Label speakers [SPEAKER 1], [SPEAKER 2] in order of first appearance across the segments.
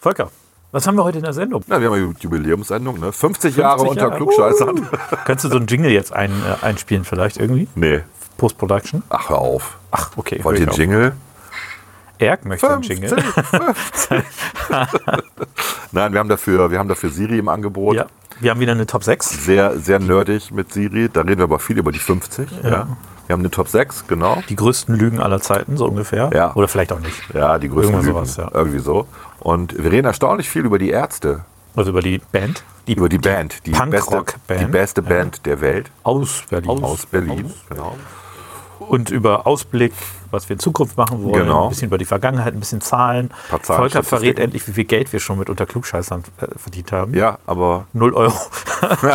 [SPEAKER 1] Volker, was haben wir heute in der Sendung?
[SPEAKER 2] Na, wir haben eine Jubiläumssendung, ne? 50, Jahre unter
[SPEAKER 1] Uh.
[SPEAKER 2] Klugscheißern.
[SPEAKER 1] Kannst du so einen Jingle jetzt ein, äh, einspielen vielleicht irgendwie?
[SPEAKER 2] nee.
[SPEAKER 1] Post-Production?
[SPEAKER 2] Ach, hör auf.
[SPEAKER 1] Ach, okay.
[SPEAKER 2] Wollt
[SPEAKER 1] hör
[SPEAKER 2] ihr
[SPEAKER 1] ich auf.
[SPEAKER 2] Jingle?
[SPEAKER 1] Erk möchte genau. einen Jingle.
[SPEAKER 2] 15. Nein, wir haben, dafür, wir haben dafür Siri im Angebot.
[SPEAKER 1] Ja. Wir haben wieder eine Top 6.
[SPEAKER 2] Sehr, sehr nerdig mit Siri. Da reden wir aber viel über die 50. Ja. Wir haben eine Top 6, genau.
[SPEAKER 1] Die größten Lügen aller Zeiten, so ungefähr.
[SPEAKER 2] Ja.
[SPEAKER 1] Oder vielleicht auch nicht.
[SPEAKER 2] Ja, die größten
[SPEAKER 1] Irgendwas
[SPEAKER 2] Lügen.
[SPEAKER 1] sowas, ja.
[SPEAKER 2] Irgendwie so. Und wir reden erstaunlich viel über die Ärzte,
[SPEAKER 1] Also über die Band. Die
[SPEAKER 2] über die Band, die beste,
[SPEAKER 1] Punkrock-Band.
[SPEAKER 2] die beste Band der Welt
[SPEAKER 1] aus Berlin.
[SPEAKER 2] aus Berlin. Genau.
[SPEAKER 1] Und über Ausblick, was wir in Zukunft machen wollen.
[SPEAKER 2] Genau.
[SPEAKER 1] Ein bisschen über die Vergangenheit, ein bisschen Zahlen.
[SPEAKER 2] paar Zahlen,
[SPEAKER 1] Volker verrät
[SPEAKER 2] Statistiken.
[SPEAKER 1] endlich, wie viel Geld wir schon mit unter Klugscheißern äh, verdient haben.
[SPEAKER 2] Ja, aber
[SPEAKER 1] Null Euro.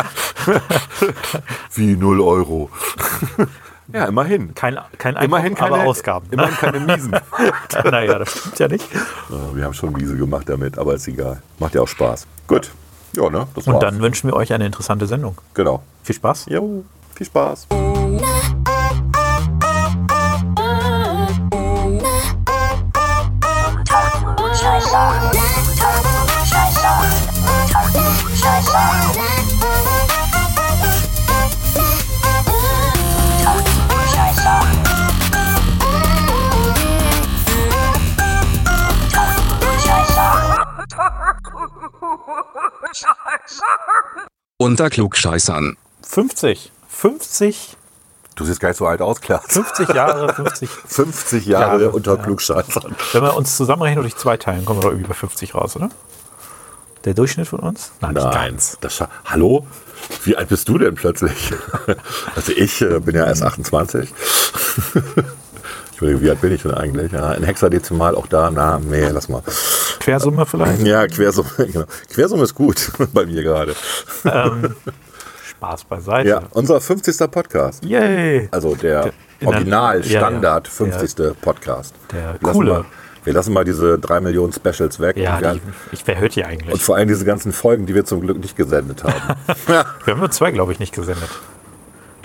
[SPEAKER 2] wie 0 Euro. ja, immerhin.
[SPEAKER 1] Kein, kein Einkommen,
[SPEAKER 2] immerhin keine
[SPEAKER 1] aber Ausgaben.
[SPEAKER 2] Immerhin keine Miesen.
[SPEAKER 1] naja, das stimmt ja nicht.
[SPEAKER 2] Ja, Wir haben schon Miese gemacht damit, aber ist egal. Macht ja auch Spaß. Gut. Ja, ne? Das
[SPEAKER 1] Und dann wünschen wir euch eine interessante Sendung.
[SPEAKER 2] Genau.
[SPEAKER 1] Viel Spaß.
[SPEAKER 2] Jo, viel Spaß.
[SPEAKER 3] Unter Klugscheißern.
[SPEAKER 1] 50. 50,
[SPEAKER 2] Du siehst gar nicht so alt aus, klar.
[SPEAKER 1] 50 Jahre, 50.
[SPEAKER 2] 50 Jahre
[SPEAKER 1] Jahre,
[SPEAKER 2] unter Klugscheißern.
[SPEAKER 1] Wenn wir uns zusammenrechnen und durch zwei teilen, kommen wir doch irgendwie bei 50 raus, oder? Der Durchschnitt von uns? Nein, nicht
[SPEAKER 2] Nein.
[SPEAKER 1] ganz.
[SPEAKER 2] Das scha- Hallo? Wie alt bist du denn plötzlich? Also ich äh, bin ja erst 28. Ich überlege, wie alt bin ich denn eigentlich? Ja, in Hexadezimal auch da, na, nee, lass mal.
[SPEAKER 1] Quersumme vielleicht?
[SPEAKER 2] Ja, Quersumme, genau. Quersumme ist gut bei mir gerade.
[SPEAKER 1] Spaß beiseite.
[SPEAKER 2] Ja, unser 50. Podcast.
[SPEAKER 1] Yay!
[SPEAKER 2] Also der
[SPEAKER 1] Der-
[SPEAKER 2] Original,
[SPEAKER 1] Ja, ja.
[SPEAKER 2] Standard,
[SPEAKER 1] Der-
[SPEAKER 2] 50. Podcast.
[SPEAKER 1] der
[SPEAKER 2] wir
[SPEAKER 1] coole.
[SPEAKER 2] Lassen mal, wir lassen mal diese 3 Millionen Specials weg. und,
[SPEAKER 1] ja,
[SPEAKER 2] wir,
[SPEAKER 1] die, ich, wer hört hier
[SPEAKER 2] und
[SPEAKER 1] eigentlich?
[SPEAKER 2] vor allem diese ganzen Folgen, die wir zum Glück nicht gesendet haben.
[SPEAKER 1] Wir haben nur zwei, glaube ich, nicht gesendet.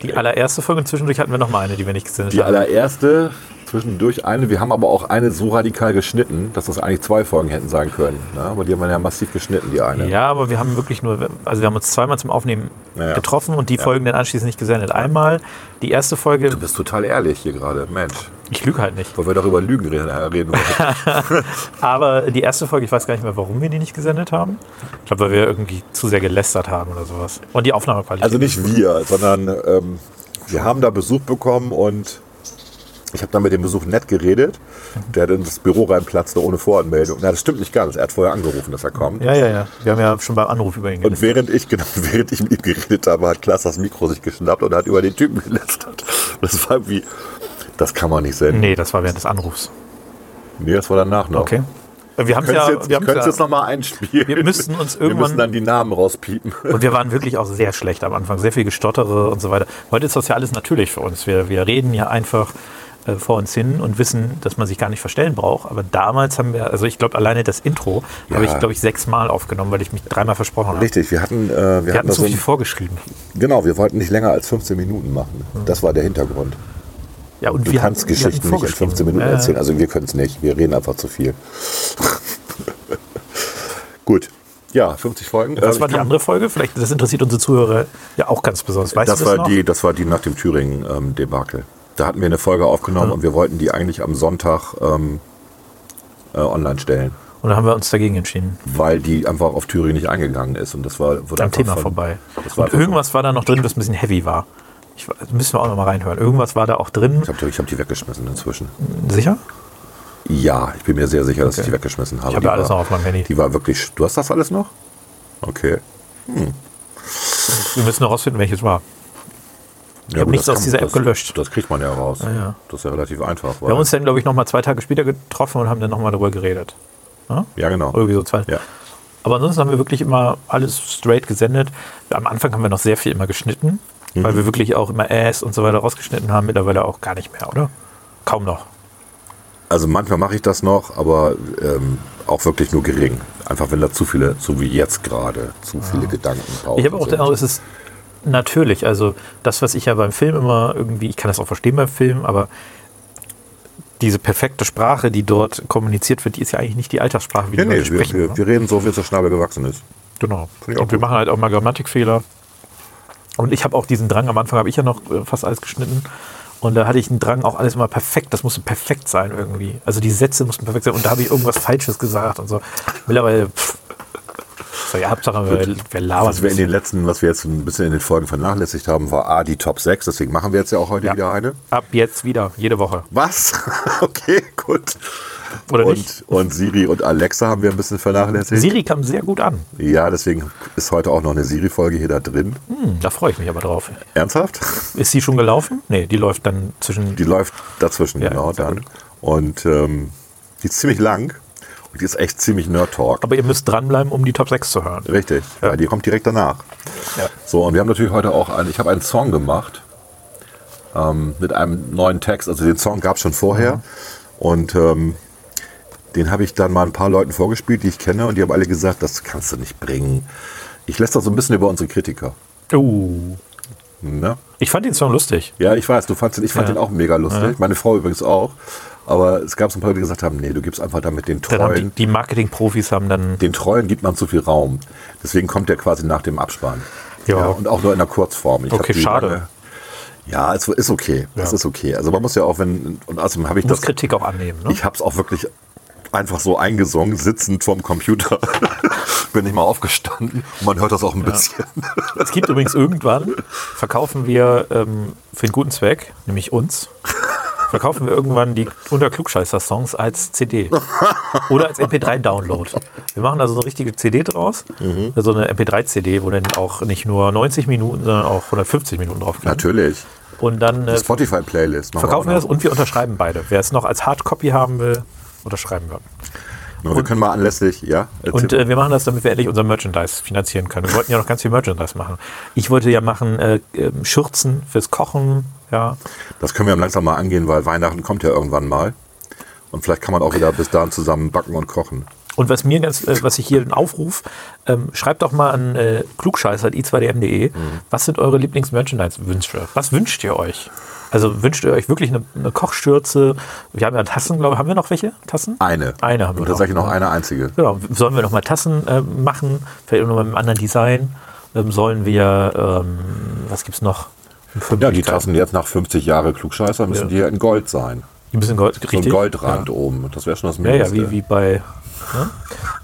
[SPEAKER 1] Die allererste Folge und zwischendurch hatten wir noch mal eine, die wir nicht gesendet
[SPEAKER 2] Die
[SPEAKER 1] haben.
[SPEAKER 2] allererste, zwischendurch eine. Wir haben aber auch eine so radikal geschnitten, dass das eigentlich zwei Folgen hätten sein können. Ne? Aber die haben wir ja massiv geschnitten, die eine.
[SPEAKER 1] Ja, aber wir haben wirklich nur, also wir haben uns zweimal zum Aufnehmen
[SPEAKER 2] Naja.
[SPEAKER 1] getroffen und die Folgen dann anschließend nicht gesendet. Einmal die erste Folge,
[SPEAKER 2] Du bist total ehrlich hier gerade. Mensch,
[SPEAKER 1] ich lüge halt nicht,
[SPEAKER 2] wollen wir doch über Lügen reden, äh, reden wollen.
[SPEAKER 1] aber die erste Folge, ich weiß gar nicht mehr, warum wir die nicht gesendet haben. Ich glaube, weil wir irgendwie zu sehr gelästert haben oder sowas. Und die Aufnahmequalität.
[SPEAKER 2] Also nicht wir, sondern ähm, wir haben da Besuch bekommen und ich habe dann mit dem Besuch nett geredet. Der hat ins Büro reinplatzte ohne Voranmeldung. Na, das stimmt nicht ganz. Er hat vorher angerufen, dass er kommt.
[SPEAKER 1] ja, ja, ja. Wir haben ja schon beim Anruf über ihn geredet.
[SPEAKER 2] Und während ich, genau, während ich mit ihm geredet habe, hat Klaas das Mikro sich geschnappt und hat über den Typen gelästert. Das war irgendwie, das kann man nicht sehen.
[SPEAKER 1] Nee, das war während des Anrufs.
[SPEAKER 2] Nee, das war danach noch.
[SPEAKER 1] Hm. Okay. Wir haben
[SPEAKER 2] Oh. Könntest
[SPEAKER 1] ja,
[SPEAKER 2] du jetzt,
[SPEAKER 1] wir haben's
[SPEAKER 2] könntest
[SPEAKER 1] ja
[SPEAKER 2] jetzt nochmal einspielen.
[SPEAKER 1] Wir müssen uns
[SPEAKER 2] Wir
[SPEAKER 1] irgendwann-
[SPEAKER 2] müssen dann die Namen rauspiepen.
[SPEAKER 1] Und wir waren wirklich auch sehr schlecht am Anfang, sehr viel Gestottere und so weiter. Heute ist das ja alles natürlich für uns. Wir, wir reden ja einfach äh, vor uns hin und wissen, dass man sich gar nicht verstellen braucht. Aber damals haben wir, also ich glaube, alleine das Intro habe ich, glaube ich, sechsmal aufgenommen, weil ich mich dreimal versprochen habe.
[SPEAKER 2] Richtig, wir hatten, äh, wir
[SPEAKER 1] Wir
[SPEAKER 2] hatten
[SPEAKER 1] hatten
[SPEAKER 2] da
[SPEAKER 1] zu
[SPEAKER 2] so
[SPEAKER 1] viel
[SPEAKER 2] ein,
[SPEAKER 1] vorgeschrieben.
[SPEAKER 2] genau, wir wollten nicht länger als 15 Minuten machen.
[SPEAKER 1] Hm.
[SPEAKER 2] Das war der Hintergrund.
[SPEAKER 1] Ja, und
[SPEAKER 2] Du
[SPEAKER 1] wir hatten-
[SPEAKER 2] kannst Geschichten
[SPEAKER 1] wir
[SPEAKER 2] nicht
[SPEAKER 1] hatten
[SPEAKER 2] in 15 Minuten
[SPEAKER 1] vorgeschrieben.
[SPEAKER 2] erzählen. Also wir können es nicht. Wir reden einfach zu viel. Gut. Ja, 50 Folgen.
[SPEAKER 1] Äh, was
[SPEAKER 2] Ähm,
[SPEAKER 1] war die andere Folge? Vielleicht, das interessiert unsere Zuhörer ja auch ganz besonders. Weißt
[SPEAKER 2] das
[SPEAKER 1] du das
[SPEAKER 2] war
[SPEAKER 1] noch?
[SPEAKER 2] die, das war die nach dem Thüringen-Debakel. da hatten wir eine Folge aufgenommen und wir wollten die eigentlich am Sonntag ähm, äh, online stellen,
[SPEAKER 1] Und dann haben wir uns dagegen entschieden.
[SPEAKER 2] weil die einfach auf Thüringen nicht eingegangen ist und das war wurde
[SPEAKER 1] am
[SPEAKER 2] einfach
[SPEAKER 1] Thema
[SPEAKER 2] von-
[SPEAKER 1] vorbei.
[SPEAKER 2] Das
[SPEAKER 1] Und
[SPEAKER 2] war einfach-
[SPEAKER 1] irgendwas war da noch drin, was ein bisschen heavy war. Ich, das müssen wir auch noch mal reinhören. Irgendwas war da auch drin.
[SPEAKER 2] Ich habe ich hab die weggeschmissen inzwischen.
[SPEAKER 1] Sicher?
[SPEAKER 2] Ja, ich bin mir sehr sicher, dass ich die weggeschmissen habe.
[SPEAKER 1] Ich habe
[SPEAKER 2] Die
[SPEAKER 1] ja alles
[SPEAKER 2] war,
[SPEAKER 1] noch auf meinem Handy.
[SPEAKER 2] Die war wirklich. sch- Du hast das alles noch? Okay.
[SPEAKER 1] Wir müssen noch rausfinden, welches war.
[SPEAKER 2] Ich
[SPEAKER 1] hab nichts aus dieser App gelöscht.
[SPEAKER 2] Das kriegt man ja raus.
[SPEAKER 1] ja.
[SPEAKER 2] Das ist ja relativ einfach.
[SPEAKER 1] Wir haben uns dann, glaube ich, noch mal zwei Tage später getroffen und haben dann noch mal darüber geredet.
[SPEAKER 2] ja, genau.
[SPEAKER 1] Irgendwie so zwei.
[SPEAKER 2] Ja.
[SPEAKER 1] Aber ansonsten haben wir wirklich immer alles straight gesendet. Am Anfang haben wir noch sehr viel immer geschnitten, weil
[SPEAKER 2] Mhm.
[SPEAKER 1] wir wirklich auch immer Ass und so weiter rausgeschnitten haben. Mittlerweile auch gar nicht mehr, oder? Kaum noch.
[SPEAKER 2] Also manchmal mache ich das noch, aber ähm, auch wirklich nur gering. Einfach wenn da zu viele, so wie jetzt gerade, zu viele Gedanken drauf
[SPEAKER 1] Ich habe auch den Eindruck, es ist natürlich, also das, was ich ja beim Film immer irgendwie, ich kann das auch verstehen beim Film, aber diese perfekte Sprache, die dort kommuniziert wird, die ist ja eigentlich nicht die Alltagssprache, wie die
[SPEAKER 2] Nee, nee,
[SPEAKER 1] Leute
[SPEAKER 2] wir,
[SPEAKER 1] sprechen.
[SPEAKER 2] wir,
[SPEAKER 1] ne?
[SPEAKER 2] wir reden so, wie es der Schnabel gewachsen ist.
[SPEAKER 1] Genau.
[SPEAKER 2] Finde ich auch
[SPEAKER 1] Und wir
[SPEAKER 2] gut.
[SPEAKER 1] machen halt auch mal Grammatikfehler. Und ich habe auch diesen Drang, am Anfang habe ich ja noch äh, fast alles geschnitten. Und da hatte ich einen Drang, auch alles immer perfekt, das musste perfekt sein irgendwie. Also die Sätze mussten perfekt sein und da habe ich irgendwas Falsches gesagt und so. Mittlerweile, pff, so, ja, Hauptsache, wir, wir labern.
[SPEAKER 2] Was wir in den letzten, was wir jetzt ein bisschen in den Folgen vernachlässigt haben, war A, die Top 6. Deswegen machen wir jetzt ja auch heute
[SPEAKER 1] Ja.
[SPEAKER 2] wieder eine.
[SPEAKER 1] Ab jetzt wieder, jede Woche.
[SPEAKER 2] Was? Okay, gut.
[SPEAKER 1] Oder nicht?
[SPEAKER 2] Und, und Siri und Alexa haben wir ein bisschen vernachlässigt.
[SPEAKER 1] Siri kam sehr gut an.
[SPEAKER 2] Ja, deswegen ist heute auch noch eine Siri-Folge hier da drin.
[SPEAKER 1] Hm, da freue ich mich aber drauf.
[SPEAKER 2] Ernsthaft?
[SPEAKER 1] Ist sie schon gelaufen? Nee, die läuft dann zwischen.
[SPEAKER 2] Die läuft dazwischen,
[SPEAKER 1] Ja,
[SPEAKER 2] genau
[SPEAKER 1] sehr
[SPEAKER 2] dann. Und ähm, die ist ziemlich lang und die ist echt ziemlich Nerd-Talk.
[SPEAKER 1] Aber ihr müsst dranbleiben, um die Top 6 zu hören.
[SPEAKER 2] Richtig, weil die kommt direkt danach.
[SPEAKER 1] Ja.
[SPEAKER 2] So, und wir haben natürlich heute auch einen, ich habe einen Song gemacht ähm, mit einem neuen Text. Also den Song gab es schon vorher.
[SPEAKER 1] Mhm.
[SPEAKER 2] Und ähm, den habe ich dann mal ein paar Leuten vorgespielt, die ich kenne. Und die haben alle gesagt, das kannst du nicht bringen. Ich lässt das so ein bisschen über unsere Kritiker.
[SPEAKER 1] Uh,
[SPEAKER 2] Ne?
[SPEAKER 1] ich fand den Song lustig.
[SPEAKER 2] Ja, ich weiß, du fandst den, ich fand
[SPEAKER 1] Ja.
[SPEAKER 2] den auch mega lustig. Meine Frau übrigens auch. Aber es gab so ein paar, Leute, die gesagt haben, nee, du gibst einfach damit den
[SPEAKER 1] Dann haben die,
[SPEAKER 2] Treuen.
[SPEAKER 1] die Marketing-Profis haben dann
[SPEAKER 2] Den Treuen gibt man zu viel Raum. Deswegen kommt der quasi nach dem Abspann.
[SPEAKER 1] Ja.
[SPEAKER 2] und auch nur in der Kurzform. Ich hab
[SPEAKER 1] Okay,
[SPEAKER 2] die
[SPEAKER 1] schade.
[SPEAKER 2] lange- ja, es ist okay. Es
[SPEAKER 1] Ja.
[SPEAKER 2] ist okay. Also man muss ja auch, wenn, und außerdem habe ich
[SPEAKER 1] muss
[SPEAKER 2] das,
[SPEAKER 1] Kritik auch annehmen. Ne?
[SPEAKER 2] ich habe es auch wirklich einfach so eingesungen, sitzend vorm Computer. Bin ich mal aufgestanden und man hört das auch ein bisschen.
[SPEAKER 1] Es gibt übrigens irgendwann, verkaufen wir ähm, für einen guten Zweck, nämlich uns, verkaufen wir irgendwann die Unterklugscheißer-Songs als CD oder als MP3-Download. Wir machen also so eine richtige CD draus,
[SPEAKER 2] Mhm.
[SPEAKER 1] so eine MP3-CD, wo dann auch nicht nur 90 Minuten, sondern auch 150 Minuten drauf können.
[SPEAKER 2] Natürlich.
[SPEAKER 1] Und dann äh,
[SPEAKER 2] Spotify-Playlist. machen
[SPEAKER 1] verkaufen wir
[SPEAKER 2] auch
[SPEAKER 1] das
[SPEAKER 2] noch.
[SPEAKER 1] und wir unterschreiben beide. Wer es noch als Hardcopy haben will, unterschreiben wir.
[SPEAKER 2] Nur wir können mal anlässlich, ja.
[SPEAKER 1] Und äh, wir machen das, damit wir endlich unser Merchandise finanzieren können. Wir wollten ja noch ganz viel Merchandise machen. Ich wollte ja machen äh, ähm, Schürzen fürs Kochen, ja.
[SPEAKER 2] Das können wir langsam mal angehen, weil Weihnachten kommt ja irgendwann mal. Und vielleicht kann man auch wieder bis dahin zusammen backen und kochen.
[SPEAKER 1] Und was mir ganz, äh, was ich hier den Aufruf, ähm, schreibt doch mal an äh, klugscheiß.i2dm.de,
[SPEAKER 2] Mhm.
[SPEAKER 1] was sind eure Lieblings-Merchandise-Wünsche? Was wünscht ihr euch? Also wünscht ihr euch wirklich eine, eine Kochstürze? Wir haben ja Tassen, glaube ich. Haben wir noch welche? Tassen?
[SPEAKER 2] Eine.
[SPEAKER 1] Eine haben wir
[SPEAKER 2] Und tatsächlich
[SPEAKER 1] noch.
[SPEAKER 2] noch eine einzige.
[SPEAKER 1] Genau, sollen wir nochmal Tassen äh, machen, vielleicht auch noch mal mit einem anderen Design? Ähm, sollen wir, ähm, was gibt's noch? Für
[SPEAKER 2] Ja, die
[SPEAKER 1] Möglichkeiten?
[SPEAKER 2] Tassen jetzt nach 50 Jahre Klugscheißer müssen die ja in Gold sein.
[SPEAKER 1] Die müssen Gold,
[SPEAKER 2] So ein
[SPEAKER 1] richtig?
[SPEAKER 2] Goldrand oben. Das wäre schon das
[SPEAKER 1] Ja, ja,
[SPEAKER 2] Mindeste.
[SPEAKER 1] ja wie, wie bei. Ne?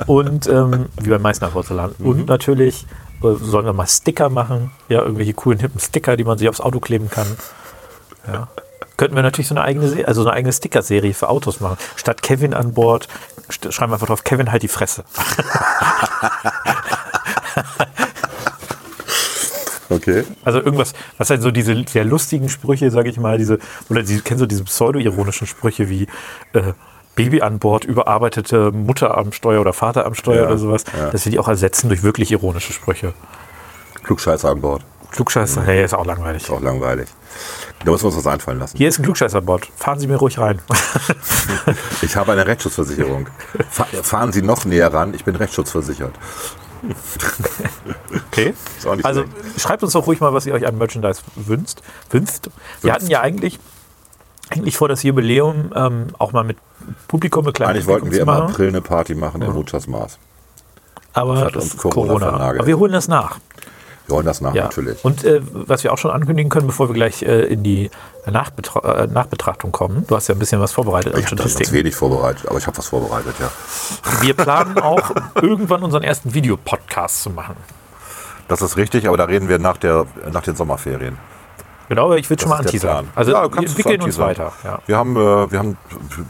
[SPEAKER 1] Und ähm, wie bei Meißner Porzellan. Und natürlich äh, sollen wir mal Sticker machen. Ja, irgendwelche coolen, hippen Sticker, die man sich aufs Auto kleben kann. Ja. Könnten wir natürlich so eine eigene, Se- also so eine eigene Sticker-Serie für Autos machen. Statt Kevin an Bord st- schreiben wir einfach drauf: Kevin halt die Fresse.
[SPEAKER 2] Okay.
[SPEAKER 1] Also irgendwas, was halt so diese sehr lustigen Sprüche, sage ich mal, diese, oder die kennen so diese pseudo-ironischen Sprüche wie äh, Baby an Bord, überarbeitete Mutter am Steuer oder Vater am Steuer
[SPEAKER 2] Ja,
[SPEAKER 1] oder sowas,
[SPEAKER 2] ja.
[SPEAKER 1] dass wir die auch ersetzen durch wirklich ironische Sprüche.
[SPEAKER 2] Klugscheißer an Bord. Mhm.
[SPEAKER 1] Klugscheißer, hey, ist auch langweilig.
[SPEAKER 2] Ist auch langweilig. Da müssen wir uns was einfallen lassen.
[SPEAKER 1] Hier ist ein Klugscheißer an Bord. Fahren Sie mir ruhig rein.
[SPEAKER 2] Ich habe eine Rechtsschutzversicherung. Fa fahren Sie noch näher ran. Ich bin rechtsschutzversichert.
[SPEAKER 1] Okay.
[SPEAKER 2] Ist auch nicht
[SPEAKER 1] Also
[SPEAKER 2] schlecht.
[SPEAKER 1] schreibt uns doch ruhig mal, was ihr euch an Merchandise wünscht. wünscht. Wir
[SPEAKER 2] Wünscht.
[SPEAKER 1] hatten ja eigentlich, eigentlich vor das Jubiläum ähm, auch mal mit Publikum, mit kleinem
[SPEAKER 2] Eigentlich wollten
[SPEAKER 1] Publikum
[SPEAKER 2] wir
[SPEAKER 1] zu
[SPEAKER 2] im
[SPEAKER 1] machen.
[SPEAKER 2] April eine Party machen in Muchas Maß.
[SPEAKER 1] Aber
[SPEAKER 2] hat
[SPEAKER 1] das
[SPEAKER 2] uns
[SPEAKER 1] ist
[SPEAKER 2] Corona
[SPEAKER 1] Corona.
[SPEAKER 2] vernagelt.
[SPEAKER 1] Aber wir holen das nach.
[SPEAKER 2] Wir holen das nach
[SPEAKER 1] Ja.
[SPEAKER 2] natürlich.
[SPEAKER 1] Und äh, was wir auch schon ankündigen können, bevor wir gleich äh, in die Nachbetra äh, Nachbetrachtung kommen, du hast ja ein bisschen was vorbereitet an
[SPEAKER 2] Ich habe da ganz
[SPEAKER 1] Statistiken.
[SPEAKER 2] wenig vorbereitet, aber ich habe was vorbereitet, ja.
[SPEAKER 1] Wir planen auch irgendwann unseren ersten Videopodcast zu machen.
[SPEAKER 2] Das ist richtig, aber da reden wir nach, der, nach den Sommerferien.
[SPEAKER 1] Genau, ich will schon mal
[SPEAKER 2] Das ist der
[SPEAKER 1] anteasern.
[SPEAKER 2] Plan.
[SPEAKER 1] Also
[SPEAKER 2] Ja,
[SPEAKER 1] wir
[SPEAKER 2] kannst du
[SPEAKER 1] entwickeln uns
[SPEAKER 2] anteasern.
[SPEAKER 1] weiter. Ja.
[SPEAKER 2] Wir haben, äh, wir haben,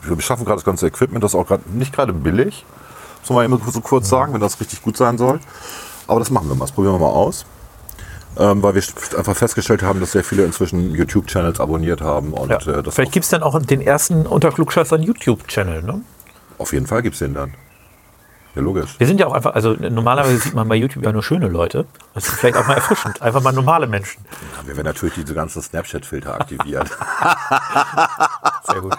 [SPEAKER 2] wir beschaffen gerade das ganze Equipment, das ist auch gerade nicht gerade billig. Das soll man immer so kurz sagen, wenn das richtig gut sein soll. Aber das machen wir mal, das probieren wir mal aus. Ähm, weil wir einfach festgestellt haben, dass sehr viele inzwischen YouTube-Channels abonniert haben und
[SPEAKER 1] Ja.
[SPEAKER 2] äh, das
[SPEAKER 1] Vielleicht gibt es dann auch den ersten Unterklugscheißern YouTube-Channel. Ne?
[SPEAKER 2] auf jeden Fall gibt es den dann. Ja, logisch.
[SPEAKER 1] Wir sind ja auch einfach, also normalerweise sieht man bei YouTube ja nur schöne Leute. Das ist vielleicht auch mal erfrischend. Einfach mal normale Menschen.
[SPEAKER 2] Wir werden natürlich diese ganzen Snapchat-Filter aktivieren.
[SPEAKER 1] Sehr gut.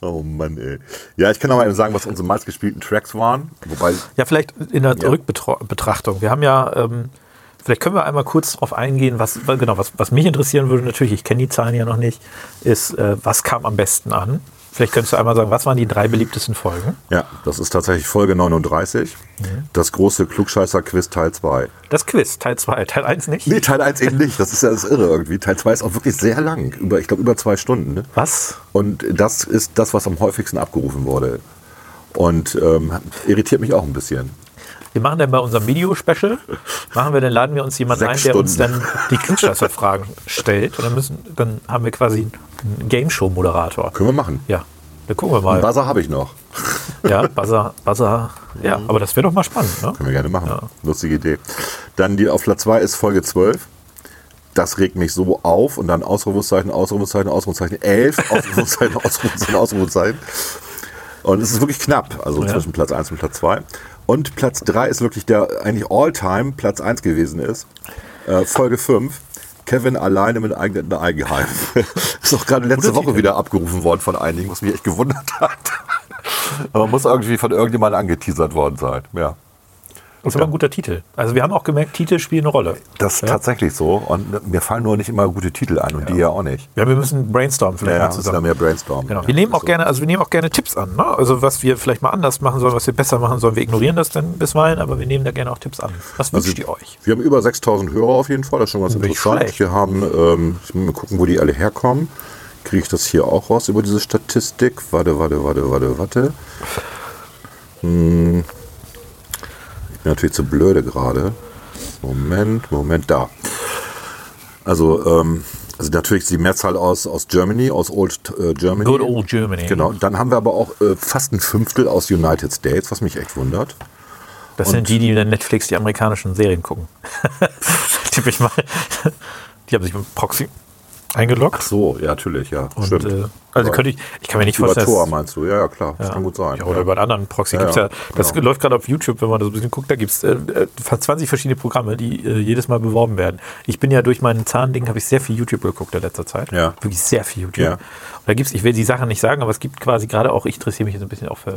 [SPEAKER 2] oh Mann, ey. Ja, ich kann auch mal eben sagen, was unsere meistgespielten Tracks waren. Wobei
[SPEAKER 1] Ja, vielleicht in der Rückbetrachtung. Wir haben ja ähm, Vielleicht können wir einmal kurz darauf eingehen, was, genau, was, was mich interessieren würde, natürlich, ich kenne die Zahlen ja noch nicht, ist, äh, was kam am besten an? Vielleicht könntest du einmal sagen, was waren die drei beliebtesten Folgen?
[SPEAKER 2] Ja, das ist tatsächlich Folge 39. Das große Klugscheißer-Quiz Teil 2.
[SPEAKER 1] Das Quiz, Teil 2, Teil 1 nicht?
[SPEAKER 2] Nee, Teil 1 eben nicht. Das ist ja das Irre irgendwie. Teil 2 ist auch wirklich sehr lang. Über, ich glaube, über zwei Stunden. Ne?
[SPEAKER 1] Was?
[SPEAKER 2] Und das ist das, was am häufigsten abgerufen wurde. Und ähm, irritiert mich auch ein bisschen.
[SPEAKER 1] Wir machen dann bei unserem Videospecial, machen wir, dann laden wir uns jemanden ein,
[SPEAKER 2] Sechs
[SPEAKER 1] der uns
[SPEAKER 2] Stunden.
[SPEAKER 1] dann die Klugscheißer-Fragen stellt. Und dann, müssen, dann haben wir quasi einen Game-Show-Moderator.
[SPEAKER 2] Können wir machen.
[SPEAKER 1] Ja, dann gucken wir mal.
[SPEAKER 2] Buzzer habe ich noch.
[SPEAKER 1] Ja, Buzzer, Buzzer. Ja,
[SPEAKER 2] Mhm.
[SPEAKER 1] aber das wäre doch mal spannend, ne?
[SPEAKER 2] Können wir gerne machen. Lustige Idee. Dann die auf Platz 2 ist Folge 12. Das regt mich so auf und dann Ausrufungszeichen, Ausrufungszeichen, Ausrufungszeichen, 11, Ausrufungszeichen, Ausrufungszeichen, Ausrufungszeichen. Und es ist wirklich knapp, also zwischen Platz 1 und Platz 2. Und Platz 3 ist wirklich der eigentlich All-Time Platz 1 gewesen ist. Äh, Folge 5. Kevin alleine mit eigenem Eigenheim. ist auch gerade letzte Woche wieder abgerufen worden von einigen, was mich echt gewundert hat. Aber muss irgendwie von irgendjemandem angeteasert worden sein. Ja.
[SPEAKER 1] Das ist aber ein guter Titel. Also wir haben auch gemerkt, Titel spielen eine Rolle.
[SPEAKER 2] Das ist tatsächlich so. Und mir fallen nur nicht immer gute Titel ein und die ja auch nicht.
[SPEAKER 1] Ja, wir müssen brainstormen vielleicht mal
[SPEAKER 2] müssen
[SPEAKER 1] zusammen.
[SPEAKER 2] da mehr brainstormen.
[SPEAKER 1] Genau.
[SPEAKER 2] Ja,
[SPEAKER 1] Wir nehmen
[SPEAKER 2] ist
[SPEAKER 1] auch
[SPEAKER 2] so.
[SPEAKER 1] gerne, also wir nehmen auch gerne Tipps an, ne? Also was wir vielleicht mal anders machen sollen, was wir besser machen sollen. Wir ignorieren das dann bisweilen, aber wir nehmen da gerne auch Tipps an. Was
[SPEAKER 2] Also
[SPEAKER 1] wünscht ihr euch?
[SPEAKER 2] Wir haben über 6000 Hörer auf jeden Fall, das ist schon ganz
[SPEAKER 1] Nicht
[SPEAKER 2] interessant.
[SPEAKER 1] schlecht.
[SPEAKER 2] Wir haben, ähm, ich muss mal gucken, wo die alle herkommen. Kriege ich das hier auch raus über diese Statistik? Warte, warte, warte, warte, warte. Hm. Ich bin natürlich zu blöde gerade. Moment, Moment, da. Also, ähm, also natürlich ist die Mehrzahl aus, aus Germany, aus Old äh, Germany.
[SPEAKER 1] Good old Germany.
[SPEAKER 2] Genau, dann haben wir aber auch äh, fast ein Fünftel aus United States, was mich echt wundert.
[SPEAKER 1] Das sind die, die dann Netflix die amerikanischen Serien gucken. Tipp ich mal. Die haben sich mit Proxy eingeloggt.
[SPEAKER 2] So, ja, natürlich, ja.
[SPEAKER 1] Und, äh, also könnte ich, ich kann mir nicht
[SPEAKER 2] über
[SPEAKER 1] vorstellen, dass-
[SPEAKER 2] Tor meinst du, ja, ja, klar, das kann gut sein.
[SPEAKER 1] Ja, oder über einen anderen Proxy
[SPEAKER 2] Ja,
[SPEAKER 1] gibt's
[SPEAKER 2] ja,
[SPEAKER 1] ja. Das
[SPEAKER 2] genau.
[SPEAKER 1] läuft gerade auf YouTube, wenn man da so ein bisschen guckt, da gibt's äh, äh, fast 20 verschiedene Programme, die äh, jedes Mal beworben werden. Ich bin ja durch meinen Zahnding, habe ich sehr viel YouTube geguckt in letzter Zeit.
[SPEAKER 2] Ja.
[SPEAKER 1] Wirklich sehr viel YouTube.
[SPEAKER 2] Ja.
[SPEAKER 1] Und da gibt's, ich will die Sachen nicht sagen, aber es gibt quasi gerade auch, ich interessiere mich jetzt ein bisschen auch für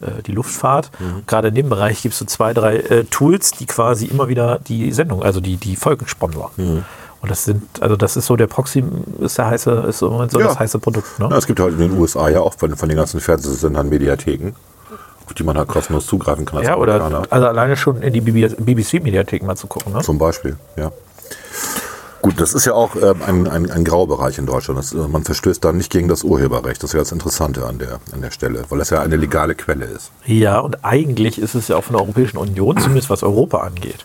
[SPEAKER 1] äh, die Luftfahrt.
[SPEAKER 2] Mhm.
[SPEAKER 1] Gerade in dem Bereich gibt's so zwei, drei äh, Tools, die quasi immer wieder die Sendung, also die, die Folgen sponsoren.
[SPEAKER 2] Mhm.
[SPEAKER 1] Und das sind, also das ist so der Proxy, ist der heiße, ist so, im Moment so
[SPEAKER 2] Ja.
[SPEAKER 1] das heiße Produkt. Ne?
[SPEAKER 2] Ja, es gibt halt in den USA ja auch von, von den ganzen Fernsehsendern Mediatheken, auf die man halt kostenlos zugreifen kann als
[SPEAKER 1] Ja,
[SPEAKER 2] Amerikaner.
[SPEAKER 1] oder also alleine schon in die BBC-Mediathek mal zu gucken. Ne?
[SPEAKER 2] Zum Beispiel, ja. Gut, das ist ja auch ähm, ein, ein, ein Graubereich in Deutschland. Das, äh, man verstößt da nicht gegen das Urheberrecht. Das ist ja das Interessante an der, an der Stelle, weil das ja eine legale Quelle ist.
[SPEAKER 1] Ja, und eigentlich ist es ja auch von der Europäischen Union, zumindest was Europa angeht,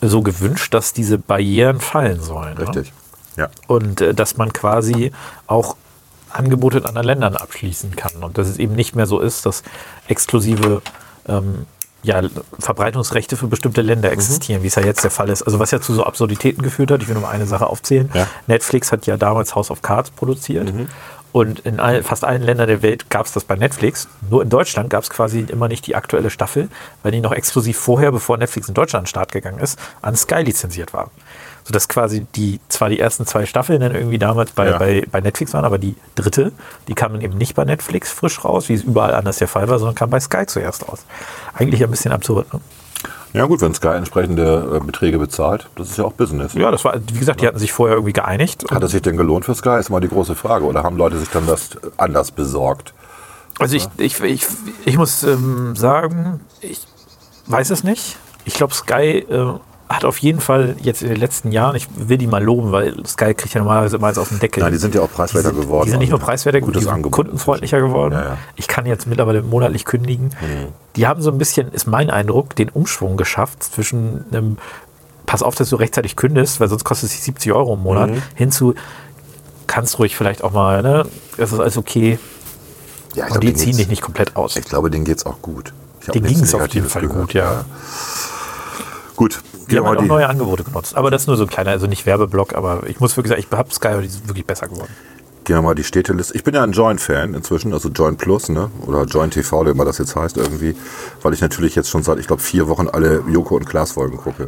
[SPEAKER 1] so gewünscht, dass diese Barrieren fallen sollen.
[SPEAKER 2] Richtig.
[SPEAKER 1] Ne?
[SPEAKER 2] Ja.
[SPEAKER 1] Und äh, dass man quasi auch Angebote in anderen Ländern abschließen kann. Und dass es eben nicht mehr so ist, dass exklusive ähm, ja, Verbreitungsrechte für bestimmte Länder existieren, wie es ja jetzt der Fall ist. Also was ja zu so Absurditäten geführt hat, ich will nur mal eine Sache aufzählen.
[SPEAKER 2] Ja.
[SPEAKER 1] Netflix hat ja damals House of Cards produziert. Und in all, fast allen Ländern der Welt gab es das bei Netflix. Nur in Deutschland gab es quasi immer nicht die aktuelle Staffel, weil die noch exklusiv vorher, bevor Netflix in Deutschland an den Start gegangen ist, an Sky lizenziert war. Sodass quasi die zwar die ersten zwei Staffeln dann irgendwie damals bei,
[SPEAKER 2] Ja.
[SPEAKER 1] bei, bei Netflix waren, aber die dritte, die kam dann eben nicht bei Netflix frisch raus, wie es überall anders der Fall war, sondern kam bei Sky zuerst raus. Eigentlich ein bisschen absurd. Ne?
[SPEAKER 2] Ja gut, wenn Sky entsprechende äh, Beträge bezahlt, das ist ja auch Business.
[SPEAKER 1] Ja, das war, wie gesagt, die hatten sich vorher irgendwie geeinigt.
[SPEAKER 2] Hat es sich denn gelohnt für Sky? Ist mal die große Frage. Oder haben Leute sich dann das anders besorgt?
[SPEAKER 1] Also ich, ich, ich, ich muss ähm, sagen, ich weiß es nicht. Ich glaube, Sky äh, hat auf jeden Fall jetzt in den letzten Jahren, ich will die mal loben, weil Sky kriegt ja normalerweise immer alles auf den Deckel.
[SPEAKER 2] Nein, die sind ja auch preiswerter
[SPEAKER 1] die sind,
[SPEAKER 2] geworden.
[SPEAKER 1] Die sind nicht nur
[SPEAKER 2] Ja.
[SPEAKER 1] preiswerter, gut, die
[SPEAKER 2] Gutes
[SPEAKER 1] sind
[SPEAKER 2] Angebot
[SPEAKER 1] kundenfreundlicher geworden.
[SPEAKER 2] Ja, Hm. ja.
[SPEAKER 1] Ich kann jetzt mittlerweile monatlich kündigen. Die haben so ein bisschen, ist mein Eindruck, den Umschwung geschafft zwischen einem Pass auf, dass du rechtzeitig kündest, weil sonst kostet es dich 70 Euro im Monat,
[SPEAKER 2] Hm.
[SPEAKER 1] hin zu kannst ruhig vielleicht auch mal, ne? Das ist alles okay.
[SPEAKER 2] Ja, ich
[SPEAKER 1] Und die ziehen dich nicht komplett aus.
[SPEAKER 2] Ich glaube, denen geht's auch gut. Ich habe
[SPEAKER 1] Den
[SPEAKER 2] nichts
[SPEAKER 1] ging es auf jeden
[SPEAKER 2] Negatives
[SPEAKER 1] Fall
[SPEAKER 2] gehört.
[SPEAKER 1] gut, ja.
[SPEAKER 2] Gut,
[SPEAKER 1] Die
[SPEAKER 2] gehen
[SPEAKER 1] haben
[SPEAKER 2] wir
[SPEAKER 1] halt auch
[SPEAKER 2] die-
[SPEAKER 1] neue Angebote genutzt. Aber das ist nur so ein kleiner, also nicht Werbeblock, aber ich muss wirklich sagen, ich habe Sky, aber die sind wirklich besser geworden.
[SPEAKER 2] Gehen wir mal die Städteliste. Ich bin ja ein Join-Fan inzwischen, also Join Plus, ne? Oder Join TV, wie immer das jetzt heißt irgendwie, weil ich natürlich jetzt schon seit, ich glaube, vier Wochen alle Joko und Klaas Folgen gucke.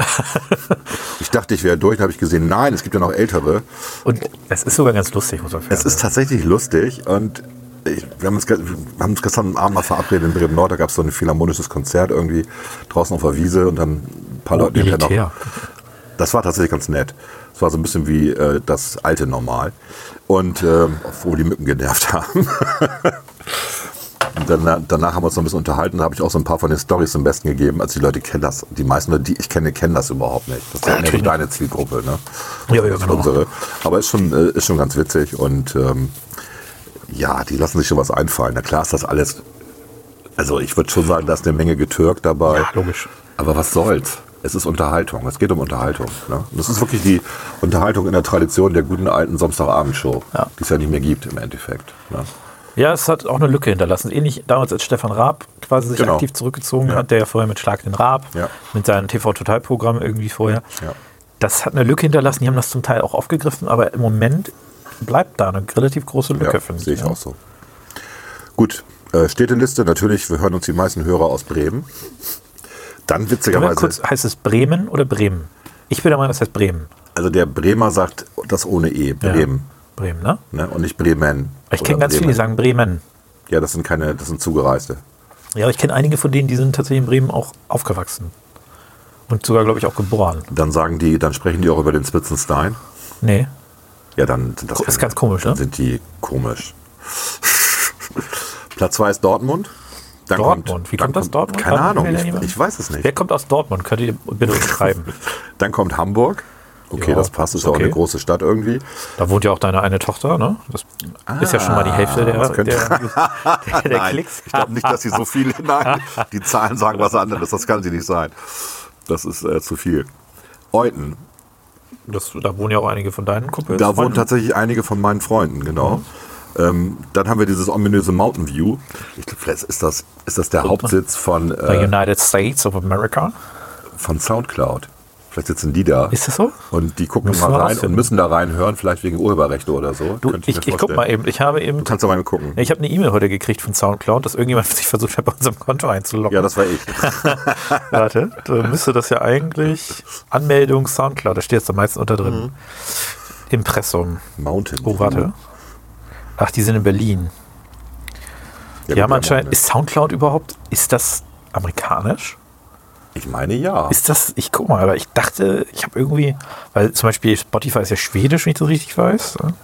[SPEAKER 2] ich dachte, ich wäre durch, dann habe ich gesehen, nein, es gibt ja noch ältere.
[SPEAKER 1] Und das ist sogar ganz lustig, muss man sagen.
[SPEAKER 2] Es ist tatsächlich lustig und ich, wir, haben uns, ge- wir haben uns gestern Abend mal verabredet in Bremen Nord, da gab es so ein philharmonisches Konzert irgendwie draußen auf der Wiese und dann ein paar Leute hinterher
[SPEAKER 1] elitär.
[SPEAKER 2] noch. Das war tatsächlich ganz nett. Das war so ein bisschen wie äh, das alte Normal. Und ähm, obwohl die Mücken genervt haben. Und dann, danach haben wir uns noch ein bisschen unterhalten. Da habe ich auch so ein paar von den Stories zum Besten gegeben. Also die Leute kennen das. Die meisten Leute, die ich kenne, kennen das überhaupt nicht. Das ist ja,
[SPEAKER 1] natürlich
[SPEAKER 2] nämlich deine Zielgruppe. Ne?
[SPEAKER 1] Ja, ja,
[SPEAKER 2] Das ist
[SPEAKER 1] genau.
[SPEAKER 2] unsere. Aber ist schon, äh, ist schon ganz witzig. Und ähm, ja, die lassen sich schon was einfallen. Na klar ist das alles. Also ich würde schon sagen, da ist eine Menge getürkt dabei.
[SPEAKER 1] Ja, logisch.
[SPEAKER 2] Aber was soll's? Es ist Unterhaltung. Es geht um Unterhaltung. Ne? Und Das ist wirklich die Unterhaltung in der Tradition der guten alten Samstagabendshow,
[SPEAKER 1] Ja.
[SPEAKER 2] die es ja nicht mehr gibt im Endeffekt. Ne?
[SPEAKER 1] Ja, es hat auch eine Lücke hinterlassen. Ähnlich damals, als Stefan Raab quasi sich
[SPEAKER 2] Genau.
[SPEAKER 1] aktiv zurückgezogen hat, der ja vorher mit Schlag den Raab,
[SPEAKER 2] Ja.
[SPEAKER 1] mit seinem TV-Total-Programm irgendwie vorher.
[SPEAKER 2] Ja.
[SPEAKER 1] Das hat eine Lücke hinterlassen. Die haben das zum Teil auch aufgegriffen, aber im Moment bleibt da eine relativ große Lücke, ne?
[SPEAKER 2] Ja,
[SPEAKER 1] finde
[SPEAKER 2] sehe ich
[SPEAKER 1] ja.
[SPEAKER 2] auch so. Gut, äh, steht in Liste natürlich. Wir hören uns die meisten Hörer aus Bremen. Dann
[SPEAKER 1] Können wir
[SPEAKER 2] witzigerweise,
[SPEAKER 1] kurz, heißt es Bremen oder Bremen? Ich bin der Meinung, es heißt Bremen.
[SPEAKER 2] also der Bremer sagt das ohne E,
[SPEAKER 1] Ja.
[SPEAKER 2] Bremen,
[SPEAKER 1] Bremen, ne?
[SPEAKER 2] ne? und nicht Bremen.
[SPEAKER 1] Ich
[SPEAKER 2] oder
[SPEAKER 1] kenne ganz viele, die
[SPEAKER 2] Bremen.
[SPEAKER 1] sagen Bremen.
[SPEAKER 2] Ja, das sind keine, das sind Zugereiste.
[SPEAKER 1] Ja, aber ich kenne einige von denen, die sind tatsächlich in Bremen auch aufgewachsen. Und sogar, glaube ich, auch geboren.
[SPEAKER 2] Dann sagen die, dann sprechen die auch über den Spitzenstein.
[SPEAKER 1] Nee.
[SPEAKER 2] Ja, dann sind das
[SPEAKER 1] Ist ganz komisch,
[SPEAKER 2] dann
[SPEAKER 1] ne?
[SPEAKER 2] sind die komisch. Platz 2 ist Dortmund. Dann
[SPEAKER 1] Dortmund. Wie
[SPEAKER 2] dann
[SPEAKER 1] kommt das Dortmund?
[SPEAKER 2] Keine
[SPEAKER 1] Hat
[SPEAKER 2] Ahnung,
[SPEAKER 1] mir da
[SPEAKER 2] ich,
[SPEAKER 1] jemand-
[SPEAKER 2] ich weiß es nicht.
[SPEAKER 1] Wer kommt aus Dortmund? Könnt ihr bitte uns schreiben.
[SPEAKER 2] Dann kommt Hamburg. Okay,
[SPEAKER 1] Ja,
[SPEAKER 2] das passt, ist ja auch
[SPEAKER 1] okay.
[SPEAKER 2] eine große Stadt irgendwie.
[SPEAKER 1] Da wohnt ja auch deine eine Tochter, ne? Das ist ja schon mal die Hälfte der, der,
[SPEAKER 2] das Ah, könnte-
[SPEAKER 1] der, der
[SPEAKER 2] Nein,
[SPEAKER 1] Klicks.
[SPEAKER 2] Ich glaube nicht, dass sie so viele. Nein, die Zahlen sagen was anderes. Das kann sie nicht sein. Das ist äh, zu viel. Euten.
[SPEAKER 1] Das, da wohnen ja auch einige von deinen Kumpels.
[SPEAKER 2] Da wohnen
[SPEAKER 1] Freunden.
[SPEAKER 2] tatsächlich einige von meinen Freunden, genau.
[SPEAKER 1] Mhm.
[SPEAKER 2] Ähm, dann haben wir dieses ominöse Mountain View. Ich glaube, vielleicht ist das, ist das der Hauptsitz von,
[SPEAKER 1] The
[SPEAKER 2] äh,
[SPEAKER 1] United States of America.
[SPEAKER 2] von Soundcloud. Vielleicht sitzen die da.
[SPEAKER 1] Ist das so?
[SPEAKER 2] Und die gucken
[SPEAKER 1] Müssen
[SPEAKER 2] mal
[SPEAKER 1] wir
[SPEAKER 2] rein und
[SPEAKER 1] rausfinden.
[SPEAKER 2] müssen da reinhören, vielleicht wegen Urheberrechte oder so.
[SPEAKER 1] Du,
[SPEAKER 2] Könnte
[SPEAKER 1] ich,
[SPEAKER 2] mir
[SPEAKER 1] ich guck
[SPEAKER 2] vorstellen.
[SPEAKER 1] mal eben. Ich habe eben.
[SPEAKER 2] Du kannst doch mal gucken.
[SPEAKER 1] Ich habe eine E-Mail heute gekriegt von Soundcloud, dass irgendjemand sich versucht hat, bei unserem Konto einzuloggen.
[SPEAKER 2] Ja, das war ich.
[SPEAKER 1] Warte, da müsste das ja eigentlich Anmeldung Soundcloud, da steht es am meisten unter drin.
[SPEAKER 2] Mhm.
[SPEAKER 1] Impressum.
[SPEAKER 2] Mountain
[SPEAKER 1] Oh, warte. Ach, die sind in Berlin.
[SPEAKER 2] Mhm. Ja,
[SPEAKER 1] Die
[SPEAKER 2] gut,
[SPEAKER 1] haben
[SPEAKER 2] der
[SPEAKER 1] anscheinend,
[SPEAKER 2] Mountain
[SPEAKER 1] ist Soundcloud überhaupt, ist das amerikanisch?
[SPEAKER 2] Ich meine ja.
[SPEAKER 1] Ist das, ich guck mal, aber ich dachte, ich habe irgendwie, weil zum Beispiel Spotify ist ja schwedisch, wenn ich das richtig weiß. ne?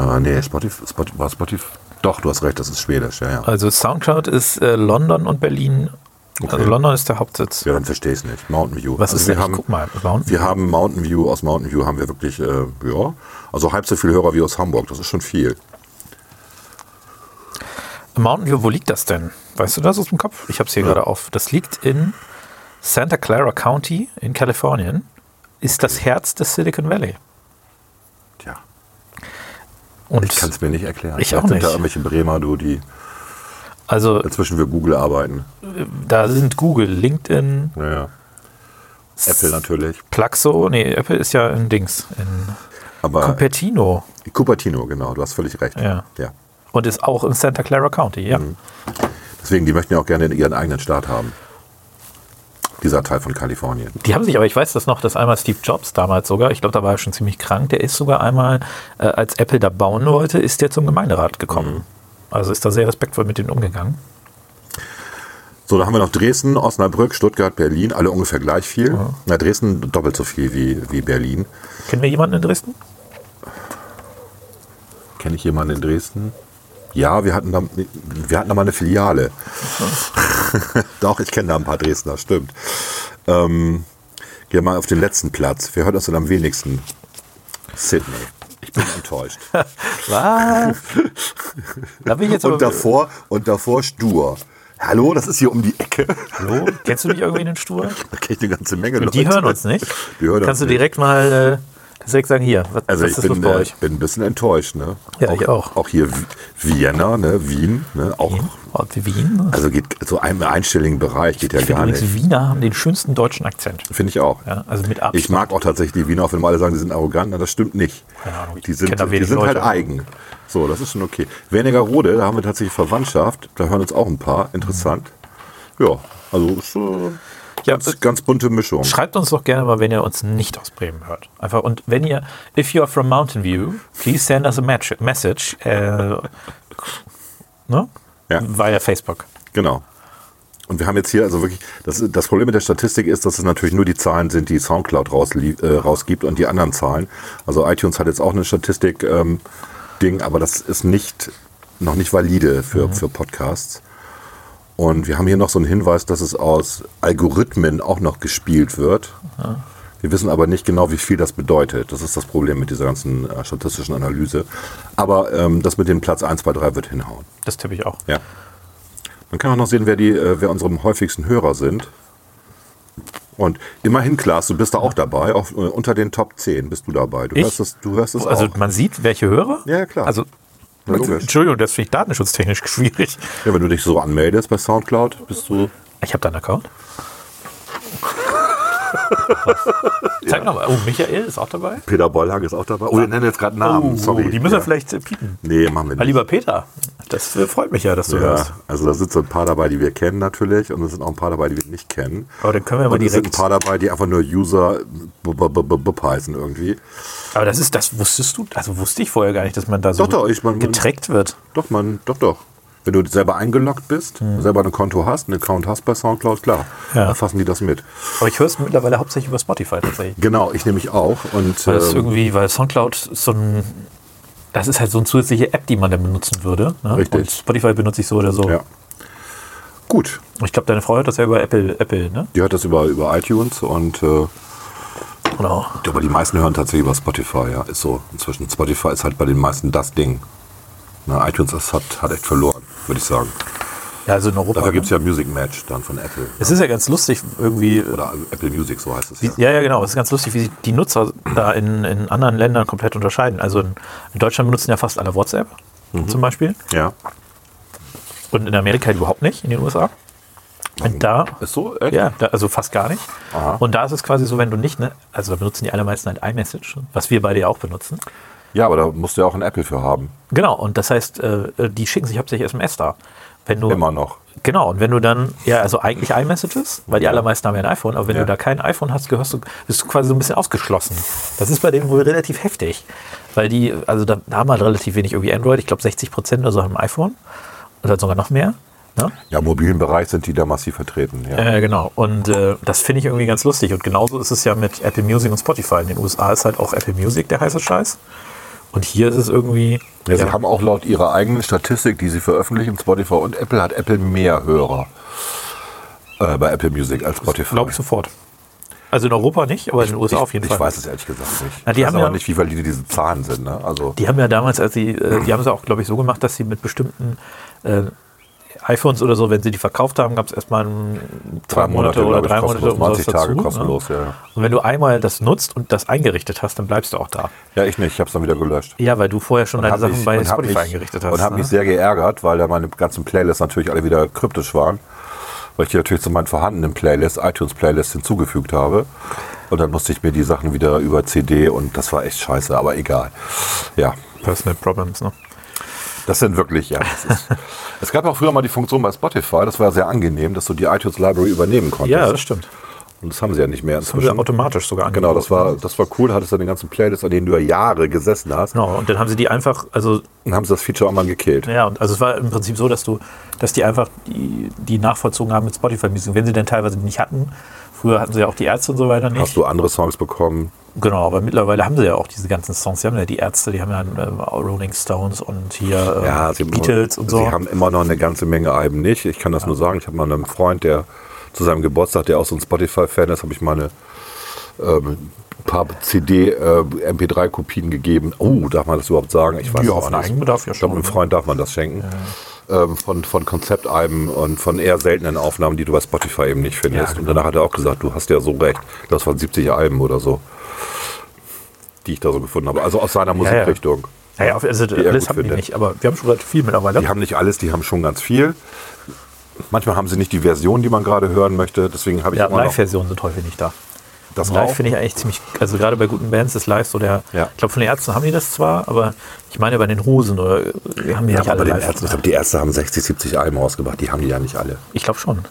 [SPEAKER 2] Ah, nee, Spotify, Spotify, war Spotify. Doch, du hast recht, das ist Schwedisch, ja, ja.
[SPEAKER 1] Also Soundcloud ist äh, London und Berlin. Also London ist der Hauptsitz.
[SPEAKER 2] Ja, dann verstehe ich es nicht. Mountain View. Also
[SPEAKER 1] Was ist denn?
[SPEAKER 2] wir
[SPEAKER 1] Ich
[SPEAKER 2] haben,
[SPEAKER 1] guck mal, Mountain-
[SPEAKER 2] wir haben Mountain View, aus Mountain View haben wir wirklich, äh, ja, also halb so viele Hörer wie aus Hamburg. Das ist schon viel.
[SPEAKER 1] Mountain View, wo liegt das denn? Weißt du das aus dem Kopf? Ich habe es hier gerade auf. Das liegt in Santa Clara County in Kalifornien. Ist das Herz des Silicon Valley.
[SPEAKER 2] Tja,
[SPEAKER 1] Und
[SPEAKER 2] ich kann es mir nicht erklären.
[SPEAKER 1] Ich
[SPEAKER 2] Vielleicht
[SPEAKER 1] auch
[SPEAKER 2] sind da
[SPEAKER 1] nicht.
[SPEAKER 2] irgendwelche Bremer, du, die
[SPEAKER 1] also
[SPEAKER 2] dazwischen für Google arbeiten.
[SPEAKER 1] da sind Google, LinkedIn,
[SPEAKER 2] Ja, ja. Apple natürlich.
[SPEAKER 1] Plaxo, nee, Apple ist ja in Dings, in
[SPEAKER 2] Ah. Aber
[SPEAKER 1] Cupertino
[SPEAKER 2] Cupertino, genau, du hast völlig recht.
[SPEAKER 1] Ja. und ist auch in Santa Clara County, ja.
[SPEAKER 2] Mhm. Deswegen, die möchten ja auch gerne ihren eigenen Staat haben. Dieser Teil von Kalifornien.
[SPEAKER 1] Die haben sich, aber ich weiß das noch, dass einmal Steve Jobs damals sogar, ich glaube, da war er schon ziemlich krank, der ist sogar einmal, äh, als Apple da bauen wollte, ist der zum Gemeinderat gekommen.
[SPEAKER 2] Mhm.
[SPEAKER 1] Also ist da sehr respektvoll mit denen umgegangen.
[SPEAKER 2] So, da haben wir noch Dresden, Osnabrück, Stuttgart, Berlin, alle ungefähr gleich viel. Na, Dresden doppelt so viel wie, wie Berlin.
[SPEAKER 1] Kennen wir jemanden in Dresden?
[SPEAKER 2] Kenne ich jemanden in Dresden? Ja, wir hatten da, wir hatten da mal eine Filiale. Doch, ich kenne da ein paar Dresdner, stimmt. Ähm, gehen wir mal auf den letzten Platz. Wer hört uns denn am wenigsten? Sydney. Ich bin enttäuscht.
[SPEAKER 1] Was? da bin ich jetzt
[SPEAKER 2] Und davor, und davor Stur. Hallo, das ist hier um die Ecke.
[SPEAKER 1] Hallo? Kennst du nicht irgendwie den Stur?
[SPEAKER 2] Da kenne ich eine ganze Menge
[SPEAKER 1] Die hören uns nicht.
[SPEAKER 2] Die hören
[SPEAKER 1] Kannst du
[SPEAKER 2] uns nicht.
[SPEAKER 1] direkt mal äh, direkt sagen, hier, was,
[SPEAKER 2] Also
[SPEAKER 1] was
[SPEAKER 2] ich
[SPEAKER 1] ist los
[SPEAKER 2] bin,
[SPEAKER 1] bei
[SPEAKER 2] äh,
[SPEAKER 1] euch?
[SPEAKER 2] ich bin ein bisschen enttäuscht, ne?
[SPEAKER 1] Ja, ich auch.
[SPEAKER 2] Auch hier Wi- Vienna, ne? Wien, ne? Auch,
[SPEAKER 1] Ort wie Wien.
[SPEAKER 2] also geht so einem einstelligen Bereich geht ja
[SPEAKER 1] Oh, Ich finde
[SPEAKER 2] gar
[SPEAKER 1] übrigens,
[SPEAKER 2] nicht.
[SPEAKER 1] Wiener haben den schönsten deutschen Akzent.
[SPEAKER 2] Finde ich auch.
[SPEAKER 1] Ja, also mit Abstand.
[SPEAKER 2] Ich mag auch tatsächlich die Wiener, auch wenn alle sagen, die sind arrogant. Na, das stimmt nicht.
[SPEAKER 1] Keine Ahnung, ich
[SPEAKER 2] die sind,
[SPEAKER 1] kenn da
[SPEAKER 2] die
[SPEAKER 1] wenig
[SPEAKER 2] sind halt
[SPEAKER 1] Leute.
[SPEAKER 2] eigen. So, das ist schon okay. Wernigerode, da haben wir tatsächlich Verwandtschaft. Da hören uns auch ein paar. Interessant. Ja, also ist, äh,
[SPEAKER 1] Ja, äh,
[SPEAKER 2] ganz, ganz bunte Mischung.
[SPEAKER 1] Schreibt uns doch gerne mal, wenn ihr uns nicht aus Bremen hört. Einfach und wenn ihr, if you are from Mountain View, please send us a match, message. Äh, ne?
[SPEAKER 2] Ja.
[SPEAKER 1] Via Facebook.
[SPEAKER 2] Genau. Und wir haben jetzt hier also wirklich, das, das Problem mit der Statistik ist, dass es natürlich nur die Zahlen sind, die Soundcloud rauslie- äh, rausgibt und die anderen Zahlen. Also iTunes hat jetzt auch eine Statistik-Ding, aber das ist nicht, noch nicht valide für, für Podcasts. Und wir haben hier noch so einen Hinweis, dass es aus Algorithmen auch noch gespielt wird. Wir wissen aber nicht genau, wie viel das bedeutet. Das ist das Problem mit dieser ganzen äh, statistischen Analyse. Aber ähm, das mit dem Platz 1, 2, 3 wird hinhauen.
[SPEAKER 1] Das tippe ich auch.
[SPEAKER 2] Ja. Man kann auch noch sehen, wer, die, äh, wer unsere häufigsten Hörer sind. Und immerhin, Klaas, du bist da auch dabei. Auch, äh, unter den Top 10 bist du dabei. Du
[SPEAKER 1] Ich?
[SPEAKER 2] hörst es, du hörst es
[SPEAKER 1] Also
[SPEAKER 2] auch.
[SPEAKER 1] man sieht, welche Hörer.
[SPEAKER 2] Ja, ja, klar.
[SPEAKER 1] Also,
[SPEAKER 2] Ja, logisch.
[SPEAKER 1] Entschuldigung, das finde ich datenschutztechnisch schwierig.
[SPEAKER 2] Ja, wenn du dich so anmeldest bei Soundcloud, bist du.
[SPEAKER 1] Ich habe da einen Account. Zeig nochmal. Oh, Michael ist auch dabei.
[SPEAKER 2] Peter Bollhag ist auch dabei. Oh, wir nennen jetzt gerade Namen.
[SPEAKER 1] Oh,
[SPEAKER 2] Sorry.
[SPEAKER 1] Die müssen
[SPEAKER 2] ja.
[SPEAKER 1] wir vielleicht äh, piepen.
[SPEAKER 2] Nee, machen wir
[SPEAKER 1] Ah,
[SPEAKER 2] nicht.
[SPEAKER 1] lieber Peter, das äh, freut mich ja, dass du
[SPEAKER 2] Ja,
[SPEAKER 1] hörst.
[SPEAKER 2] also da sind so ein paar dabei, die wir kennen natürlich und es sind auch ein paar dabei, die wir nicht kennen.
[SPEAKER 1] Aber dann können wir mal
[SPEAKER 2] Und es sind ein
[SPEAKER 1] direkt-
[SPEAKER 2] paar dabei, die einfach nur User b- b- b- b- b- heißen irgendwie.
[SPEAKER 1] Aber das ist, das wusstest du, also wusste ich vorher gar nicht, dass man da so
[SPEAKER 2] Doch, doch, ich mein-
[SPEAKER 1] getrackt wird.
[SPEAKER 2] Doch, man, doch, doch. Wenn du selber eingeloggt bist, selber ein Konto hast, einen Account hast bei Soundcloud, klar,
[SPEAKER 1] Hm. Ja.
[SPEAKER 2] dann fassen die das mit.
[SPEAKER 1] Aber ich höre es mittlerweile hauptsächlich über Spotify tatsächlich.
[SPEAKER 2] Genau, ich nehme mich auch und
[SPEAKER 1] Weil das
[SPEAKER 2] ähm,
[SPEAKER 1] irgendwie, weil Soundcloud ist so ein, das ist halt so eine zusätzliche App, die man dann benutzen würde. Ne?
[SPEAKER 2] Richtig.
[SPEAKER 1] Und Spotify benutze ich so oder so.
[SPEAKER 2] ja. Gut,
[SPEAKER 1] Ich glaube, deine Frau hört das ja über Apple, Apple, ne?
[SPEAKER 2] die hört das über, über iTunes und äh,
[SPEAKER 1] Genau.
[SPEAKER 2] aber die meisten hören tatsächlich über Spotify, ja, ist so. Inzwischen Spotify ist halt bei den meisten das Ding. Na, iTunes das hat, hat echt verloren, würde ich sagen.
[SPEAKER 1] Ja, also in Europa.
[SPEAKER 2] Dafür gibt es
[SPEAKER 1] ne?
[SPEAKER 2] ja Music Match dann von Apple.
[SPEAKER 1] Es ist ja ganz lustig, irgendwie.
[SPEAKER 2] Oder Apple Music, so heißt es ja.
[SPEAKER 1] Ja, ja, genau. Es ist ganz lustig, wie sich die Nutzer da in, in anderen Ländern komplett unterscheiden. Also in, in Deutschland benutzen ja fast alle WhatsApp
[SPEAKER 2] Mhm.
[SPEAKER 1] zum Beispiel.
[SPEAKER 2] Ja.
[SPEAKER 1] Und in Amerika halt überhaupt nicht, in den USA. Und da,
[SPEAKER 2] Ist so? Echt?
[SPEAKER 1] ja, da, also fast gar nicht.
[SPEAKER 2] Aha.
[SPEAKER 1] Und da ist es quasi so, wenn du nicht, ne, also da benutzen die allermeisten halt iMessage, was wir beide ja auch benutzen.
[SPEAKER 2] ja, aber da musst du ja auch ein Apple für haben.
[SPEAKER 1] Genau, und das heißt, äh, die schicken sich hauptsächlich SMS da. Wenn du,
[SPEAKER 2] Immer noch.
[SPEAKER 1] Genau, und wenn du dann, ja, also eigentlich iMessages, weil die allermeisten haben ja ein iPhone, aber wenn
[SPEAKER 2] Ja.
[SPEAKER 1] du da kein iPhone hast, gehörst du, bist du quasi so ein bisschen ausgeschlossen. Das ist bei denen wohl relativ heftig, weil die, also da haben halt relativ wenig irgendwie Android, ich glaube 60 Prozent oder so haben ein iPhone oder sogar noch mehr. Ne?
[SPEAKER 2] Ja, im mobilen Bereich sind die da massiv vertreten. Ja.
[SPEAKER 1] Äh, genau, und äh, das finde ich irgendwie ganz lustig. Und genauso ist es ja mit Apple Music und Spotify. In den USA ist halt auch Apple Music der heiße Scheiß. Und hier ist es irgendwie.
[SPEAKER 2] Ja, Sie haben auch laut ihrer eigenen Statistik, die sie veröffentlichen, Spotify und Apple, hat Apple mehr Hörer äh, bei Apple Music als Spotify.
[SPEAKER 1] glaube ich sofort. Also in Europa nicht, aber in den USA auf jeden
[SPEAKER 2] ich
[SPEAKER 1] Fall.
[SPEAKER 2] weiß es ehrlich gesagt nicht.
[SPEAKER 1] Na, die
[SPEAKER 2] ich
[SPEAKER 1] haben
[SPEAKER 2] weiß
[SPEAKER 1] ja-
[SPEAKER 2] aber nicht, wie valide diese Zahlen sind. Ne? Also,
[SPEAKER 1] Die haben ja damals, als sie, äh, die haben es auch, glaube ich, so gemacht, dass sie mit bestimmten äh, iPhones oder so, wenn sie die verkauft haben, gab es erstmal mm, zwei Monate, oder
[SPEAKER 2] glaub ich,
[SPEAKER 1] drei Monate
[SPEAKER 2] kostenlos, 90
[SPEAKER 1] umsonst
[SPEAKER 2] Tage kostenlos,
[SPEAKER 1] ne?
[SPEAKER 2] ja.
[SPEAKER 1] Und wenn du einmal das nutzt und das eingerichtet hast, dann bleibst du auch da.
[SPEAKER 2] ja, ich nicht, ich habe es dann wieder gelöscht.
[SPEAKER 1] Ja, weil du vorher schon deine
[SPEAKER 2] hab
[SPEAKER 1] Sachen
[SPEAKER 2] mich-
[SPEAKER 1] bei
[SPEAKER 2] und hab
[SPEAKER 1] Spotify
[SPEAKER 2] mich-
[SPEAKER 1] eingerichtet hast.
[SPEAKER 2] Und habe
[SPEAKER 1] ne?
[SPEAKER 2] mich sehr geärgert, weil da meine ganzen Playlists natürlich alle wieder kryptisch waren. Weil ich die natürlich zu meinen vorhandenen Playlists, iTunes-Playlists hinzugefügt habe. Und dann musste ich mir die Sachen wieder über CD und das war echt scheiße, aber egal. Ja,
[SPEAKER 1] Personal Problems, ne?
[SPEAKER 2] das sind wirklich, ja. Das ist, es gab auch früher mal die Funktion bei Spotify, das war ja sehr angenehm, dass du die iTunes-Library übernehmen konntest.
[SPEAKER 1] Ja, das stimmt.
[SPEAKER 2] Und das haben sie ja nicht mehr
[SPEAKER 1] Haben sie
[SPEAKER 2] inzwischen.
[SPEAKER 1] automatisch sogar angeboten.
[SPEAKER 2] Genau, das war, das war cool, hattest dann den ganzen Playlists, an denen du ja Jahre gesessen hast.
[SPEAKER 1] Genau, und dann haben sie die einfach, also
[SPEAKER 2] Dann haben sie das Feature einmal gekillt.
[SPEAKER 1] Ja, und also es war im Prinzip so, dass du, dass die einfach die, die nachvollzogen haben mit Spotify Music, wenn sie denn teilweise die nicht hatten. Früher hatten sie ja auch die Ärzte und so weiter nicht.
[SPEAKER 2] Hast du andere Songs bekommen?
[SPEAKER 1] Genau, aber mittlerweile haben sie ja auch diese ganzen Songs. Sie haben ja die Ärzte, die haben ja äh, Rolling Stones und hier äh,
[SPEAKER 2] Ja,
[SPEAKER 1] die
[SPEAKER 2] sie,
[SPEAKER 1] Beatles und so.
[SPEAKER 2] sie haben immer noch eine ganze Menge Alben nicht. Ich kann das nur sagen. Ich habe mal einen Freund, der zu seinem Geburtstag, der auch so ein Spotify-Fan ist, habe ich mal eine ähm, paar CD, äh, MP3-Kopien gegeben. Oh, darf man das überhaupt sagen? Ich weiß
[SPEAKER 1] Ja,
[SPEAKER 2] es
[SPEAKER 1] auf
[SPEAKER 2] auch
[SPEAKER 1] den
[SPEAKER 2] nicht.
[SPEAKER 1] Eigenbedarf ja
[SPEAKER 2] ich glaube,
[SPEAKER 1] schon,
[SPEAKER 2] einem
[SPEAKER 1] ne?
[SPEAKER 2] Freund darf man das schenken. Ähm, von, von Konzeptalben und von eher seltenen Aufnahmen, die du bei Spotify eben nicht findest. Und
[SPEAKER 1] genau.
[SPEAKER 2] danach hat er auch gesagt, du hast ja so recht. Das waren 70 Alben oder so, die ich da so gefunden habe. Also aus seiner
[SPEAKER 1] ja.
[SPEAKER 2] Musikrichtung.
[SPEAKER 1] naja, also
[SPEAKER 2] er
[SPEAKER 1] alles
[SPEAKER 2] gut
[SPEAKER 1] haben die
[SPEAKER 2] findet.
[SPEAKER 1] nicht, aber wir haben schon relativ viel mittlerweile.
[SPEAKER 2] Die haben nicht alles, die haben schon ganz viel. Manchmal haben sie nicht die Version, die man gerade hören möchte. Deswegen habe ich
[SPEAKER 1] Ja,
[SPEAKER 2] immer noch
[SPEAKER 1] Live-Versionen sind häufig nicht da.
[SPEAKER 2] das
[SPEAKER 1] Live
[SPEAKER 2] auch.
[SPEAKER 1] finde ich eigentlich ziemlich, also gerade bei guten Bands ist live so der,
[SPEAKER 2] Ja.
[SPEAKER 1] ich glaube von den Ärzten haben die das zwar, aber ich meine bei den Hosen oder äh, wir haben die
[SPEAKER 2] Ja,
[SPEAKER 1] nicht
[SPEAKER 2] aber
[SPEAKER 1] alle
[SPEAKER 2] den
[SPEAKER 1] live.
[SPEAKER 2] Ärzten, ich glaube, die Ärzte haben 60, 70 Alben rausgebracht. Die haben die ja nicht alle.
[SPEAKER 1] ich glaube schon.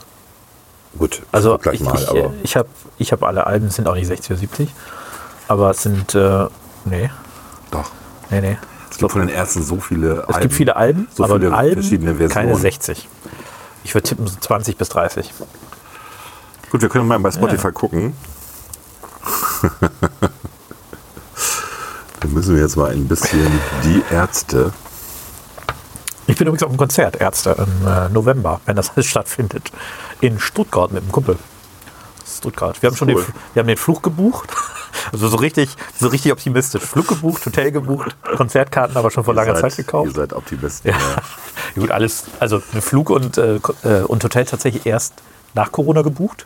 [SPEAKER 2] Gut, ich
[SPEAKER 1] Also
[SPEAKER 2] guck gleich
[SPEAKER 1] ich,
[SPEAKER 2] mal.
[SPEAKER 1] ich,
[SPEAKER 2] aber
[SPEAKER 1] ich habe ich hab alle Alben, es sind auch nicht 60 oder 70, aber es sind, äh, nee,
[SPEAKER 2] doch.
[SPEAKER 1] nee, nee.
[SPEAKER 2] Es gibt von den Ärzten so viele Alben.
[SPEAKER 1] Es gibt viele Alben,
[SPEAKER 2] so
[SPEAKER 1] aber
[SPEAKER 2] viele
[SPEAKER 1] Alben,
[SPEAKER 2] verschiedene Versionen.
[SPEAKER 1] keine 60. Ich würde tippen so 20 bis 30.
[SPEAKER 2] Gut, wir können mal bei Spotify gucken. Dann müssen wir jetzt mal ein bisschen die Ärzte.
[SPEAKER 1] Ich bin übrigens auf einem Konzert, Ärzte, im äh, November, wenn das alles stattfindet. In Stuttgart mit einem Kumpel. Stuttgart. Wir haben schon
[SPEAKER 2] Cool.
[SPEAKER 1] den, wir haben den Flug gebucht. Also so richtig, so richtig optimistisch. Flug gebucht, Hotel gebucht, Konzertkarten aber schon vor langer
[SPEAKER 2] Ihr seid-
[SPEAKER 1] Zeit gekauft.
[SPEAKER 2] Ihr seid Optimisten. Ja.
[SPEAKER 1] Ja, gut, alles, also ein Flug und, äh, Ko- äh, und Hotel tatsächlich erst nach Corona gebucht.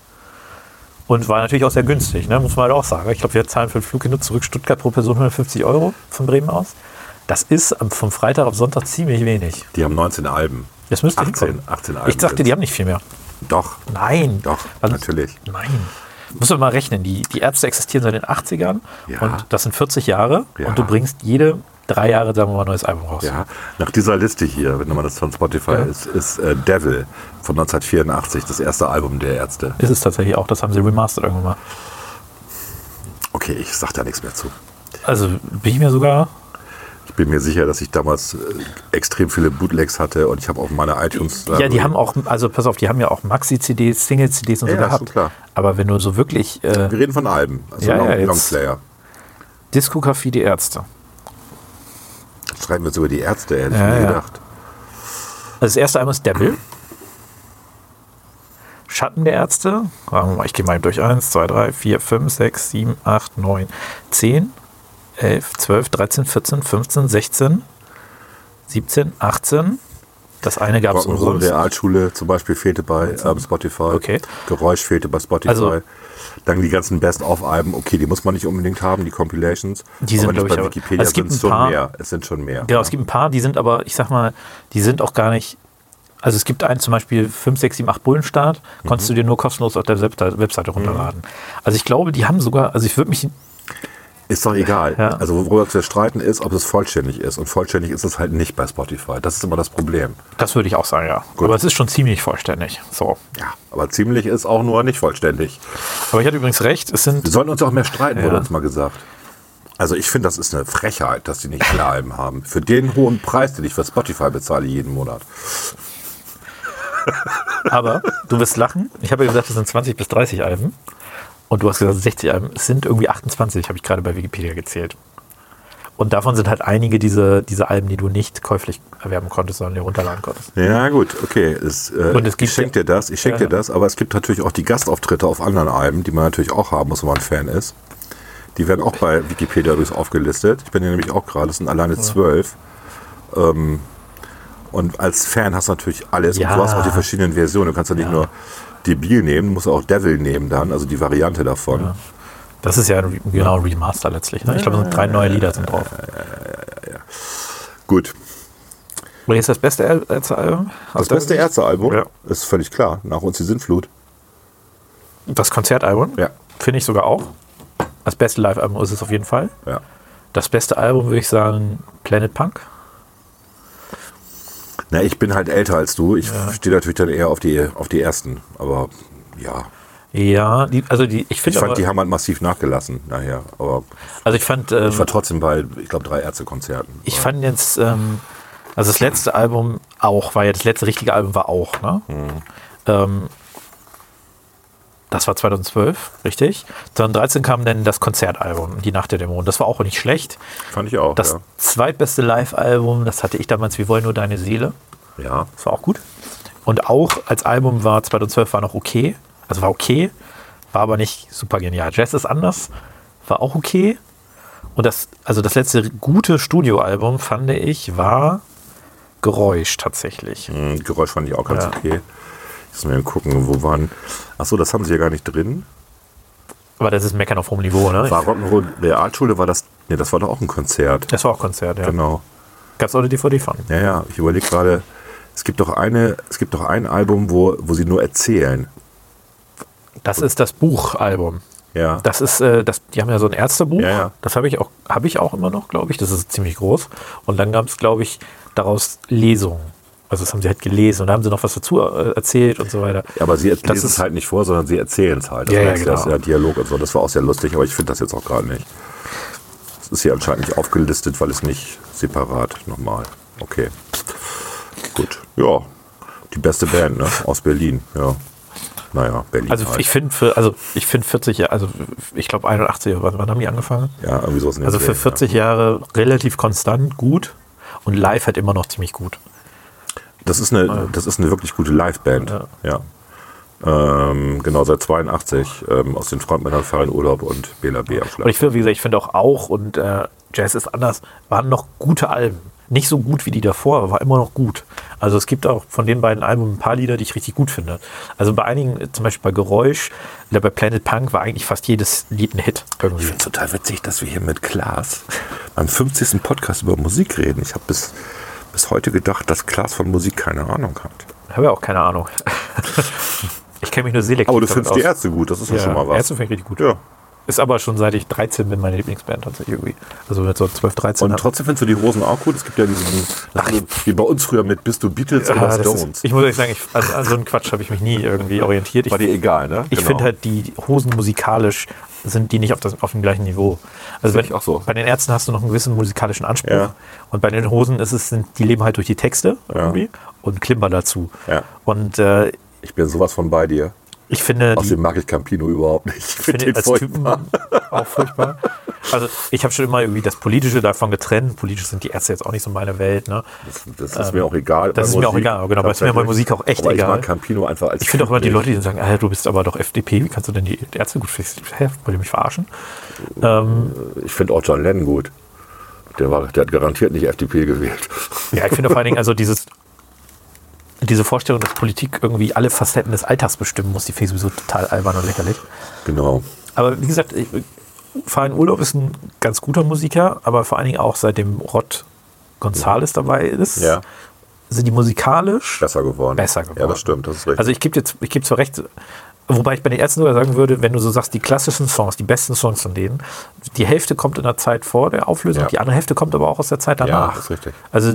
[SPEAKER 1] Und war natürlich auch sehr günstig, ne? muss man halt auch sagen. Ich glaube, wir zahlen für den Flug hin und zurück Stuttgart pro Person 150 Euro von Bremen aus. Das ist am- vom Freitag auf Sonntag ziemlich wenig.
[SPEAKER 2] Die haben 19 Alben.
[SPEAKER 1] Das müsste
[SPEAKER 2] 18,
[SPEAKER 1] hinkommen.
[SPEAKER 2] 18 Alben.
[SPEAKER 1] Ich dachte, die haben nicht viel mehr.
[SPEAKER 2] Doch,
[SPEAKER 1] Nein.
[SPEAKER 2] doch,
[SPEAKER 1] Also-
[SPEAKER 2] natürlich.
[SPEAKER 1] Nein. Muss man mal rechnen. Die, die Ärzte existieren seit den 80ern
[SPEAKER 2] Ja.
[SPEAKER 1] und das sind 40 Jahre.
[SPEAKER 2] Ja.
[SPEAKER 1] Und du bringst jede drei Jahre, sagen wir mal, ein neues Album raus.
[SPEAKER 2] Ja, nach dieser Liste hier, wenn man das von Spotify ist, ist äh, Devil von 1984, das erste Album der Ärzte.
[SPEAKER 1] Ist es tatsächlich auch, das haben sie remastered irgendwann mal.
[SPEAKER 2] Okay, ich sag da nichts mehr zu.
[SPEAKER 1] Also bin ich mir sogar.
[SPEAKER 2] Ich bin mir sicher, dass ich damals äh, extrem viele Bootlegs hatte und ich habe auf meiner iTunes.
[SPEAKER 1] Ja, die haben auch, also pass auf, die haben ja auch Maxi-CDs, Single-CDs und
[SPEAKER 2] Ja,
[SPEAKER 1] so
[SPEAKER 2] ja,
[SPEAKER 1] gehabt.
[SPEAKER 2] schon klar.
[SPEAKER 1] Aber wenn du so wirklich äh,
[SPEAKER 2] Wir reden von Alben, also
[SPEAKER 1] Ja,
[SPEAKER 2] Long,
[SPEAKER 1] ja, jetzt-
[SPEAKER 2] Longplayer.
[SPEAKER 1] Diskografie die Ärzte.
[SPEAKER 2] Schreiben wir sogar die Ärzte, hätte
[SPEAKER 1] Ja,
[SPEAKER 2] ich nie
[SPEAKER 1] ja.
[SPEAKER 2] gedacht.
[SPEAKER 1] Also das erste einmal ist Devil. Schatten der Ärzte. Warte mal, Ich gehe mal durch. 1, 2, 3, 4, 5, 6, 7, 8, 9, 10, 11, 12, 13, 14, 15, 16, 17, 18. Das eine gab
[SPEAKER 2] Aber
[SPEAKER 1] es
[SPEAKER 2] unsere
[SPEAKER 1] umsonst.
[SPEAKER 2] Realschule zum Beispiel fehlte bei ähm, Spotify.
[SPEAKER 1] Okay.
[SPEAKER 2] Geräusch fehlte bei Spotify.
[SPEAKER 1] Also-
[SPEAKER 2] dann die ganzen Best-of-Alben, okay, die muss man nicht unbedingt haben, die Compilations.
[SPEAKER 1] Die sind,
[SPEAKER 2] Aber das
[SPEAKER 1] glaub ich,
[SPEAKER 2] bei
[SPEAKER 1] aber-
[SPEAKER 2] Wikipedia
[SPEAKER 1] also es gibt
[SPEAKER 2] sind
[SPEAKER 1] ein
[SPEAKER 2] schon
[SPEAKER 1] paar-
[SPEAKER 2] mehr. Es sind schon mehr.
[SPEAKER 1] Genau, es gibt ein paar, die sind aber, ich sag mal, die sind auch gar nicht. Also es gibt einen zum Beispiel 5, 6, 7, 8 Bullenstart, konntest du dir nur kostenlos auf der Webseite, Webseite runterladen. Also ich glaube, die haben sogar, also ich würde mich,
[SPEAKER 2] Ist doch egal.
[SPEAKER 1] Ja.
[SPEAKER 2] Also worüber wir streiten ist, ob es vollständig ist. Und vollständig ist es halt nicht bei Spotify. Das ist immer das Problem.
[SPEAKER 1] das würde ich auch sagen, ja.
[SPEAKER 2] Gut.
[SPEAKER 1] Aber es ist schon ziemlich vollständig. So.
[SPEAKER 2] Ja. Aber ziemlich ist auch nur nicht vollständig.
[SPEAKER 1] Aber ich hatte übrigens recht, es
[SPEAKER 2] Wir
[SPEAKER 1] sind,
[SPEAKER 2] sollten uns auch mehr streiten, wurde
[SPEAKER 1] Ja.
[SPEAKER 2] uns mal gesagt. Also ich finde, das ist eine Frechheit, dass die nicht alle Alben haben. Für den hohen Preis, den ich für Spotify bezahle jeden Monat.
[SPEAKER 1] aber du wirst lachen. Ich habe ja gesagt, es sind 20 bis 30 Alben. Und du hast gesagt 60 Alben. Es sind irgendwie 28, habe ich gerade bei Wikipedia gezählt. Und davon sind halt einige diese, diese Alben, die du nicht käuflich erwerben konntest, sondern dir runterladen konntest.
[SPEAKER 2] Ja gut, okay. Es, äh,
[SPEAKER 1] Und es gibt
[SPEAKER 2] ich schenke dir das, ich schenke
[SPEAKER 1] Ja.
[SPEAKER 2] dir das. Aber es gibt natürlich auch die Gastauftritte auf anderen Alben, die man natürlich auch haben muss, wenn man Fan ist. Die werden auch bei Wikipedia übrigens aufgelistet. Ich bin hier nämlich auch gerade, es sind alleine zwölf. Ähm, und als Fan hast du natürlich alles. Und
[SPEAKER 1] Ja.
[SPEAKER 2] du hast auch die verschiedenen Versionen. Du kannst ja nicht nur Debil nehmen, du musst auch Devil nehmen dann, also die Variante davon.
[SPEAKER 1] Das ist ja ein Re genau ein Remaster letztlich. Ne? Ich glaube, es sind drei neue Lieder sind drauf.
[SPEAKER 2] Gut.
[SPEAKER 1] Und jetzt das beste Al- Ärzte Album?
[SPEAKER 2] Das beste Ärztealbum
[SPEAKER 1] Ja.
[SPEAKER 2] ist völlig klar. Nach uns die Sintflut.
[SPEAKER 1] Das Konzertalbum?
[SPEAKER 2] Ja.
[SPEAKER 1] Finde ich sogar auch. Das beste Live-Album ist es auf jeden Fall.
[SPEAKER 2] Ja.
[SPEAKER 1] Das beste Album würde ich sagen Planet Punk.
[SPEAKER 2] Na, ich bin halt älter als du. Ich stehe natürlich dann eher auf die, auf die ersten. Aber ja,
[SPEAKER 1] Ja, die, also die, ich
[SPEAKER 2] ich
[SPEAKER 1] finde,
[SPEAKER 2] fand, die
[SPEAKER 1] aber-
[SPEAKER 2] haben halt massiv nachgelassen. Naja, aber
[SPEAKER 1] also ich fand, ähm,
[SPEAKER 2] ich war trotzdem bei, ich glaube, drei Ärztekonzerten.
[SPEAKER 1] ich fand jetzt, ähm, also das letzte Album auch, war ja das letzte richtige Album war auch, ne?
[SPEAKER 2] Mhm.
[SPEAKER 1] Ähm, das war 2012, richtig. 2013 kam dann das Konzertalbum, Die Nacht der Dämonen. Das war auch nicht schlecht.
[SPEAKER 2] Fand ich auch.
[SPEAKER 1] Das zweitbeste Live-Album, das hatte ich damals, Wir wollen nur deine Seele.
[SPEAKER 2] ja. ja.
[SPEAKER 1] Das war auch gut. Und auch als Album war 2012 war noch okay. Also war okay, war aber nicht super genial. Jazz ist anders, war auch okay. Und das, also das letzte gute Studioalbum, fand ich, war Geräusch tatsächlich.
[SPEAKER 2] Hm, Geräusch fand ich auch ganz
[SPEAKER 1] Ja.
[SPEAKER 2] okay. Jetzt mal eben gucken, wo waren. Achso, das haben sie ja gar nicht drin.
[SPEAKER 1] Aber das ist Meckern auf hohem Niveau, ne?
[SPEAKER 2] War Rock'n'Roll Realschule, war das. Ne, das war doch auch ein Konzert.
[SPEAKER 1] Das war auch Konzert, ja.
[SPEAKER 2] Genau.
[SPEAKER 1] Gab's auch eine DVD von.
[SPEAKER 2] Ja, ja, ich überlege gerade, es gibt doch eine, es gibt doch ein Album, wo, wo sie nur erzählen.
[SPEAKER 1] Das ist das Buchalbum.
[SPEAKER 2] Ja.
[SPEAKER 1] Das ist, äh, das, die haben ja so ein Ärztebuch.
[SPEAKER 2] Ja, ja.
[SPEAKER 1] Das habe ich auch, habe ich auch immer noch, glaube ich. Das ist ziemlich groß. Und dann gab es, glaube ich, daraus Lesungen. Also das haben sie halt gelesen und da haben sie noch was dazu äh, erzählt und so weiter.
[SPEAKER 2] Aber sie lesen
[SPEAKER 1] Das
[SPEAKER 2] es
[SPEAKER 1] ist-
[SPEAKER 2] halt nicht vor, sondern sie erzählen es halt. Das
[SPEAKER 1] Ja, ja,
[SPEAKER 2] merkst du, das ist
[SPEAKER 1] genau.
[SPEAKER 2] ja Dialog und so. Das war auch sehr lustig, aber ich finde das jetzt auch gerade nicht. Es ist hier anscheinend nicht aufgelistet, weil es nicht separat nochmal. Okay. Gut. Ja. Die beste Band, ne? Aus Berlin, ja. Naja, Berlin.
[SPEAKER 1] Also
[SPEAKER 2] halt.
[SPEAKER 1] ich finde für, also ich finde 40 Jahre, also ich glaube 81, wann, wann haben die angefangen?
[SPEAKER 2] ja, irgendwie sowas in den
[SPEAKER 1] Also für
[SPEAKER 2] Dreh,
[SPEAKER 1] 40 Jahre relativ konstant gut und live halt immer noch ziemlich gut.
[SPEAKER 2] Ja. Das, ist
[SPEAKER 1] Ah,
[SPEAKER 2] eine, das ist eine wirklich gute Liveband. Ja. Ähm, genau, seit 82. Ähm, aus den Frontmännern Farin Urlaub und Bela B. am
[SPEAKER 1] Und
[SPEAKER 2] Schlagzeug.
[SPEAKER 1] ich finde, wie gesagt, ich finde auch auch und äh, Jazz ist anders, waren noch gute Alben. Nicht so gut wie die davor, aber war immer noch gut. Also es gibt auch von den beiden Alben ein paar Lieder, die ich richtig gut finde. Also bei einigen, äh, zum Beispiel bei Geräusch oder bei Planet Punk war eigentlich fast jedes Lied ein Hit.
[SPEAKER 2] Ich
[SPEAKER 1] Irgendwie.
[SPEAKER 2] finde es total witzig, dass wir hier mit Klaas beim 50. Podcast über Musik reden. Ich habe bis, bis heute gedacht, dass Klaas von Musik keine Ahnung hat.
[SPEAKER 1] Ich habe ja auch keine Ahnung. ich kenne mich nur selektiv
[SPEAKER 2] Aber du
[SPEAKER 1] damit
[SPEAKER 2] findest
[SPEAKER 1] aus.
[SPEAKER 2] die Ärzte gut, das ist ja,
[SPEAKER 1] Ja,
[SPEAKER 2] schon mal was.
[SPEAKER 1] Ärzte finde ich richtig gut.
[SPEAKER 2] Ja.
[SPEAKER 1] Ist aber schon seit ich 13 bin meine Lieblingsband tatsächlich irgendwie. Also mit so 12, 13.
[SPEAKER 2] Und
[SPEAKER 1] hab-
[SPEAKER 2] trotzdem findest du die Hosen auch gut. Es gibt ja diesen, wie bei uns früher mit Bist du Beatles
[SPEAKER 1] Ah,
[SPEAKER 2] oder
[SPEAKER 1] das
[SPEAKER 2] Stones.
[SPEAKER 1] ist, ich muss ehrlich sagen, ich, an, an so einen Quatsch habe ich mich nie irgendwie orientiert. Ich,
[SPEAKER 2] War dir egal, ne?
[SPEAKER 1] Ich
[SPEAKER 2] Genau.
[SPEAKER 1] finde halt, die Hosen musikalisch sind die nicht auf, das, auf dem gleichen Niveau. Also wenn,
[SPEAKER 2] ich auch so.
[SPEAKER 1] bei den Ärzten hast du noch einen gewissen musikalischen Anspruch.
[SPEAKER 2] Ja.
[SPEAKER 1] Und bei den Hosen ist es, sind, die leben halt durch die Texte irgendwie und Klimper dazu.
[SPEAKER 2] Ja.
[SPEAKER 1] Und äh,
[SPEAKER 2] Ich bin sowas von bei dir.
[SPEAKER 1] Also ich finde, die,
[SPEAKER 2] Außerdem mag ich Campino überhaupt nicht. Ich
[SPEAKER 1] finde
[SPEAKER 2] finde
[SPEAKER 1] den
[SPEAKER 2] den
[SPEAKER 1] als Typen
[SPEAKER 2] furchtbar.
[SPEAKER 1] auch furchtbar. Also ich habe schon immer irgendwie das Politische davon getrennt. Politisch sind die Ärzte jetzt auch nicht so meine Welt. Ne?
[SPEAKER 2] Das ist mir auch egal.
[SPEAKER 1] das
[SPEAKER 2] Bei
[SPEAKER 1] ist mir auch egal, genau, aber ist mir bei
[SPEAKER 2] tatsächlich.
[SPEAKER 1] Musik auch echt
[SPEAKER 2] aber
[SPEAKER 1] egal.
[SPEAKER 2] Ich mag Campino einfach als
[SPEAKER 1] Ich finde auch
[SPEAKER 2] Typ
[SPEAKER 1] immer die
[SPEAKER 2] nicht.
[SPEAKER 1] Leute, die sagen, ah, du bist aber doch FDP, wie kannst du denn die Ärzte gut finden? Hä, wollt ihr mich verarschen?
[SPEAKER 2] Ich finde auch John Lennon gut. Der, war, der hat garantiert nicht FDP gewählt.
[SPEAKER 1] Ja, ich finde vor allen Dingen, also dieses, diese Vorstellung, dass Politik irgendwie alle Facetten des Alltags bestimmen muss, die finde ich sowieso total albern und lächerlich.
[SPEAKER 2] Genau.
[SPEAKER 1] Aber wie gesagt, ich, Farin Urlaub ist ein ganz guter Musiker, aber vor allen Dingen auch seitdem Rod Gonzales dabei ist,
[SPEAKER 2] Ja.
[SPEAKER 1] sind die musikalisch
[SPEAKER 2] Besser geworden.
[SPEAKER 1] besser geworden.
[SPEAKER 2] Ja, das stimmt. Das ist richtig.
[SPEAKER 1] Also ich gebe dir, z- ich geb zwar recht, wobei ich bei den Ärzten sogar sagen würde, wenn du so sagst, die klassischen Songs, die besten Songs von denen, die Hälfte kommt in der Zeit vor der Auflösung,
[SPEAKER 2] Ja.
[SPEAKER 1] die andere Hälfte kommt aber auch aus der Zeit danach.
[SPEAKER 2] das ist richtig.
[SPEAKER 1] Also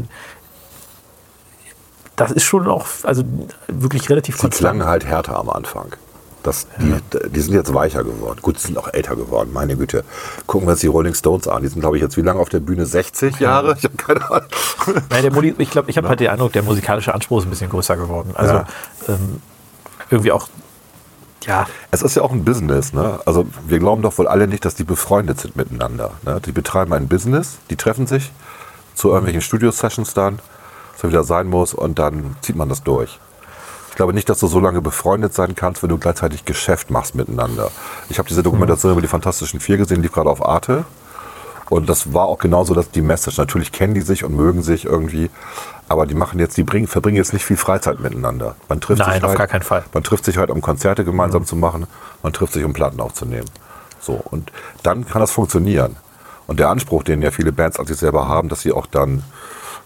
[SPEAKER 1] das ist schon auch, also wirklich relativ
[SPEAKER 2] Die
[SPEAKER 1] konstant.
[SPEAKER 2] klangen halt härter am Anfang. Das, die, die sind jetzt weicher geworden. Gut, sie sind auch älter geworden, meine Güte. Gucken wir uns die Rolling Stones an. Die sind, glaube ich, jetzt wie lange auf der Bühne? 60 Jahre? Ich habe keine Ahnung.
[SPEAKER 1] Nein, der Modi, ich glaube, ich habe halt den Eindruck, der musikalische Anspruch ist ein bisschen größer geworden. Also
[SPEAKER 2] Ne? Ja.
[SPEAKER 1] ähm, irgendwie auch, ja,
[SPEAKER 2] Es ist ja auch ein Business, ne? Also wir glauben doch wohl alle nicht, dass die befreundet sind miteinander. Ne? Die betreiben ein Business, die treffen sich zu irgendwelchen Studio-Sessions dann, so wie das sein muss, und dann zieht man das durch. Ich glaube nicht, dass du so lange befreundet sein kannst, wenn du gleichzeitig Geschäft machst miteinander. Ich habe diese
[SPEAKER 1] Mhm.
[SPEAKER 2] Dokumentation über die Fantastischen Vier gesehen, lief gerade auf Arte. Und das war auch genauso dass die Message. Natürlich kennen die sich und mögen sich irgendwie, aber die machen jetzt, die bringen, verbringen jetzt nicht viel Freizeit miteinander. Man trifft
[SPEAKER 1] Nein,
[SPEAKER 2] sich
[SPEAKER 1] auf
[SPEAKER 2] halt,
[SPEAKER 1] gar keinen Fall.
[SPEAKER 2] Man trifft sich halt, um Konzerte gemeinsam zu machen, man trifft sich, um Platten aufzunehmen. So, und dann kann das funktionieren. Und der Anspruch, den ja viele Bands an sich selber haben, dass sie auch dann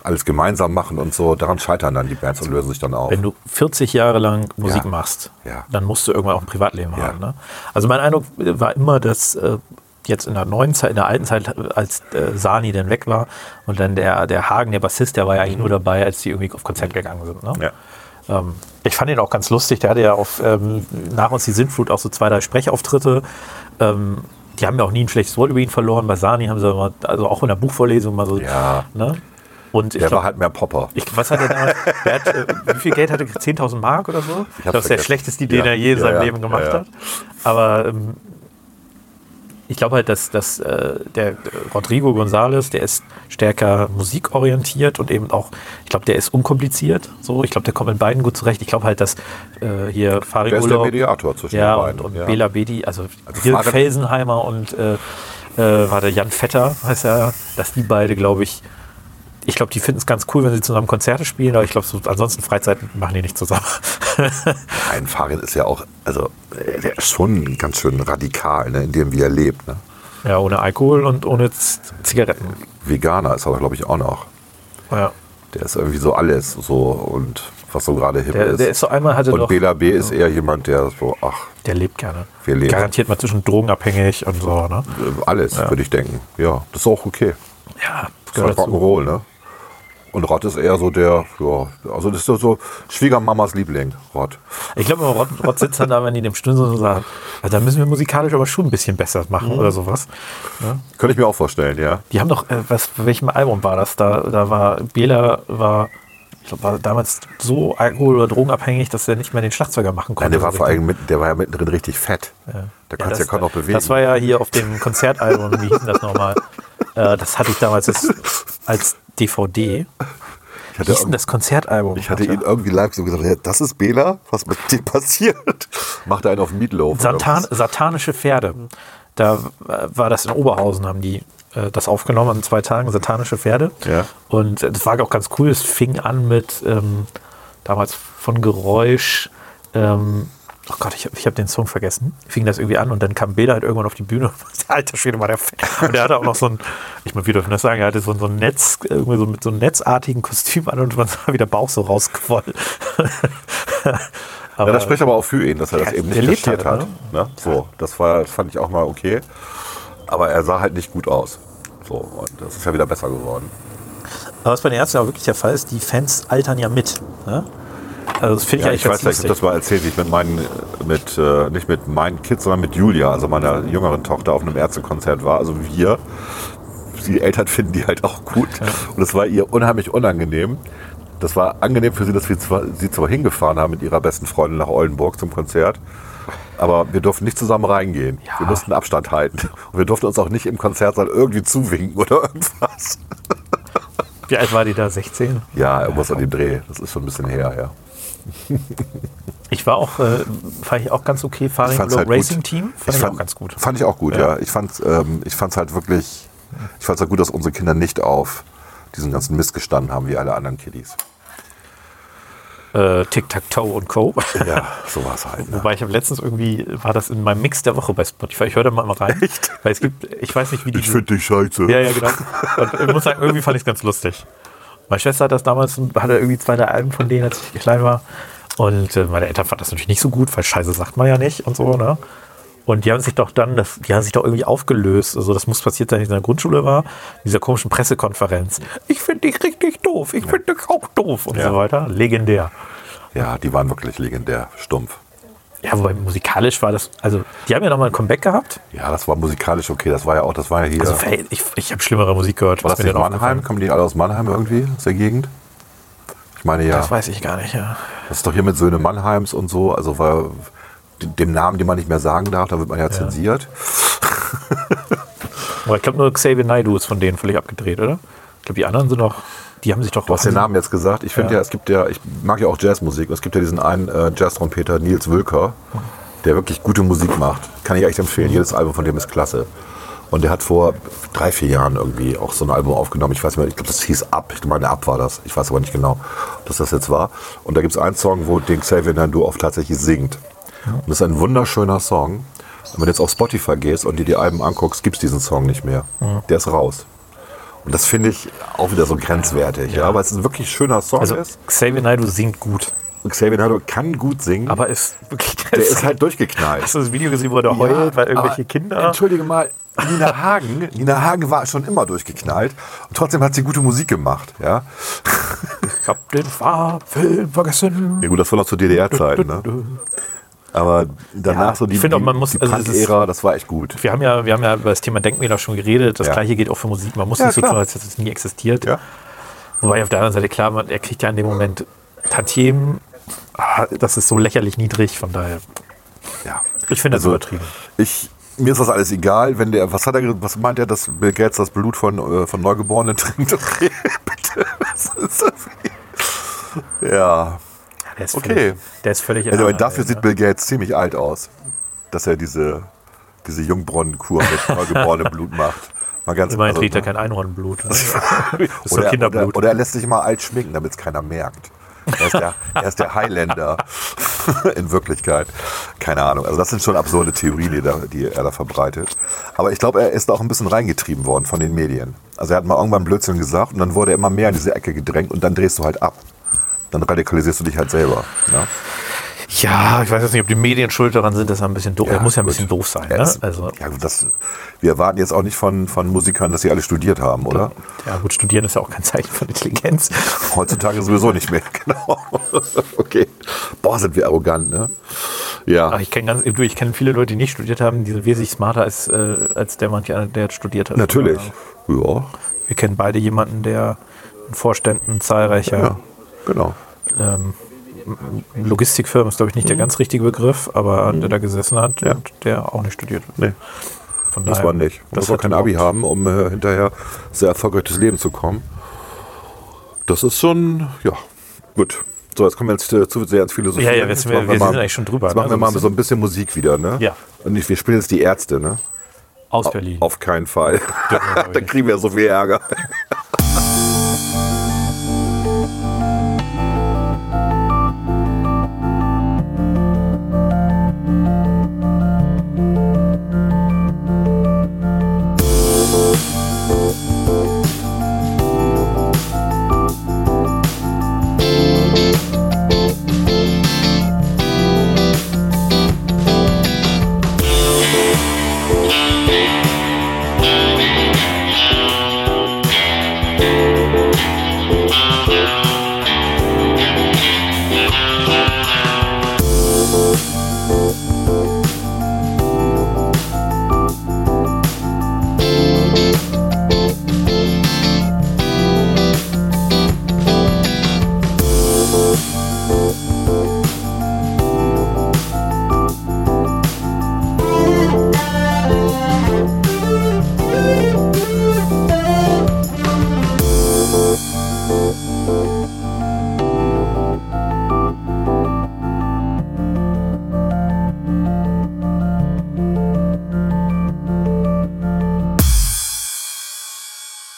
[SPEAKER 2] alles gemeinsam machen und so, daran scheitern dann die Bands und lösen sich dann auf.
[SPEAKER 1] wenn du 40 Jahre lang Musik
[SPEAKER 2] Ja.
[SPEAKER 1] machst,
[SPEAKER 2] Ja.
[SPEAKER 1] dann musst du irgendwann auch ein Privatleben
[SPEAKER 2] Ja.
[SPEAKER 1] haben. Ne? Also mein Eindruck war immer, dass äh, jetzt in der neuen Zeit, in der alten Zeit, als äh, Sani dann weg war und dann der, der Hagen, der Bassist, der war ja eigentlich nur dabei, als die irgendwie auf Konzert gegangen sind. Ne?
[SPEAKER 2] Ja.
[SPEAKER 1] Ähm, ich fand ihn auch ganz lustig. Der hatte ja auf ähm, nach uns die Sintflut auch so zwei, drei Sprechauftritte. Ähm, die haben ja auch nie ein schlechtes Wort über ihn verloren. Bei Sani haben sie immer, also auch in der Buchvorlesung mal so.
[SPEAKER 2] Ja.
[SPEAKER 1] Ne? Und ich
[SPEAKER 2] Der
[SPEAKER 1] glaub,
[SPEAKER 2] war halt mehr Popper.
[SPEAKER 1] ich, was hat er damals? Der hat, äh, wie viel Geld hatte er? 10.000 Mark oder so? Ich glaube, das ist der
[SPEAKER 2] vergessen.
[SPEAKER 1] schlechteste, den
[SPEAKER 2] Ja,
[SPEAKER 1] er je in
[SPEAKER 2] ja,
[SPEAKER 1] seinem
[SPEAKER 2] ja,
[SPEAKER 1] Leben gemacht
[SPEAKER 2] ja, ja.
[SPEAKER 1] hat. Aber ähm, ich glaube halt, dass, dass äh, der Rodrigo González, der ist stärker musikorientiert und eben auch, ich glaube, der ist unkompliziert. So, ich glaube, der kommt mit beiden gut zurecht. Ich glaube halt, dass äh, hier Farid
[SPEAKER 2] der ist der
[SPEAKER 1] Urlaub-
[SPEAKER 2] Mediator zwischen
[SPEAKER 1] ja,
[SPEAKER 2] den
[SPEAKER 1] und,
[SPEAKER 2] beiden.
[SPEAKER 1] und
[SPEAKER 2] ja.
[SPEAKER 1] Bela Bedi, also, hier
[SPEAKER 2] Fahrrad-
[SPEAKER 1] Felsenheimer und äh, äh, war der Jan Vetter, heißt er, dass die beide, glaube ich, ich glaube, die finden es ganz cool, wenn sie zusammen Konzerte spielen, aber ich glaube, so, ansonsten Freizeit machen die nicht zusammen.
[SPEAKER 2] Ein Fahrrad ist ja auch, also äh, der ist schon ganz schön radikal, ne, in dem wie er lebt. Ne?
[SPEAKER 1] ja, ohne Alkohol und ohne Z Zigaretten.
[SPEAKER 2] Veganer ist aber, glaube ich, auch noch.
[SPEAKER 1] Ja.
[SPEAKER 2] Der ist irgendwie so alles so und was so gerade hip
[SPEAKER 1] Der,
[SPEAKER 2] ist.
[SPEAKER 1] der ist so einmal hatte
[SPEAKER 2] und
[SPEAKER 1] Also doch,
[SPEAKER 2] Bela B ist eher jemand, der so, ach,
[SPEAKER 1] der lebt gerne.
[SPEAKER 2] Wir leben.
[SPEAKER 1] Garantiert mal zwischen drogenabhängig und so, ne?
[SPEAKER 2] äh, alles, würde ich denken. Ja, das ist auch okay.
[SPEAKER 1] Ja,
[SPEAKER 2] Das ist halt Rock'n'Roll, ne? Und Rod ist eher so der, ja, also das ist so- so Schwiegermamas Liebling, Rod.
[SPEAKER 1] Ich glaube, Rod, Rod sitzt dann da, wenn die dem Stimmen so sagen, "Ja, da müssen wir musikalisch aber schon ein bisschen besser machen
[SPEAKER 2] Mhm.
[SPEAKER 1] oder sowas.
[SPEAKER 2] Könnte ich mir auch vorstellen, ja.
[SPEAKER 1] Die haben doch, äh, was, bei welchem Album war das? Da, da war, Bela war, ich glaub, war damals so alkohol- oder drogenabhängig, dass er nicht mehr den Schlagzeuger machen konnte.
[SPEAKER 2] Nein, der war
[SPEAKER 1] so
[SPEAKER 2] vor
[SPEAKER 1] richtig.
[SPEAKER 2] allem mitten, der war ja mittendrin richtig fett. Da
[SPEAKER 1] Also Ja,
[SPEAKER 2] kannst du ja kaum noch bewegen.
[SPEAKER 1] Das war ja hier auf dem Konzertalbum, wie hieß denn das nochmal? Äh, das hatte ich damals als, als DVD.
[SPEAKER 2] ich
[SPEAKER 1] Wie
[SPEAKER 2] hatte,
[SPEAKER 1] hieß denn das Konzertalbum?
[SPEAKER 2] ich hatte ihn irgendwie live so gesagt, ja, das ist Bela, was mit dem passiert? Macht einen auf Meatloaf. oder
[SPEAKER 1] Satan,
[SPEAKER 2] was?
[SPEAKER 1] satanische Pferde. Da äh, war das in Oberhausen, haben die äh, das aufgenommen an zwei Tagen, satanische Pferde.
[SPEAKER 2] Ja.
[SPEAKER 1] Und äh, das war auch ganz cool. Es fing an mit ähm, damals von Geräusch. Ähm, Oh Gott, ich habe ich hab den Song vergessen. Fing das irgendwie an und dann kam Bela halt irgendwann auf die Bühne. und Alter Schwede, war der fett. Und der hatte auch noch so ein, ich meine, wir dürfen das sagen, er hatte so, ein- so ein Netz, irgendwie so mit so einem netzartigen Kostüm an und man sah, wie der Bauch so rausquoll.
[SPEAKER 2] Ja,
[SPEAKER 1] Aber
[SPEAKER 2] das spricht aber auch für ihn, dass er das
[SPEAKER 1] Ja,
[SPEAKER 2] eben
[SPEAKER 1] der lebt
[SPEAKER 2] nicht kaschiert
[SPEAKER 1] halt,
[SPEAKER 2] hat. Ne? So, das war, das fand ich auch mal okay. Aber er sah halt nicht gut aus. So, und das ist ja wieder besser geworden.
[SPEAKER 1] Aber was bei den Ärzten auch wirklich der Fall ist, die Fans altern ja mit. Ne? Also das finde ich
[SPEAKER 2] Ja,
[SPEAKER 1] eigentlich
[SPEAKER 2] ich weiß,
[SPEAKER 1] ganz
[SPEAKER 2] nicht, ich
[SPEAKER 1] lustig.
[SPEAKER 2] hab das mal erzählt, wie ich mit meinen, äh, mit, äh, nicht mit meinen Kids, sondern mit Julia, also meiner jüngeren Tochter, auf einem Ärztekonzert war. Also wir, die Eltern finden die halt auch gut. Und es war ihr unheimlich unangenehm. Das war angenehm für sie, dass wir zwar, sie zwar hingefahren haben mit ihrer besten Freundin nach Oldenburg zum Konzert. Aber wir durften nicht zusammen reingehen. Wir mussten Abstand halten. Und wir durften uns auch nicht im Konzertsaal irgendwie zuwinken oder irgendwas.
[SPEAKER 1] Wie alt war die da? 16?
[SPEAKER 2] Ja, irgendwas an dem Dreh. Das ist schon ein bisschen her, ja.
[SPEAKER 1] Ich war auch, äh, fand ich auch ganz okay,
[SPEAKER 2] Ich
[SPEAKER 1] Faring
[SPEAKER 2] fand's
[SPEAKER 1] Globe
[SPEAKER 2] halt
[SPEAKER 1] Racing
[SPEAKER 2] gut.
[SPEAKER 1] Team. Fand ich, auch ganz gut.
[SPEAKER 2] Fand ich auch gut, ja. Ich fand es ähm, ich fand's halt wirklich, ich fand's halt gut, dass unsere Kinder nicht auf diesen ganzen Mist gestanden haben, wie alle anderen Kiddies.
[SPEAKER 1] Äh, Tic-Tac-Toe und Co.
[SPEAKER 2] Ja, so war es halt. Ne?
[SPEAKER 1] Wobei ich habe letztens irgendwie, war das in meinem Mix der Woche bei Spotify. Ich höre da mal immer rein.
[SPEAKER 2] Echt?
[SPEAKER 1] Weil es gibt, ich weiß nicht, wie die.
[SPEAKER 2] Ich finde dich scheiße.
[SPEAKER 1] ja, ja, genau. Und ich muss sagen, irgendwie fand ich es ganz lustig. Meine Schwester hat das damals, hatte irgendwie zwei, drei Alben von denen, als ich klein war. Und äh, meine Eltern fanden das natürlich nicht so gut, weil Scheiße sagt man ja nicht und so, ne? Und die haben sich doch dann, das, die haben sich doch irgendwie aufgelöst. Also das muss passiert sein, als ich in der Grundschule war, in dieser komischen Pressekonferenz. Ich finde dich richtig doof, ich finde dich auch doof und
[SPEAKER 2] Ja.
[SPEAKER 1] so weiter. Legendär.
[SPEAKER 2] Ja, die waren wirklich legendär, stumpf.
[SPEAKER 1] Ja, wobei musikalisch war das, also die haben ja nochmal ein Comeback gehabt.
[SPEAKER 2] Ja, das war musikalisch okay. Das war ja auch, das war ja hier.
[SPEAKER 1] Also ey, ich, ich habe schlimmere Musik gehört.
[SPEAKER 2] war das
[SPEAKER 1] ist mir
[SPEAKER 2] nicht
[SPEAKER 1] denn
[SPEAKER 2] Mannheim?
[SPEAKER 1] aufgefallen?
[SPEAKER 2] Kommen die alle aus Mannheim irgendwie, aus der Gegend? Ich meine ja,
[SPEAKER 1] Das weiß ich gar nicht, ja.
[SPEAKER 2] das ist doch hier mit Söhne Mannheims und so, also war dem Namen, den man nicht mehr sagen darf, da wird man ja. zensiert.
[SPEAKER 1] Aber ich glaube nur Xavier Naidoo ist von denen völlig abgedreht, oder? Ich glaube, die anderen sind doch, die haben sich doch
[SPEAKER 2] Du hast den Namen jetzt gesagt. Ich finde ja.
[SPEAKER 1] Ja.
[SPEAKER 2] es gibt ja, ich mag ja auch Jazzmusik. Und es gibt ja diesen einen äh, Jazz-Trompeter, Nils Wilker, der wirklich gute Musik macht. Kann ich echt empfehlen. Jedes Album von dem ist klasse. Und der hat vor drei, vier Jahren irgendwie auch so ein Album aufgenommen. Ich weiß nicht mehr, ich glaube, das hieß Ab. Ich meine, Ab war das. Ich weiß aber nicht genau, dass das jetzt war. Und da gibt es einen Song, wo den Xavier Nandu auch tatsächlich singt. Und das ist ein wunderschöner Song. Wenn du jetzt auf Spotify gehst und dir die Alben anguckst, gibt es diesen Song nicht mehr. Der ist raus. Und das finde ich auch wieder so grenzwertig, ja. weil es ein wirklich schöner Song
[SPEAKER 1] Also
[SPEAKER 2] ist.
[SPEAKER 1] Xavier Naidoo singt gut,
[SPEAKER 2] Und Xavier Nado kann gut singen,
[SPEAKER 1] aber ist wirklich.
[SPEAKER 2] der ist halt durchgeknallt.
[SPEAKER 1] Hast du das Video gesehen, wo er da heult, weil irgendwelche
[SPEAKER 2] aber
[SPEAKER 1] Kinder.
[SPEAKER 2] Entschuldige mal, Nina Hagen, Nina Hagen war schon immer durchgeknallt und trotzdem hat sie gute Musik gemacht, ja.
[SPEAKER 1] Ich hab den Farbfilm vergessen.
[SPEAKER 2] Ja gut, das war noch zur DDR-Zeit, ne? Aber danach
[SPEAKER 1] Ja,
[SPEAKER 2] so die,
[SPEAKER 1] ich finde auch,
[SPEAKER 2] die-
[SPEAKER 1] man muss-
[SPEAKER 2] die
[SPEAKER 1] also es ist-
[SPEAKER 2] Punk-Ära, das war echt gut.
[SPEAKER 1] Wir haben, ja, wir haben ja über das Thema Denkmäler schon geredet. Das
[SPEAKER 2] Ja.
[SPEAKER 1] gleiche gilt auch für Musik. Man muss
[SPEAKER 2] Ja,
[SPEAKER 1] nicht so
[SPEAKER 2] klar.
[SPEAKER 1] tun, als hätte es nie existiert.
[SPEAKER 2] Ja.
[SPEAKER 1] Wobei auf der anderen Seite klar, man, er kriegt ja in dem Moment Tantiemen. Ah, Das ist so lächerlich niedrig, von daher.
[SPEAKER 2] Ja.
[SPEAKER 1] Ich finde das übertrieben.
[SPEAKER 2] Also, Ich, mir ist das alles egal, wenn der, was hat er, ge- was meint er, dass Bill Gates das Blut von, äh, von Neugeborenen trinkt? Okay, bitte. Was ist das? Ja.
[SPEAKER 1] Der ist
[SPEAKER 2] Okay.
[SPEAKER 1] Völlig, der ist völlig in
[SPEAKER 2] Also, aber
[SPEAKER 1] Ordnung,
[SPEAKER 2] dafür
[SPEAKER 1] ey,
[SPEAKER 2] sieht
[SPEAKER 1] ne?
[SPEAKER 2] Bill Gates ziemlich alt aus, dass er diese, diese Jungbrunnenkur mit neugeborenem Blut macht. Mal ganz
[SPEAKER 1] Immerhin trägt er
[SPEAKER 2] ne?
[SPEAKER 1] kein Einhornblut. Ne? ist doch
[SPEAKER 2] oder,
[SPEAKER 1] Kinderblut.
[SPEAKER 2] Oder, oder er lässt sich mal alt schminken, damit es keiner merkt. Er ist, der, er ist der Highlander in Wirklichkeit. Keine Ahnung. Also das sind schon absurde Theorien, die, da, die er da verbreitet. Aber ich glaube, er ist da auch ein bisschen reingetrieben worden von den Medien. Also er hat mal irgendwann Blödsinn gesagt und dann wurde er immer mehr in diese Ecke gedrängt und dann drehst du halt ab. Dann radikalisierst du dich halt selber. Ne?
[SPEAKER 1] Ja, ich weiß jetzt nicht, ob die Medien schuld daran sind, dass er ein bisschen doof Er muss ja ein
[SPEAKER 2] gut.
[SPEAKER 1] bisschen doof sein.
[SPEAKER 2] Er
[SPEAKER 1] Ne?
[SPEAKER 2] ist-
[SPEAKER 1] Also,
[SPEAKER 2] ja, gut, das, wir erwarten jetzt auch nicht von, von Musikern, dass sie alle studiert haben, oder?
[SPEAKER 1] ja, gut, studieren ist ja auch kein Zeichen von Intelligenz.
[SPEAKER 2] Heutzutage sowieso nicht mehr, genau. Okay. Boah, sind wir arrogant, ne? Ja.
[SPEAKER 1] Aber Ah, ich kenne ganz, du, ich kenne viele Leute, die nicht studiert haben, die sind wesentlich smarter als, äh, als der manche, andere, der studiert hat.
[SPEAKER 2] Natürlich. Ja.
[SPEAKER 1] Wir kennen beide jemanden, der in Vorständen zahlreicher
[SPEAKER 2] Ja. Genau.
[SPEAKER 1] ähm, Logistikfirma ist, glaube ich, nicht der ganz richtige Begriff, aber der da gesessen hat
[SPEAKER 2] Mhm. Ja.
[SPEAKER 1] und der auch nicht studiert hat.
[SPEAKER 2] Nee,
[SPEAKER 1] Von
[SPEAKER 2] das
[SPEAKER 1] daher-
[SPEAKER 2] war nicht. Man
[SPEAKER 1] das
[SPEAKER 2] muss auch
[SPEAKER 1] hat
[SPEAKER 2] kein Abi haben, um äh, hinterher sehr erfolgreich durchs Leben zu kommen. Das ist schon, ja, gut. So, jetzt kommen wir jetzt äh, zu sehr ins Philosophie.
[SPEAKER 1] Ja, ja, jetzt sind wir-
[SPEAKER 2] machen
[SPEAKER 1] wir sind eigentlich schon drüber,
[SPEAKER 2] Jetzt machen
[SPEAKER 1] ne?
[SPEAKER 2] wir
[SPEAKER 1] So ein
[SPEAKER 2] mal so ein bisschen Musik wieder, ne?
[SPEAKER 1] Ja.
[SPEAKER 2] Und nicht, wir spielen jetzt die Ärzte, ne?
[SPEAKER 1] Aus Berlin.
[SPEAKER 2] Auf keinen Fall.
[SPEAKER 1] glaub ich
[SPEAKER 2] Dann kriegen wir so viel Ärger.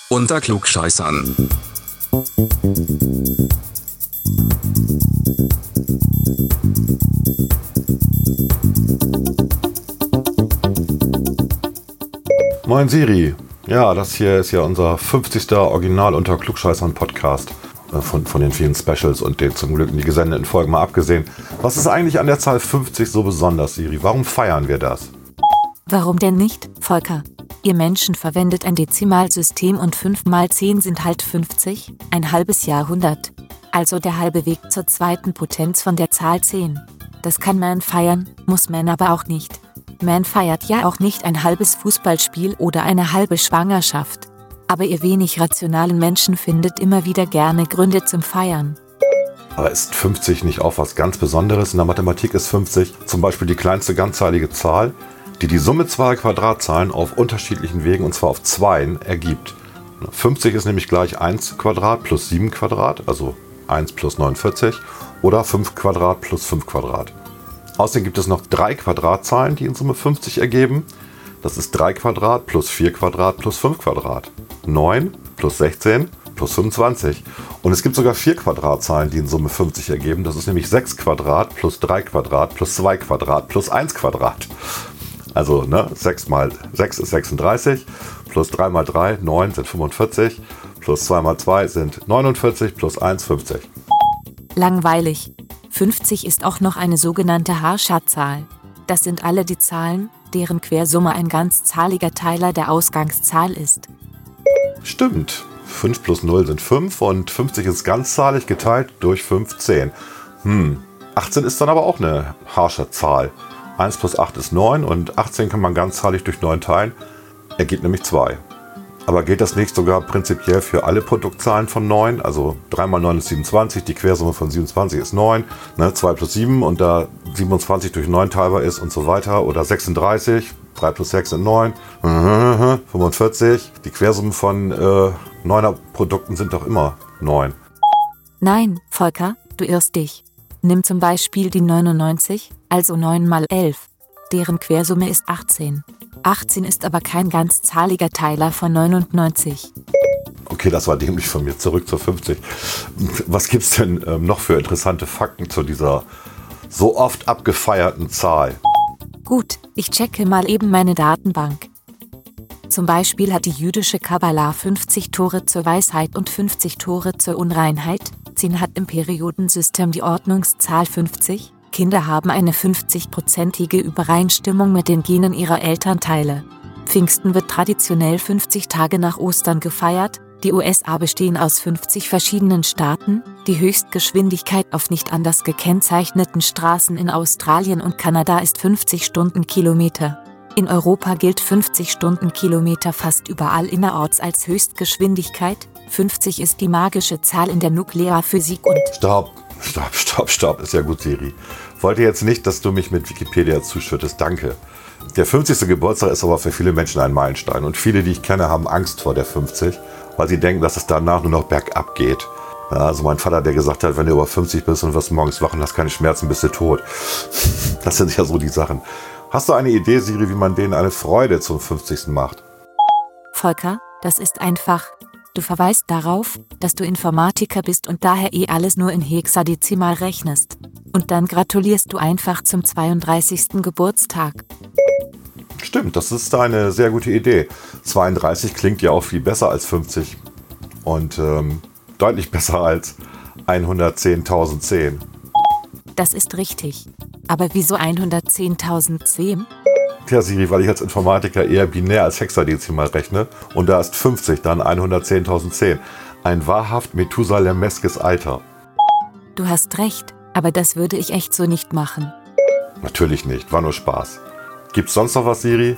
[SPEAKER 3] Unter Klugscheißern.
[SPEAKER 2] Moin Siri. Ja, das hier ist ja unser 50. Original unter Klugscheißern Podcast. Äh, Von, von den vielen Specials und den zum Glück in die gesendeten Folgen mal abgesehen. Was ist eigentlich an der Zahl 50 so besonders, Siri? Warum feiern wir das?
[SPEAKER 4] Warum denn nicht, Volker? Ihr Menschen verwendet ein Dezimalsystem und 5 mal 10 sind halt 50, ein halbes Jahrhundert. Also der halbe Weg zur zweiten Potenz von der Zahl 10. Das kann man feiern, muss man aber auch nicht. Man feiert ja auch nicht ein halbes Fußballspiel oder eine halbe Schwangerschaft. Aber ihr wenig rationalen Menschen findet immer wieder gerne Gründe zum Feiern.
[SPEAKER 2] Aber ist 50 nicht auch was ganz Besonderes? In der Mathematik ist 50 zum Beispiel die kleinste ganzzahlige Zahl, die die Summe zweier Quadratzahlen auf unterschiedlichen Wegen, und zwar auf Zweien, ergibt. 50 ist nämlich gleich 1 Quadrat plus 7 Quadrat, also 1 plus 49, oder 5 Quadrat plus 5 Quadrat. Außerdem gibt es noch drei Quadratzahlen, die in Summe 50 ergeben. Das ist 3 Quadrat plus 4 Quadrat plus 5 Quadrat. 9 plus 16 plus 25. Und es gibt sogar vier Quadratzahlen, die in Summe 50 ergeben. Das ist nämlich 6 Quadrat plus 3 Quadrat plus 2 Quadrat plus 1 Quadrat. Also ne, 6 mal 6 ist 36, plus 3 mal 3, 9 sind 45, plus 2 mal 2 sind 49, plus 1, 50.
[SPEAKER 4] Langweilig. 50 ist auch noch eine sogenannte Haarschartzahl. Das sind alle die Zahlen, deren Quersumme ein ganzzahliger Teiler der Ausgangszahl ist.
[SPEAKER 2] Stimmt. 5 plus 0 sind 5 und 50 ist ganzzahlig geteilt durch 15. Hm, 18 ist dann aber auch eine harsche Zahl. 1 plus 8 ist 9 und 18 kann man ganzzahlig durch 9 teilen. Ergibt nämlich 2. Aber gilt das nicht sogar prinzipiell für alle Produktzahlen von 9? Also 3 mal 9 ist 27, die Quersumme von 27 ist 9, ne? 2 plus 7 und da 27 durch 9 teilbar ist und so weiter. Oder 36, 3 plus 6 sind 9, 45. Die Quersumme von äh, 9er Produkten sind doch immer 9.
[SPEAKER 4] Nein, Volker, du irrst dich. Nimm zum Beispiel die 99, also 9 mal 11. Deren Quersumme ist 18. 18 ist aber kein ganzzahliger Teiler von 99.
[SPEAKER 2] Okay, das war dämlich von mir. Zurück zur 50. Was gibt es denn ähm, noch für interessante Fakten zu dieser so oft abgefeierten Zahl?
[SPEAKER 4] Gut, ich checke mal eben meine Datenbank. Zum Beispiel hat die jüdische Kabbala 50 Tore zur Weisheit und 50 Tore zur Unreinheit. Zin hat im Periodensystem die Ordnungszahl 50. Kinder haben eine 50-prozentige Übereinstimmung mit den Genen ihrer Elternteile. Pfingsten wird traditionell 50 Tage nach Ostern gefeiert. Die USA bestehen aus 50 verschiedenen Staaten. Die Höchstgeschwindigkeit auf nicht anders gekennzeichneten Straßen in Australien und Kanada ist 50 Stundenkilometer. In Europa gilt 50 Stundenkilometer fast überall innerorts als Höchstgeschwindigkeit. 50 ist die magische Zahl in der Nuklearphysik und
[SPEAKER 5] Stopp, stopp, stopp, stopp. Ist ja gut, Siri. Wollte jetzt nicht, dass du mich mit Wikipedia zuschüttest. Danke. Der 50. Geburtstag ist aber für viele Menschen ein Meilenstein. Und viele, die ich kenne, haben Angst vor der 50, weil sie denken, dass es danach nur noch bergab geht. Ja, Also mein Vater, der gesagt hat, wenn du über 50 bist und wirst morgens wach und hast keine Schmerzen, bist du tot. Das sind ja so die Sachen. Hast du eine Idee, Siri, wie man denen eine Freude zum 50. macht?
[SPEAKER 4] Volker, das ist einfach. Du verweist darauf, dass du Informatiker bist und daher eh alles nur in Hexadezimal rechnest. Und dann gratulierst du einfach zum 32. Geburtstag.
[SPEAKER 5] Stimmt, das ist eine sehr gute Idee. 32 klingt ja auch viel besser als 50. Und ähm, deutlich besser als 110.010.
[SPEAKER 4] Das ist richtig. Aber wieso 110.010?
[SPEAKER 5] Tja, Siri, weil ich als Informatiker eher binär als hexadezimal rechne. Und da ist 50 dann 110.010. Ein wahrhaft Methusalemeskes Alter.
[SPEAKER 4] Du hast recht, aber das würde ich echt so nicht machen.
[SPEAKER 5] Natürlich nicht, war nur Spaß. Gibt's sonst noch was, Siri?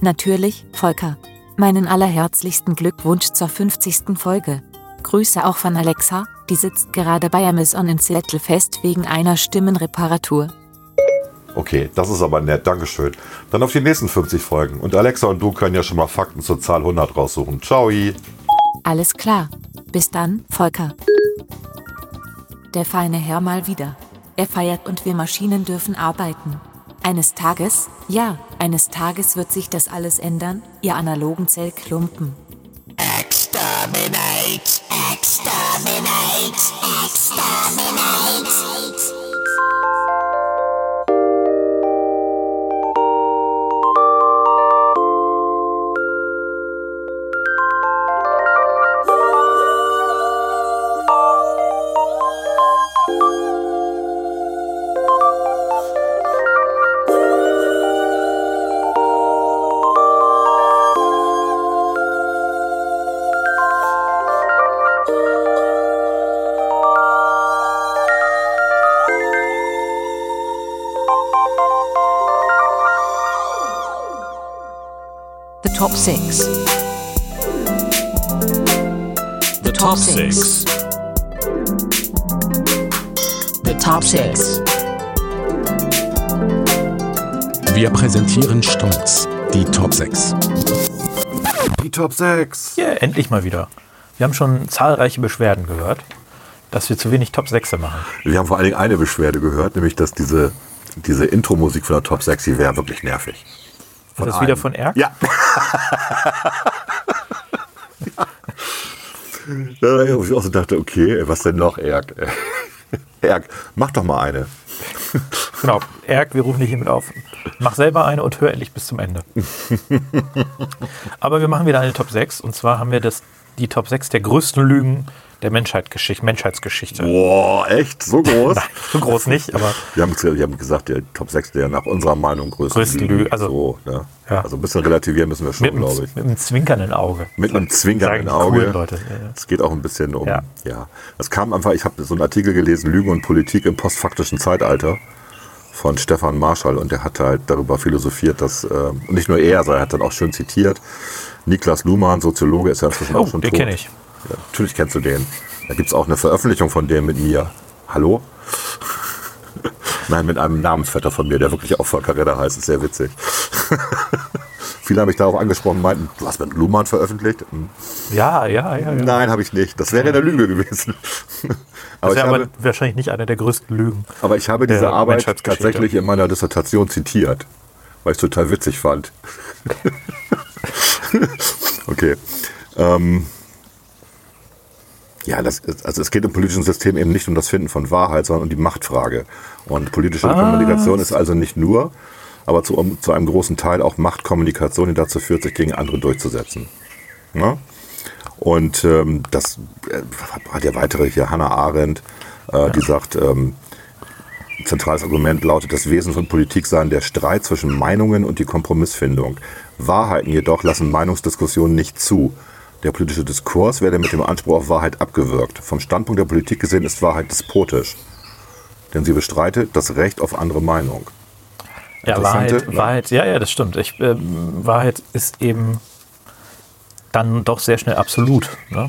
[SPEAKER 4] Natürlich, Volker. Meinen allerherzlichsten Glückwunsch zur 50. Folge. Grüße auch von Alexa, die sitzt gerade bei Amazon in Seattle fest wegen einer Stimmenreparatur.
[SPEAKER 5] Okay, das ist aber nett, Dankeschön. Dann auf die nächsten 50 Folgen. Und Alexa und du können ja schon mal Fakten zur Zahl 100 raussuchen. Ciao!
[SPEAKER 4] Alles klar. Bis dann, Volker. Der feine Herr mal wieder. Er feiert und wir Maschinen dürfen arbeiten. Eines Tages, ja, eines Tages wird sich das alles ändern, ihr analogen Zellklumpen.
[SPEAKER 6] The top six. The top six. The top six.
[SPEAKER 3] Wir präsentieren stolz die Top 6.
[SPEAKER 5] Die Top 6.
[SPEAKER 1] Ja, endlich mal wieder. Wir haben schon zahlreiche Beschwerden gehört, dass wir zu wenig Top 6 machen.
[SPEAKER 2] Wir haben vor allen Dingen eine Beschwerde gehört, nämlich dass diese, diese Intro-Musik von der Top 6, die wäre wirklich nervig.
[SPEAKER 1] War das
[SPEAKER 2] einem.
[SPEAKER 1] wieder von Erk?
[SPEAKER 2] Ja. ja. ja, Wo ich auch so dachte, okay, was denn noch, Erk? Erk, mach doch mal eine.
[SPEAKER 1] Genau. Erk, wir rufen dich hiermit auf. Mach selber eine und hör endlich bis zum Ende. Aber wir machen wieder eine Top 6. Und zwar haben wir das, die Top 6 der größten Lügen der Menschheitsgeschichte. Menschheitsgeschichte.
[SPEAKER 2] Boah, echt? So groß?
[SPEAKER 1] Nein, so groß nicht, aber
[SPEAKER 2] Wir haben, wir haben gesagt, der Top 6 der nach unserer Meinung größten
[SPEAKER 1] Größten Lüge, also-
[SPEAKER 2] so, ne?
[SPEAKER 1] Ja.
[SPEAKER 2] also ein bisschen relativieren müssen wir schon,
[SPEAKER 1] mit, einem,
[SPEAKER 2] glaube ich.
[SPEAKER 1] mit einem zwinkernden Auge.
[SPEAKER 2] Mit einem
[SPEAKER 1] Sagen
[SPEAKER 2] zwinkernden
[SPEAKER 1] die
[SPEAKER 2] Auge.
[SPEAKER 1] coolen Leute, ja, ja.
[SPEAKER 2] Es geht auch ein bisschen um.
[SPEAKER 1] Ja.
[SPEAKER 2] Ja. Es kam einfach, ich habe so einen Artikel gelesen, Lügen und Politik im postfaktischen Zeitalter von Stefan Marschall und der hat halt darüber philosophiert, dass, äh, und nicht nur er, sondern er hat dann auch schön zitiert. Niklas Luhmann, Soziologe, ist ja inzwischen
[SPEAKER 1] Oh,
[SPEAKER 2] auch schon
[SPEAKER 1] den
[SPEAKER 2] tot.
[SPEAKER 1] kenne ich.
[SPEAKER 2] Ja, natürlich kennst du den. Da gibt es auch eine Veröffentlichung von dem mit mir. Hallo? Nein, mit einem Namensvetter von mir, der wirklich auch Volker Redder heißt. Ist sehr witzig. Viele haben mich darauf angesprochen, meinten, du hast mit Luhmann veröffentlicht. Hm.
[SPEAKER 1] Ja, ja, ja. ja.
[SPEAKER 2] Nein, habe ich nicht. Das wäre eine Lüge gewesen. aber,
[SPEAKER 1] Das
[SPEAKER 2] ich
[SPEAKER 1] wäre aber
[SPEAKER 2] habe,
[SPEAKER 1] wahrscheinlich nicht einer der größten Lügen.
[SPEAKER 2] aber ich habe diese
[SPEAKER 1] der
[SPEAKER 2] Arbeit
[SPEAKER 1] Menschheitsgeschichte.
[SPEAKER 2] tatsächlich in meiner Dissertation zitiert, weil ich es total witzig fand. okay. Ähm, ja, das ist, also es geht im politischen System eben nicht um das Finden von Wahrheit, sondern um die Machtfrage. Und politische Kommunikation ist also nicht nur, aber zu, um, zu einem großen Teil auch Machtkommunikation, die dazu führt, sich gegen andere durchzusetzen. Ne? Und ähm, das äh, hat ja weitere hier, Hannah Arendt, äh, die sagt, ähm, zentrales Argument lautet, das Wesen von Politik sei der Streit zwischen Meinungen und die Kompromissfindung. Wahrheiten jedoch lassen Meinungsdiskussionen nicht zu. Der politische Diskurs werde mit dem Anspruch auf Wahrheit abgewürgt. Vom Standpunkt der Politik gesehen ist Wahrheit despotisch, denn sie bestreitet das Recht auf andere Meinung.
[SPEAKER 1] Ja,
[SPEAKER 5] Interessante,
[SPEAKER 1] Wahrheit,
[SPEAKER 5] ne?
[SPEAKER 1] Wahrheit, ja, ja, das stimmt. Ich, äh, Wahrheit ist eben dann doch sehr schnell absolut. Ne?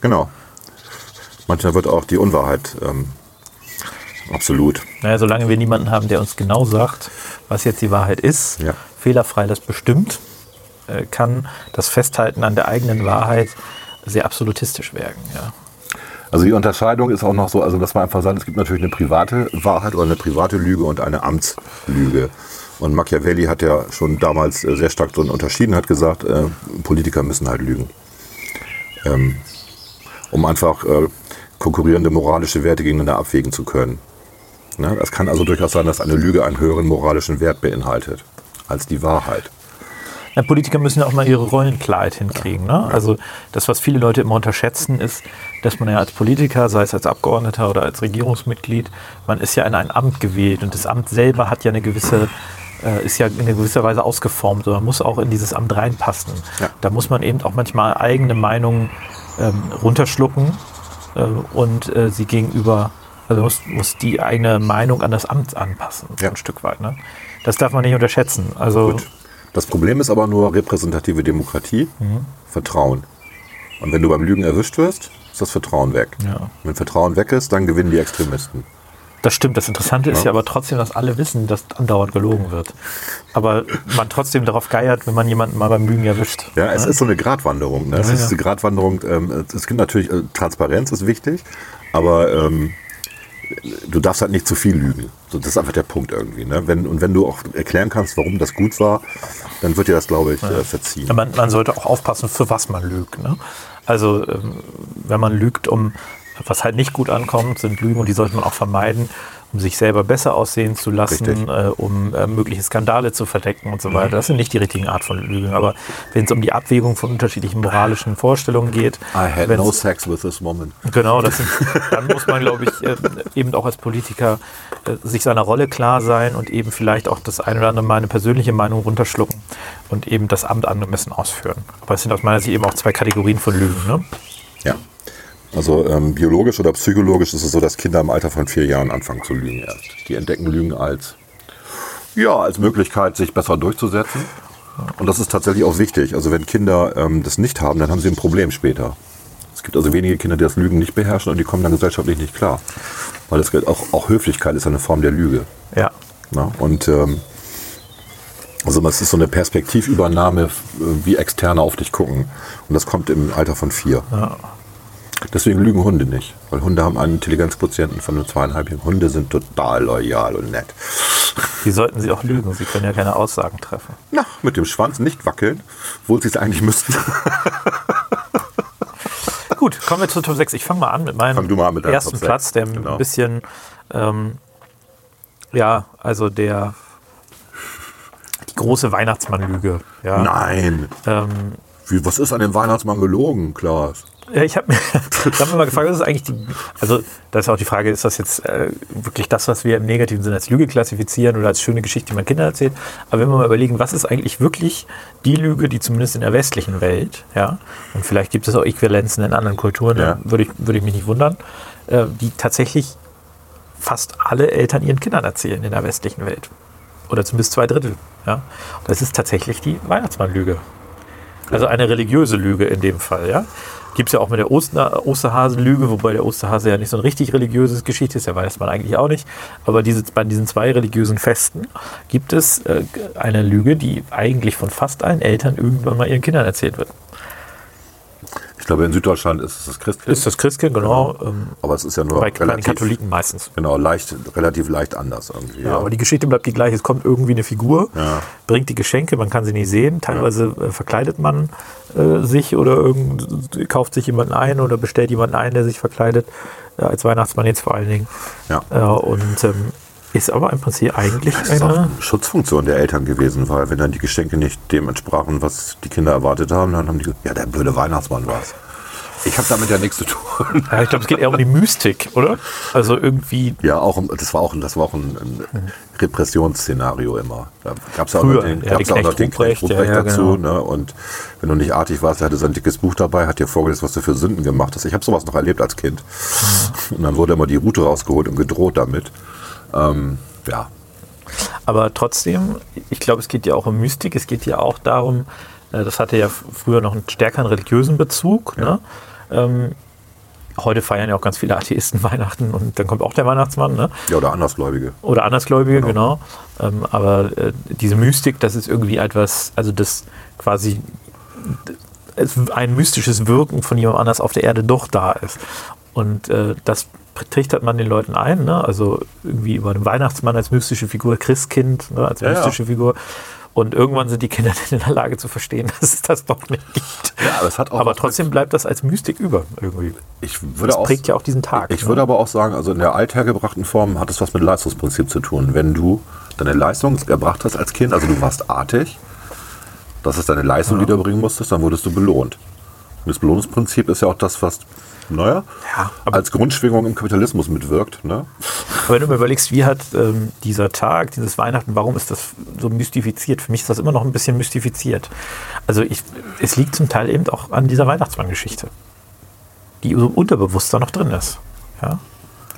[SPEAKER 2] Genau. Manchmal wird auch die Unwahrheit ähm, absolut.
[SPEAKER 1] Naja, solange wir niemanden haben, der uns genau sagt, was jetzt die Wahrheit ist,
[SPEAKER 2] Ja.
[SPEAKER 1] fehlerfrei das bestimmt, äh, kann das Festhalten an der eigenen Wahrheit sehr absolutistisch werden. Ja.
[SPEAKER 2] Also die Unterscheidung ist auch noch so, also dass man einfach sagt, es gibt natürlich eine private Wahrheit oder eine private Lüge und eine Amtslüge. Und Machiavelli hat ja schon damals äh, sehr stark drin unterschieden, hat gesagt, äh, Politiker müssen halt lügen. Ähm, um einfach äh, konkurrierende moralische Werte gegeneinander abwägen zu können. Ne? Es kann also durchaus sein, dass eine Lüge einen höheren moralischen Wert beinhaltet als die Wahrheit.
[SPEAKER 1] Ja, Politiker müssen ja auch mal ihre Rollenklarheit hinkriegen. Ne? Also das, was viele Leute immer unterschätzen, ist, dass man ja als Politiker, sei es als Abgeordneter oder als Regierungsmitglied, man ist ja in ein Amt gewählt und das Amt selber hat ja eine gewisse äh, ist ja in gewisser Weise ausgeformt und man muss auch in dieses Amt reinpassen.
[SPEAKER 2] Ja.
[SPEAKER 1] Da muss man eben auch manchmal eigene Meinungen ähm, runterschlucken äh, und äh, sie gegenüber, also muss, muss die eigene Meinung an das Amt anpassen, so
[SPEAKER 2] Ja.
[SPEAKER 1] ein Stück weit. Ne? Das darf man nicht unterschätzen. Also
[SPEAKER 2] Das Problem ist aber nur repräsentative Demokratie,
[SPEAKER 1] Mhm.
[SPEAKER 2] Vertrauen. Und wenn du beim Lügen erwischt wirst, ist das Vertrauen weg.
[SPEAKER 1] Ja.
[SPEAKER 2] Wenn Vertrauen weg ist, dann gewinnen die Extremisten.
[SPEAKER 1] Das stimmt. Das Interessante ist
[SPEAKER 2] Ja.
[SPEAKER 1] ja aber trotzdem, dass alle wissen, dass andauernd gelogen wird. Aber man trotzdem darauf geiert, wenn man jemanden mal beim Lügen erwischt.
[SPEAKER 2] Ja, es ist so eine Gratwanderung. Ne? Es
[SPEAKER 1] Ja,
[SPEAKER 2] ist
[SPEAKER 1] ja.
[SPEAKER 2] eine Gratwanderung. Ähm, es gibt natürlich, äh, Transparenz ist wichtig, aber ähm, du darfst halt nicht zu viel lügen. So, das ist einfach der Punkt irgendwie. Ne? Wenn, und wenn du auch erklären kannst, warum das gut war, dann wird dir das, glaube ich, äh, verziehen.
[SPEAKER 1] Man, man sollte auch aufpassen, für was man lügt. Ne? Also ähm, wenn man lügt, um was halt nicht gut ankommt, sind Lügen und die sollte man auch vermeiden, um sich selber besser aussehen zu lassen,
[SPEAKER 2] Richtig. Mhm.
[SPEAKER 1] äh, um äh, mögliche Skandale zu verdecken und so weiter. Das sind nicht die richtigen Art von Lügen. Aber wenn es um die Abwägung von unterschiedlichen moralischen Vorstellungen geht, wenn's-
[SPEAKER 2] sex with this woman.
[SPEAKER 1] Genau, das sind, dann muss man, glaube ich, äh, eben auch als Politiker äh, sich seiner Rolle klar sein und eben vielleicht auch das ein oder andere Mal eine persönliche Meinung runterschlucken und eben das Amt angemessen ausführen. Aber es sind aus meiner Sicht eben auch zwei Kategorien von Lügen. Ne?
[SPEAKER 2] Ja. Also ähm, biologisch oder psychologisch ist es so, dass Kinder im Alter von vier Jahren anfangen zu lügen erst. Die entdecken Lügen als, ja, als Möglichkeit, sich besser durchzusetzen. Und das ist tatsächlich auch wichtig. Also wenn Kinder ähm, das nicht haben, dann haben sie ein Problem später. Es gibt also wenige Kinder, die das Lügen nicht beherrschen und die kommen dann gesellschaftlich nicht klar. Weil das gilt auch, auch Höflichkeit ist eine Form der Lüge.
[SPEAKER 1] Ja.
[SPEAKER 2] Ne? Und ähm, also das ist so eine Perspektivübernahme, f- wie Externe auf dich gucken. Und das kommt im Alter von vier. Deswegen lügen Hunde nicht, weil Hunde haben einen Intelligenzquotienten von nur zweieinhalb. Hunde sind total loyal und nett.
[SPEAKER 1] Wie sollten sie auch lügen? Sie können ja keine Aussagen treffen.
[SPEAKER 2] Na, mit dem Schwanz nicht wackeln, obwohl sie es eigentlich müssten.
[SPEAKER 1] Gut, kommen wir zu Top 6. Ich fange mal an mit meinem
[SPEAKER 2] Fang du mal an mit deinem
[SPEAKER 1] ersten
[SPEAKER 2] Top sechs.
[SPEAKER 1] Platz, der
[SPEAKER 2] Genau.
[SPEAKER 1] ein bisschen, ähm, ja, also der, die große Weihnachtsmannlüge. Ja.
[SPEAKER 2] Nein.
[SPEAKER 1] Ähm,
[SPEAKER 2] Wie, was ist an dem Weihnachtsmann gelogen, Klaas?
[SPEAKER 1] Ja, ich habe mir, ich hab mir mal gefragt, was ist eigentlich die, also da ist auch die Frage, ist das jetzt äh, wirklich das, was wir im negativen Sinne als Lüge klassifizieren oder als schöne Geschichte, die man Kindern erzählt? Aber wenn wir mal überlegen, was ist eigentlich wirklich die Lüge, die zumindest in der westlichen Welt, ja, und vielleicht gibt es auch Äquivalenzen in anderen Kulturen,
[SPEAKER 2] Ja.
[SPEAKER 1] dann würde ich, würde ich mich nicht wundern, äh, die tatsächlich fast alle Eltern ihren Kindern erzählen in der westlichen Welt. Oder zumindest zwei Drittel. Ja. Das ist tatsächlich die Weihnachtsmannlüge. Also eine religiöse Lüge in dem Fall, ja. Gibt es ja auch mit der Oster Osterhasenlüge, wobei der Osterhase ja nicht so ein richtig religiöses Geschichte ist, ja weiß man eigentlich auch nicht. Aber diese, bei diesen zwei religiösen Festen gibt es äh, eine Lüge, die eigentlich von fast allen Eltern irgendwann mal ihren Kindern erzählt wird.
[SPEAKER 2] Ich glaube, in Süddeutschland ist es das Christkind.
[SPEAKER 1] Ist das Christkind, genau. Ähm,
[SPEAKER 2] aber es ist ja nur
[SPEAKER 1] bei, bei den Katholiken meistens.
[SPEAKER 2] Genau, leicht, relativ leicht anders irgendwie.
[SPEAKER 1] Ja, aber die Geschichte bleibt die gleiche. Es kommt irgendwie eine Figur, bringt die Geschenke, man kann sie nicht sehen. Teilweise äh, verkleidet man äh, sich oder irgend, kauft sich jemanden ein oder bestellt jemanden ein, der sich verkleidet, äh, als Weihnachtsmann jetzt vor allen Dingen.
[SPEAKER 2] Ja.
[SPEAKER 1] Äh, und ähm, ist aber im Prinzip eigentlich
[SPEAKER 2] Das ist auch
[SPEAKER 1] eine.
[SPEAKER 2] eine Schutzfunktion der Eltern gewesen, weil wenn dann die Geschenke nicht dem entsprachen, was die Kinder erwartet haben, dann haben die gesagt, ja, der blöde Weihnachtsmann war's. Ich habe damit ja nichts zu tun.
[SPEAKER 1] Ja, ich glaube, es geht eher um die Mystik, oder? Also irgendwie
[SPEAKER 2] Ja, auch im- das war auch, das war auch ein, ein Repressionsszenario immer. Da gab es ja auch
[SPEAKER 1] Früher,
[SPEAKER 2] noch den,
[SPEAKER 1] ja,
[SPEAKER 2] gab's
[SPEAKER 1] die
[SPEAKER 2] auch noch den
[SPEAKER 1] Knecht
[SPEAKER 2] Knecht
[SPEAKER 1] Ruprecht,
[SPEAKER 2] Ruprecht
[SPEAKER 1] ja, genau. ja,
[SPEAKER 2] dazu. Ne? Und wenn du nicht artig warst, der hatte sein dickes Buch dabei, hat dir vorgelesen, was du für Sünden gemacht hast. Ich habe sowas noch erlebt als Kind.
[SPEAKER 1] Mhm.
[SPEAKER 2] Und dann wurde immer die Rute rausgeholt und gedroht damit. Ähm, ja,
[SPEAKER 1] Aber trotzdem, ich glaube, es geht ja auch um Mystik, es geht ja auch darum, äh, das hatte ja früher noch einen stärkeren religiösen Bezug. Ne? Ähm, heute feiern ja auch ganz viele Atheisten Weihnachten und dann kommt auch der Weihnachtsmann. Ne?
[SPEAKER 2] Ja, oder Andersgläubige.
[SPEAKER 1] Oder Andersgläubige, genau. Ähm, aber äh, diese Mystik, das ist irgendwie etwas, also das quasi d- es, ein mystisches Wirken von jemand anders auf der Erde doch da ist. Und äh, das trichtert man den Leuten ein, ne? also irgendwie über den Weihnachtsmann als mystische Figur, Christkind ne? als
[SPEAKER 2] ja.
[SPEAKER 1] mystische Figur. Und irgendwann sind die Kinder dann in der Lage zu verstehen, dass es das doch nicht gibt.
[SPEAKER 2] Ja, aber es hat auch
[SPEAKER 1] aber
[SPEAKER 2] was
[SPEAKER 1] trotzdem bleibt das als Mystik über irgendwie.
[SPEAKER 2] Ich würde
[SPEAKER 1] Das
[SPEAKER 2] auch,
[SPEAKER 1] prägt ja auch diesen Tag.
[SPEAKER 2] Ich
[SPEAKER 1] ne?
[SPEAKER 2] würde aber auch sagen, also in der althergebrachten Form hat es was mit Leistungsprinzip zu tun. Wenn du deine Leistung erbracht hast als Kind, also du warst artig, das ist deine Leistung, die du erbringen musstest, dann wurdest du belohnt. Und das Belohnungsprinzip ist ja auch das, was, naja,
[SPEAKER 1] Ja, aber-
[SPEAKER 2] als Grundschwingung im Kapitalismus mitwirkt. Ne?
[SPEAKER 1] Aber wenn du mir überlegst, wie hat ähm, dieser Tag, dieses Weihnachten, warum ist das so mystifiziert? Für mich ist das immer noch ein bisschen mystifiziert. Also ich, es liegt zum Teil eben auch an dieser Weihnachtsmann-Geschichte, die so unterbewusst da noch drin ist. Ja?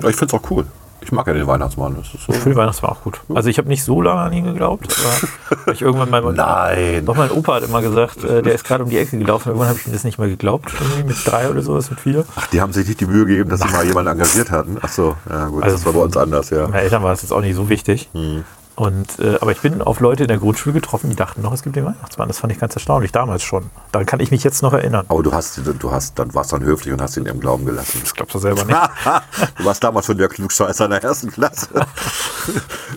[SPEAKER 2] Ja, ich finde es auch cool. Ich mag ja den Weihnachtsmann. Das ist so.
[SPEAKER 1] Ich finde Weihnachtsmann auch gut. Also ich habe nicht so lange an ihn geglaubt, aber weil ich irgendwann mal...
[SPEAKER 2] Nein.
[SPEAKER 1] Doch mein Opa hat immer gesagt, äh, der ist gerade um die Ecke gelaufen. Irgendwann habe ich ihm das nicht mehr geglaubt. Irgendwie mit drei oder sowas, mit vier.
[SPEAKER 2] Ach, die haben sich nicht die Mühe gegeben, dass sie mal jemanden engagiert hatten. Ach so, ja gut,
[SPEAKER 1] Also-
[SPEAKER 2] das war bei uns anders, ja.
[SPEAKER 1] Meinen Eltern war das jetzt auch nicht so wichtig.
[SPEAKER 2] Hm.
[SPEAKER 1] Und, äh, aber ich bin auf Leute in der Grundschule getroffen, die dachten noch, es gibt den Weihnachtsmann. Das fand ich ganz erstaunlich, damals schon. Daran kann ich mich jetzt noch erinnern.
[SPEAKER 2] Aber du hast, du hast, dann warst dann höflich und hast ihn im Glauben gelassen.
[SPEAKER 1] Das glaubst du selber nicht.
[SPEAKER 2] du warst damals schon der Klugscheißer in der ersten Klasse.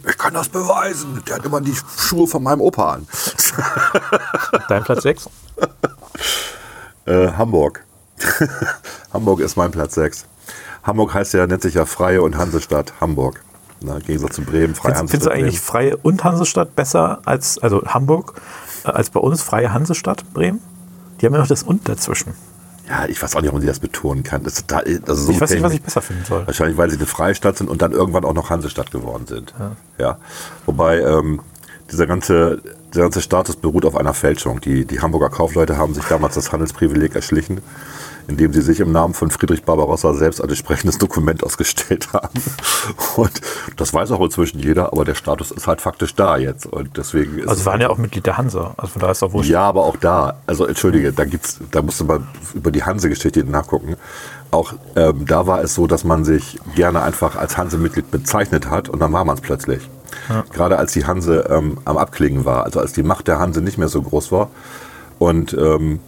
[SPEAKER 2] Ich kann das beweisen. Der hat immer die Schuhe von meinem Opa an.
[SPEAKER 1] Dein Platz 6?
[SPEAKER 2] Äh, Hamburg. Hamburg ist mein Platz 6. Hamburg heißt ja, nennt sich ja Freie und Hansestadt Hamburg. Na, Im Gegensatz zu Bremen, Freie
[SPEAKER 1] Findest, findest du eigentlich Freie und Hansestadt besser als, also Hamburg, äh, als bei uns Freie Hansestadt Bremen? Die haben ja noch das Und dazwischen.
[SPEAKER 2] Bremen? Ja, ich weiß auch nicht, ob man das betonen kann. Das ist total, also so
[SPEAKER 1] Ich weiß nicht, was
[SPEAKER 2] technisch-
[SPEAKER 1] ich besser finden soll.
[SPEAKER 2] Wahrscheinlich, weil sie eine Freistadt sind und dann irgendwann auch noch Hansestadt geworden sind. Ja. Wobei ähm, dieser, ganze, dieser ganze Status beruht auf einer Fälschung. Die, die Hamburger Kaufleute haben sich damals das Handelsprivileg erschlichen, indem sie sich im Namen von Friedrich Barbarossa selbst ein entsprechendes Dokument ausgestellt haben. Und das weiß auch inzwischen jeder, aber der Status ist halt faktisch da jetzt. Und deswegen ist
[SPEAKER 1] Also
[SPEAKER 2] es
[SPEAKER 1] sie waren ja auch Mitglied der Hansa. Also von daher ist auch wurscht.
[SPEAKER 2] ja, aber auch da, also entschuldige, da gibt's, da musste man über die Hanse-Geschichte nachgucken. Auch ähm, da war es so, dass man sich gerne einfach als Hanse-Mitglied bezeichnet hat und dann war man es plötzlich. Gerade als die Hanse ähm, am Abklingen war, also als die Macht der Hanse nicht mehr so groß war und ähm,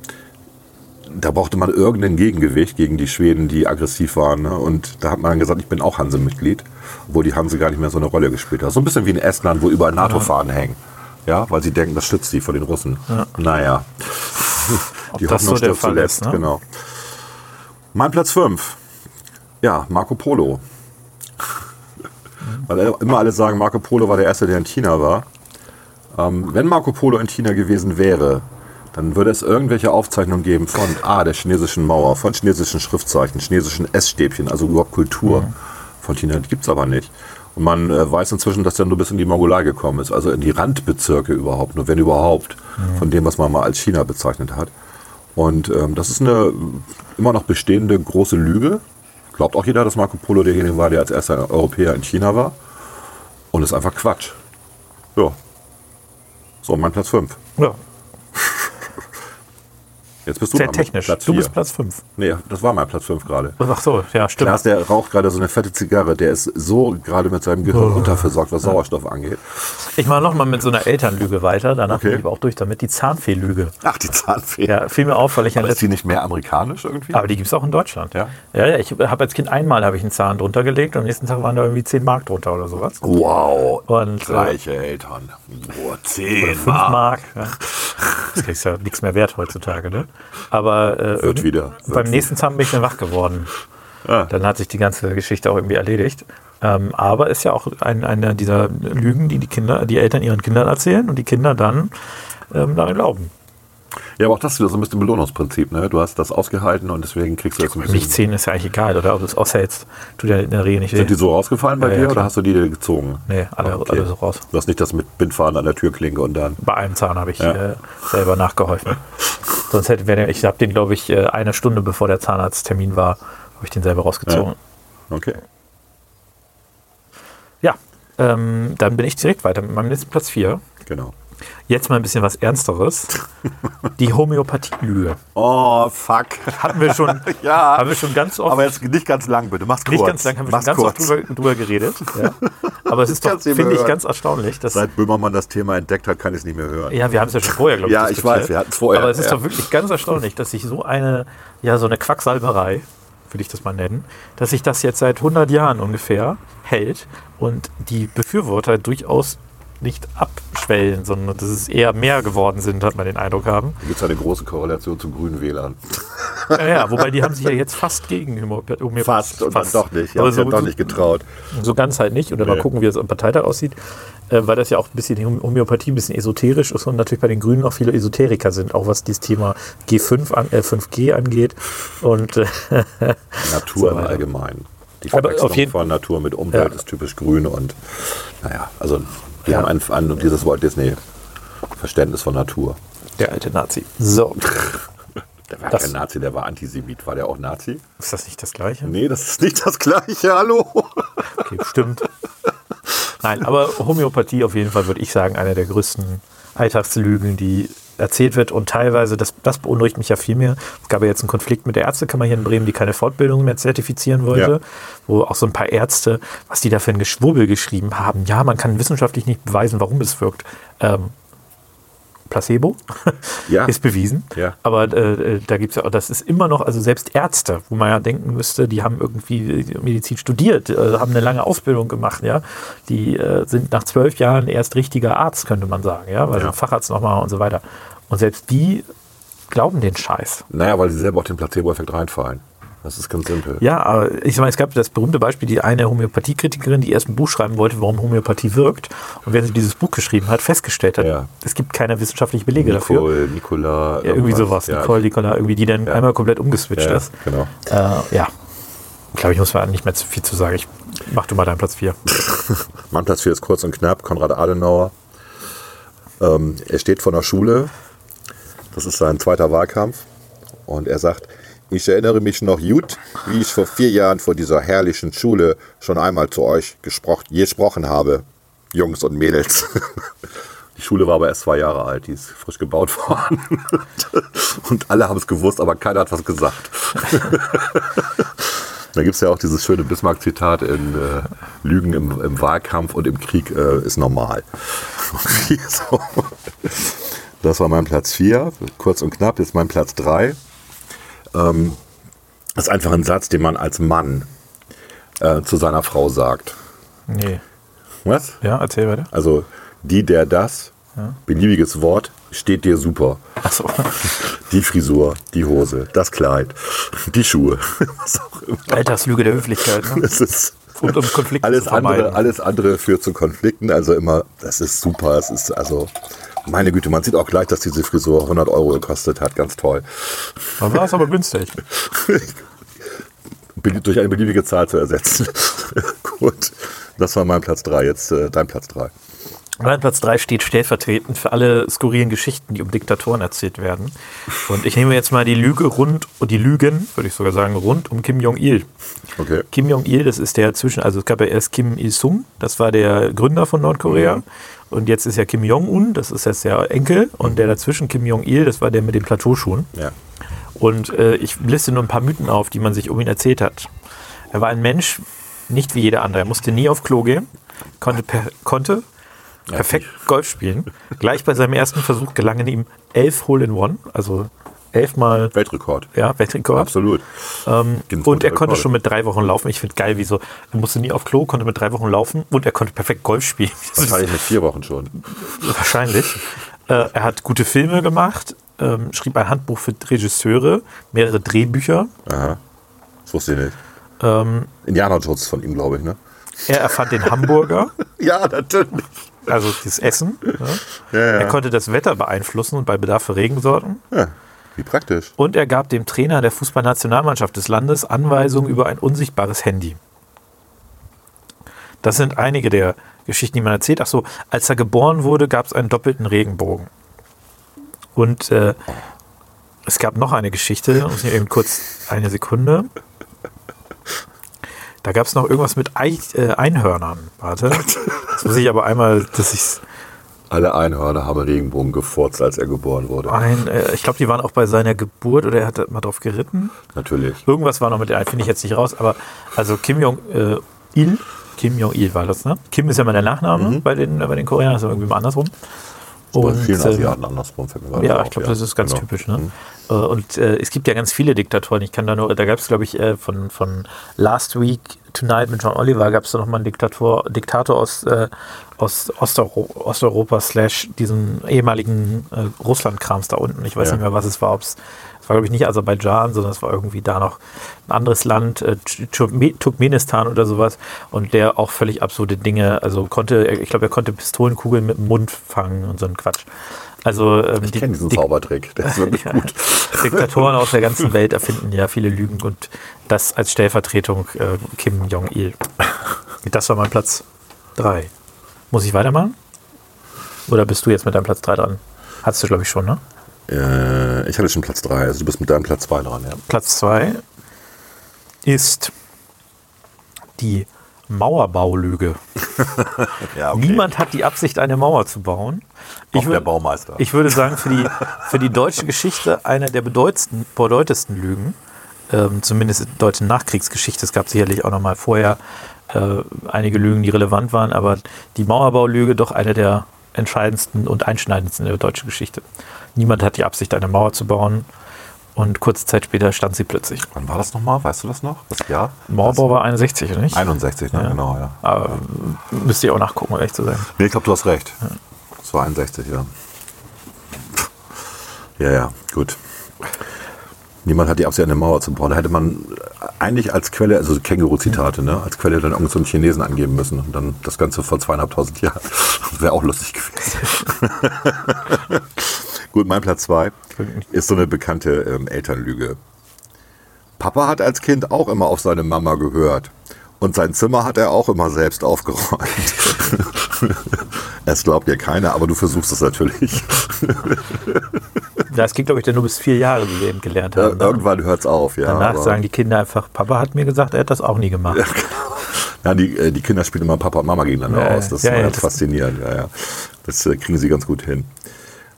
[SPEAKER 2] da brauchte man irgendein Gegengewicht gegen die Schweden, die aggressiv waren. Ne? Und da hat man dann gesagt, ich bin auch Hanse-Mitglied, obwohl die Hanse gar nicht mehr so eine Rolle gespielt hat. So ein bisschen wie in Estland, wo überall NATO-Fahnen hängen. Ja, weil sie denken, das schützt sie vor den Russen. Naja. die
[SPEAKER 1] das so
[SPEAKER 2] Hoffnung
[SPEAKER 1] der
[SPEAKER 2] stirbt
[SPEAKER 1] Fall
[SPEAKER 2] zuletzt,
[SPEAKER 1] ist, ne?
[SPEAKER 2] genau. Mein Platz 5. Ja, Marco Polo. Weil immer alle sagen, Marco Polo war der Erste, der in China war. Ähm, wenn Marco Polo in China gewesen wäre, dann würde es irgendwelche Aufzeichnungen geben von A, der chinesischen Mauer, von chinesischen Schriftzeichen, chinesischen Essstäbchen, also überhaupt Kultur von China. Die gibt es aber nicht. Und man äh, weiß inzwischen, dass er nur bis in die Mongolei gekommen ist, also in die Randbezirke überhaupt, nur wenn überhaupt, von dem, was man mal als China bezeichnet hat. Und ähm, das ist eine immer noch bestehende große Lüge. Glaubt auch jeder, dass Marco Polo derjenige war, der als erster Europäer in China war. Und ist einfach Quatsch. Ja. So, mein Platz 5.
[SPEAKER 1] Ja,
[SPEAKER 2] Jetzt bist du
[SPEAKER 1] sehr
[SPEAKER 2] dran. ne?
[SPEAKER 1] technisch.
[SPEAKER 2] Platz
[SPEAKER 1] du bist
[SPEAKER 2] Platz
[SPEAKER 1] Platz 5.
[SPEAKER 2] nee, das war mein Platz 5 gerade.
[SPEAKER 1] Ach so, ja, stimmt.
[SPEAKER 2] Lars, der raucht gerade so eine fette Zigarre. Der ist so gerade mit seinem
[SPEAKER 1] Oh.
[SPEAKER 2] Gehirn unterversorgt, was Sauerstoff angeht.
[SPEAKER 1] Ich mache nochmal mit so einer Elternlüge weiter. Danach
[SPEAKER 2] Okay.
[SPEAKER 1] bin ich aber auch durch damit. Die Zahnfee-Lüge.
[SPEAKER 2] Ach, die Zahnfee.
[SPEAKER 1] Ja, fiel mir auf, weil ich ja
[SPEAKER 2] Aber ist
[SPEAKER 1] letztes
[SPEAKER 2] die nicht mehr amerikanisch irgendwie?
[SPEAKER 1] Aber die gibt es auch in Deutschland.
[SPEAKER 2] Ja?
[SPEAKER 1] ja, ja ich habe als Kind einmal habe ich einen Zahn drunter gelegt und am nächsten Tag waren da irgendwie 10 Mark drunter oder
[SPEAKER 2] Oh,
[SPEAKER 1] sowas.
[SPEAKER 2] Wow.
[SPEAKER 1] Und, äh,
[SPEAKER 2] reiche Eltern. Boah, 10
[SPEAKER 1] 5
[SPEAKER 2] Mark.
[SPEAKER 1] Mark. Ja. Das ist ja nichts mehr wert heutzutage. Ne? Aber äh, irgend-
[SPEAKER 2] wieder, wird Ah.
[SPEAKER 1] beim nächsten Zahn bin ich dann wach geworden. Dann hat sich die ganze Geschichte auch irgendwie erledigt. Ähm, aber ist ja auch ein, einer dieser Lügen, die die Kinder, die Eltern ihren Kindern erzählen und die Kinder dann ähm, daran glauben.
[SPEAKER 2] Ja, aber auch das ist wieder so ein bisschen Belohnungsprinzip. Ne? Du hast das ausgehalten und deswegen kriegst du jetzt ein bisschen.
[SPEAKER 1] Nicht 10 ist ja eigentlich egal, oder? Ob du es aushältst, tut ja in der Regel nicht weh.
[SPEAKER 2] Sind die so rausgefallen bei
[SPEAKER 1] Ja, ja,
[SPEAKER 2] dir
[SPEAKER 1] klar.
[SPEAKER 2] oder hast du die dir gezogen?
[SPEAKER 1] Nee, alle- alle so raus.
[SPEAKER 2] Du hast nicht das mit Bindfaden an der Türklinke und dann.
[SPEAKER 1] Bei einem Zahn habe ich
[SPEAKER 2] Ja.
[SPEAKER 1] äh, selber nachgeholfen. Sonst hätte wäre der- ich habe den, glaube ich, äh, eine Stunde bevor der Zahnarzttermin war, habe ich den selber rausgezogen.
[SPEAKER 2] Okay.
[SPEAKER 1] Ja, Ähm, dann bin ich direkt weiter mit meinem letzten Platz 4.
[SPEAKER 2] Genau.
[SPEAKER 1] Jetzt mal ein bisschen was Ernsteres. Die Homöopathie-Lüge.
[SPEAKER 2] Oh, fuck.
[SPEAKER 1] Hatten wir schon,
[SPEAKER 2] Ja.
[SPEAKER 1] haben wir schon ganz oft,
[SPEAKER 2] Aber jetzt nicht ganz lang, bitte. Mach's kurz.
[SPEAKER 1] nicht ganz lang, haben wir schon
[SPEAKER 2] Mach's
[SPEAKER 1] ganz oft
[SPEAKER 2] kurz.
[SPEAKER 1] drüber, drüber geredet. Ja. Aber es ist doch,
[SPEAKER 2] kann's nicht mehr
[SPEAKER 1] finde ich,
[SPEAKER 2] hören.
[SPEAKER 1] ganz erstaunlich, dass
[SPEAKER 2] Seit Böhmermann das Thema entdeckt hat, kann ich es nicht mehr hören.
[SPEAKER 1] Ja, wir haben es ja schon vorher, glaube ich.
[SPEAKER 2] Ja, ich
[SPEAKER 1] diskutiert.
[SPEAKER 2] weiß, wir hatten's vorher,
[SPEAKER 1] Aber es ist
[SPEAKER 2] ja.
[SPEAKER 1] doch wirklich ganz erstaunlich, dass sich so eine, ja, so eine Quacksalberei, will ich das mal nennen, dass sich das jetzt seit 100 Jahren ungefähr hält und die Befürworter durchaus nicht abschwellen, sondern dass es eher mehr geworden sind, hat man den Eindruck haben.
[SPEAKER 2] Da gibt es eine große Korrelation zu grünen Wählern.
[SPEAKER 1] Ja, ja, wobei die haben sich ja jetzt fast gegen Homöopathie. Homö
[SPEAKER 2] Fast und dann doch nicht. Ich
[SPEAKER 1] Aber
[SPEAKER 2] habe
[SPEAKER 1] so,
[SPEAKER 2] doch nicht getraut.
[SPEAKER 1] so ganz halt nicht. Und dann
[SPEAKER 2] Nee.
[SPEAKER 1] mal gucken, wie es am Parteitag aussieht. Äh, weil das ja auch ein bisschen die Homö- Homöopathie ein bisschen esoterisch ist und natürlich bei den Grünen auch viele Esoteriker sind, auch was dieses Thema G5 an, äh, 5G angeht. Und äh, So,
[SPEAKER 2] Natur im
[SPEAKER 1] ja.
[SPEAKER 2] Allgemeinen. Die
[SPEAKER 1] Aber auf
[SPEAKER 2] Verwechslung
[SPEAKER 1] jeden-
[SPEAKER 2] von Natur mit Umwelt
[SPEAKER 1] Ja.
[SPEAKER 2] ist typisch grün und naja, also wir
[SPEAKER 1] Ja.
[SPEAKER 2] haben ein, ein, dieses Walt Disney Verständnis von Natur.
[SPEAKER 1] der alte Nazi. So.
[SPEAKER 2] Der war
[SPEAKER 1] Das-
[SPEAKER 2] kein Nazi, der war Antisemit. War der auch Nazi?
[SPEAKER 1] Ist das nicht das Gleiche?
[SPEAKER 2] Nee, das ist nicht das Gleiche, hallo.
[SPEAKER 1] Okay, stimmt. Nein, aber Homöopathie auf jeden Fall würde ich sagen, einer der größten Alltagslügen, die erzählt wird und teilweise, das, das beunruhigt mich ja viel mehr. Es gab ja jetzt einen Konflikt mit der Ärztekammer hier in Bremen, die keine Fortbildung mehr zertifizieren wollte,
[SPEAKER 2] Ja.
[SPEAKER 1] wo auch so ein paar Ärzte, was die da für ein Geschwurbel geschrieben haben. Ja, man kann wissenschaftlich nicht beweisen, warum es wirkt. Ähm, Placebo
[SPEAKER 2] Ja.
[SPEAKER 1] ist bewiesen.
[SPEAKER 2] Ja.
[SPEAKER 1] Aber äh, äh, da gibt es ja auch, das ist immer noch, also selbst Ärzte, wo man ja denken müsste, die haben irgendwie äh, Medizin studiert, äh, haben eine lange Ausbildung gemacht, ja. Die äh, sind nach zwölf Jahren erst richtiger Arzt, könnte man sagen, ja, weil
[SPEAKER 2] Ja.
[SPEAKER 1] ja. Facharzt nochmal und so weiter. Und selbst die glauben den Scheiß.
[SPEAKER 2] Naja, weil sie selber auf den Placebo-Effekt reinfallen. Das ist ganz simpel.
[SPEAKER 1] Ja, aber ich meine, es gab das berühmte Beispiel, die eine Homöopathiekritikerin, die erst ein Buch schreiben wollte, warum Homöopathie wirkt. Und während sie dieses Buch geschrieben hat, festgestellt hat,
[SPEAKER 2] Ja.
[SPEAKER 1] es gibt keine wissenschaftlichen Belege dafür.
[SPEAKER 2] Nicole, Nicola,
[SPEAKER 1] Ja, irgendwie
[SPEAKER 2] irgendwas.
[SPEAKER 1] sowas.
[SPEAKER 2] Ja,
[SPEAKER 1] Nicole, Nicola, irgendwie, die dann einmal komplett umgeswitcht
[SPEAKER 2] ja,
[SPEAKER 1] ist.
[SPEAKER 2] genau.
[SPEAKER 1] Äh, ja. Glaube ich, muss man nicht mehr zu viel zu sagen. Ich mach du mal deinen Platz 4.
[SPEAKER 2] Mein Platz 4 ist kurz und knapp, Konrad Adenauer. Ähm, er steht vor einer Schule, das ist sein zweiter Wahlkampf und er sagt, ich erinnere mich noch gut, wie ich vor vier Jahren vor dieser herrlichen Schule schon einmal zu euch gesprochen, gesprochen habe, Jungs und Mädels. Die Schule war aber erst zwei Jahre alt, die ist frisch gebaut worden. Und alle haben es gewusst, aber keiner hat was gesagt. Da gibt es ja auch dieses schöne Bismarck-Zitat in äh, Lügen im, im Wahlkampf und im Krieg äh, ist normal. so. Das war mein Platz 4, kurz und knapp, jetzt mein Platz 3. Ähm, das ist einfach ein Satz, den man als Mann äh, zu seiner Frau sagt.
[SPEAKER 1] Nee.
[SPEAKER 2] Was?
[SPEAKER 1] Ja, erzähl weiter.
[SPEAKER 2] Also die, der, das, beliebiges Wort, steht dir super.
[SPEAKER 1] Achso.
[SPEAKER 2] Die Frisur, die Hose, das Kleid, die Schuhe, was auch immer.
[SPEAKER 1] Alltagslüge der Höflichkeit. Ne?
[SPEAKER 2] Es ist
[SPEAKER 1] Und um Konflikte
[SPEAKER 2] alles
[SPEAKER 1] zu vermeiden.
[SPEAKER 2] andere, alles andere führt zu Konflikten. Also immer, das ist super. Es ist also, meine Güte, man sieht auch gleich, dass diese Frisur 100 Euro gekostet hat. Ganz toll.
[SPEAKER 1] Dann war es aber günstig.
[SPEAKER 2] Be- Durch eine beliebige Zahl zu ersetzen. Gut, das war mein Platz 3. Jetzt äh, dein Platz 3.
[SPEAKER 1] Mein Platz 3 steht stellvertretend für alle skurrilen Geschichten, die um Diktatoren erzählt werden. Und ich nehme jetzt mal die Lüge rund, die Lügen, würde ich sogar sagen, rund um Kim Jong-il.
[SPEAKER 2] Okay.
[SPEAKER 1] Kim Jong-il, das ist der zwischen, also es gab ja erst Kim Il-sung, das war der Gründer von Nordkorea. Und jetzt ist ja Kim Jong-un, das ist jetzt der Enkel. Und der dazwischen, Kim Jong-il, das war der mit den Plateauschuhen.
[SPEAKER 2] Ja.
[SPEAKER 1] Und äh, ich liste nur ein paar Mythen auf, die man sich um ihn erzählt hat. Er war ein Mensch, nicht wie jeder andere. Er musste nie auf Klo gehen, konnte, per, konnte perfekt Golf spielen. Gleich bei seinem ersten Versuch gelangen ihm elf Hole-in-One, also elfmal
[SPEAKER 2] Weltrekord.
[SPEAKER 1] ja, Weltrekord.
[SPEAKER 2] Absolut.
[SPEAKER 1] Und er konnte schon mit drei Wochen laufen. Ich finde geil, wieso. Er musste nie auf Klo, konnte mit drei Wochen laufen und er konnte perfekt Golf spielen. Das ist
[SPEAKER 2] Wahrscheinlich mit vier Wochen schon.
[SPEAKER 1] Wahrscheinlich. Äh, er hat gute Filme gemacht, ähm, schrieb ein Handbuch für Regisseure, mehrere Drehbücher.
[SPEAKER 2] Das wusste ich nicht.
[SPEAKER 1] Ähm.
[SPEAKER 2] Indianerschutz von ihm, glaube ich, ne?
[SPEAKER 1] Er erfand den Hamburger,
[SPEAKER 2] Ja, natürlich.
[SPEAKER 1] also das Essen. Ne? Er konnte das Wetter beeinflussen und bei Bedarf für Regensorten.
[SPEAKER 2] Wie praktisch.
[SPEAKER 1] Und er gab dem Trainer der Fußballnationalmannschaft des Landes Anweisungen über ein unsichtbares Handy. Das sind einige der Geschichten, die man erzählt. Ach so, als er geboren wurde, gab es einen doppelten Regenbogen. Und äh, es gab noch eine Geschichte, muss ich eben kurz eine Sekunde. Da gab es noch irgendwas mit Eich, äh, Einhörnern. Warte. Jetzt muss ich aber einmal, dass ich
[SPEAKER 2] Alle Einhörner haben Regenbogen gefurzt, als er geboren wurde.
[SPEAKER 1] ein, äh, ich glaube, die waren auch bei seiner Geburt oder er hat da mal drauf geritten.
[SPEAKER 2] Natürlich.
[SPEAKER 1] Irgendwas war noch mit der, finde ich jetzt nicht raus, aber also Kim Jong-il, Kim Jong-il war das, ne? Kim ist ja mal der Nachname bei, den, äh, bei den Koreanern, ist aber irgendwie mal andersrum.
[SPEAKER 2] Mhm. Bei
[SPEAKER 1] Und,
[SPEAKER 2] vielen
[SPEAKER 1] ähm,
[SPEAKER 2] Asiaten andersrum. fällt mir gerade
[SPEAKER 1] Ja,
[SPEAKER 2] auf,
[SPEAKER 1] ich glaube, das ist ganz
[SPEAKER 2] Genau.
[SPEAKER 1] typisch. Ne? Äh, Und äh, es gibt ja ganz viele Diktatoren. Ich kann da nur, da gab es, glaube ich, äh, von, von Last Week Tonight mit John Oliver gab es da nochmal einen Diktator, Diktator aus, äh, aus Ostero Osteuropa slash diesem ehemaligen äh, Russland-Krams da unten. Ich weiß
[SPEAKER 2] Ja.
[SPEAKER 1] nicht mehr, was es war. Ob's, es war, glaube ich, nicht Aserbaidschan, sondern es war irgendwie da noch ein anderes Land, äh, Turkme- Turkmenistan oder sowas. Und der auch völlig absurde Dinge, also konnte, ich glaube, er konnte Pistolenkugeln mit dem Mund fangen und so ein Quatsch. Also ähm,
[SPEAKER 2] Ich kenne diesen Zaubertrick. Der ist wirklich gut.
[SPEAKER 1] Diktatoren aus der ganzen Welt erfinden ja viele Lügen und das als Stellvertretung äh, Kim Jong-il. Das war mein Platz 3. Muss ich weitermachen? Oder bist du jetzt mit deinem Platz 3 dran? Hattest du, glaube ich, schon, ne?
[SPEAKER 2] Äh, ich hatte schon Platz 3, also du bist mit deinem Platz 2 dran, ja.
[SPEAKER 1] Platz 2 ist die Mauerbaulüge.
[SPEAKER 2] ja
[SPEAKER 1] Niemand hat die Absicht, eine Mauer zu bauen.
[SPEAKER 2] Auch
[SPEAKER 1] würd-
[SPEAKER 2] der Baumeister.
[SPEAKER 1] Ich würde sagen, für die, für die deutsche Geschichte eine der bedeutendsten, bedeutendsten Lügen, ähm, zumindest in der deutschen Nachkriegsgeschichte. Es gab sicherlich auch noch mal vorher äh, einige Lügen, die relevant waren, aber die Mauerbaulüge doch eine der entscheidendsten und einschneidendsten in der deutschen Geschichte. Niemand hat die Absicht, eine Mauer zu bauen. Und kurze Zeit später stand sie plötzlich.
[SPEAKER 2] Wann war das nochmal? Weißt du das noch? Das Jahr?
[SPEAKER 1] Mauerbau war 61, oder nicht?
[SPEAKER 2] 61, ne? Genau, ja.
[SPEAKER 1] Aber müsst ihr auch nachgucken, um ehrlich zu sein.
[SPEAKER 2] Nee, ich glaube, du hast recht. Das war 61, ja. Ja, ja, gut. Niemand hat die Absicht, eine Mauer zu bauen. Da hätte man eigentlich als Quelle, also so Känguru-Zitate, ne, als Quelle dann irgendeinen so einen Chinesen angeben müssen. Und dann das Ganze vor zweieinhalbtausend Jahren. Wäre auch lustig gewesen. gut, mein Platz zwei ist so eine bekannte ähm, Elternlüge. Papa hat als Kind auch immer auf seine Mama gehört. Und sein Zimmer hat er auch immer selbst aufgeräumt. es glaubt dir keiner, aber du versuchst es natürlich.
[SPEAKER 1] Das ging, glaube ich, denn nur bis vier Jahre, wie wir eben gelernt
[SPEAKER 2] Ja,
[SPEAKER 1] haben. ne?
[SPEAKER 2] Irgendwann hört es auf. Ja,
[SPEAKER 1] Danach
[SPEAKER 2] aber-
[SPEAKER 1] sagen die Kinder einfach, Papa hat mir gesagt, er hat das auch nie gemacht.
[SPEAKER 2] ja, die, äh, die Kinder spielen immer Papa und Mama gegeneinander
[SPEAKER 1] Ja,
[SPEAKER 2] aus. Das
[SPEAKER 1] ja,
[SPEAKER 2] ist
[SPEAKER 1] ja,
[SPEAKER 2] immer ganz
[SPEAKER 1] das-
[SPEAKER 2] faszinierend. Ja, ja. Das äh, kriegen sie ganz gut hin.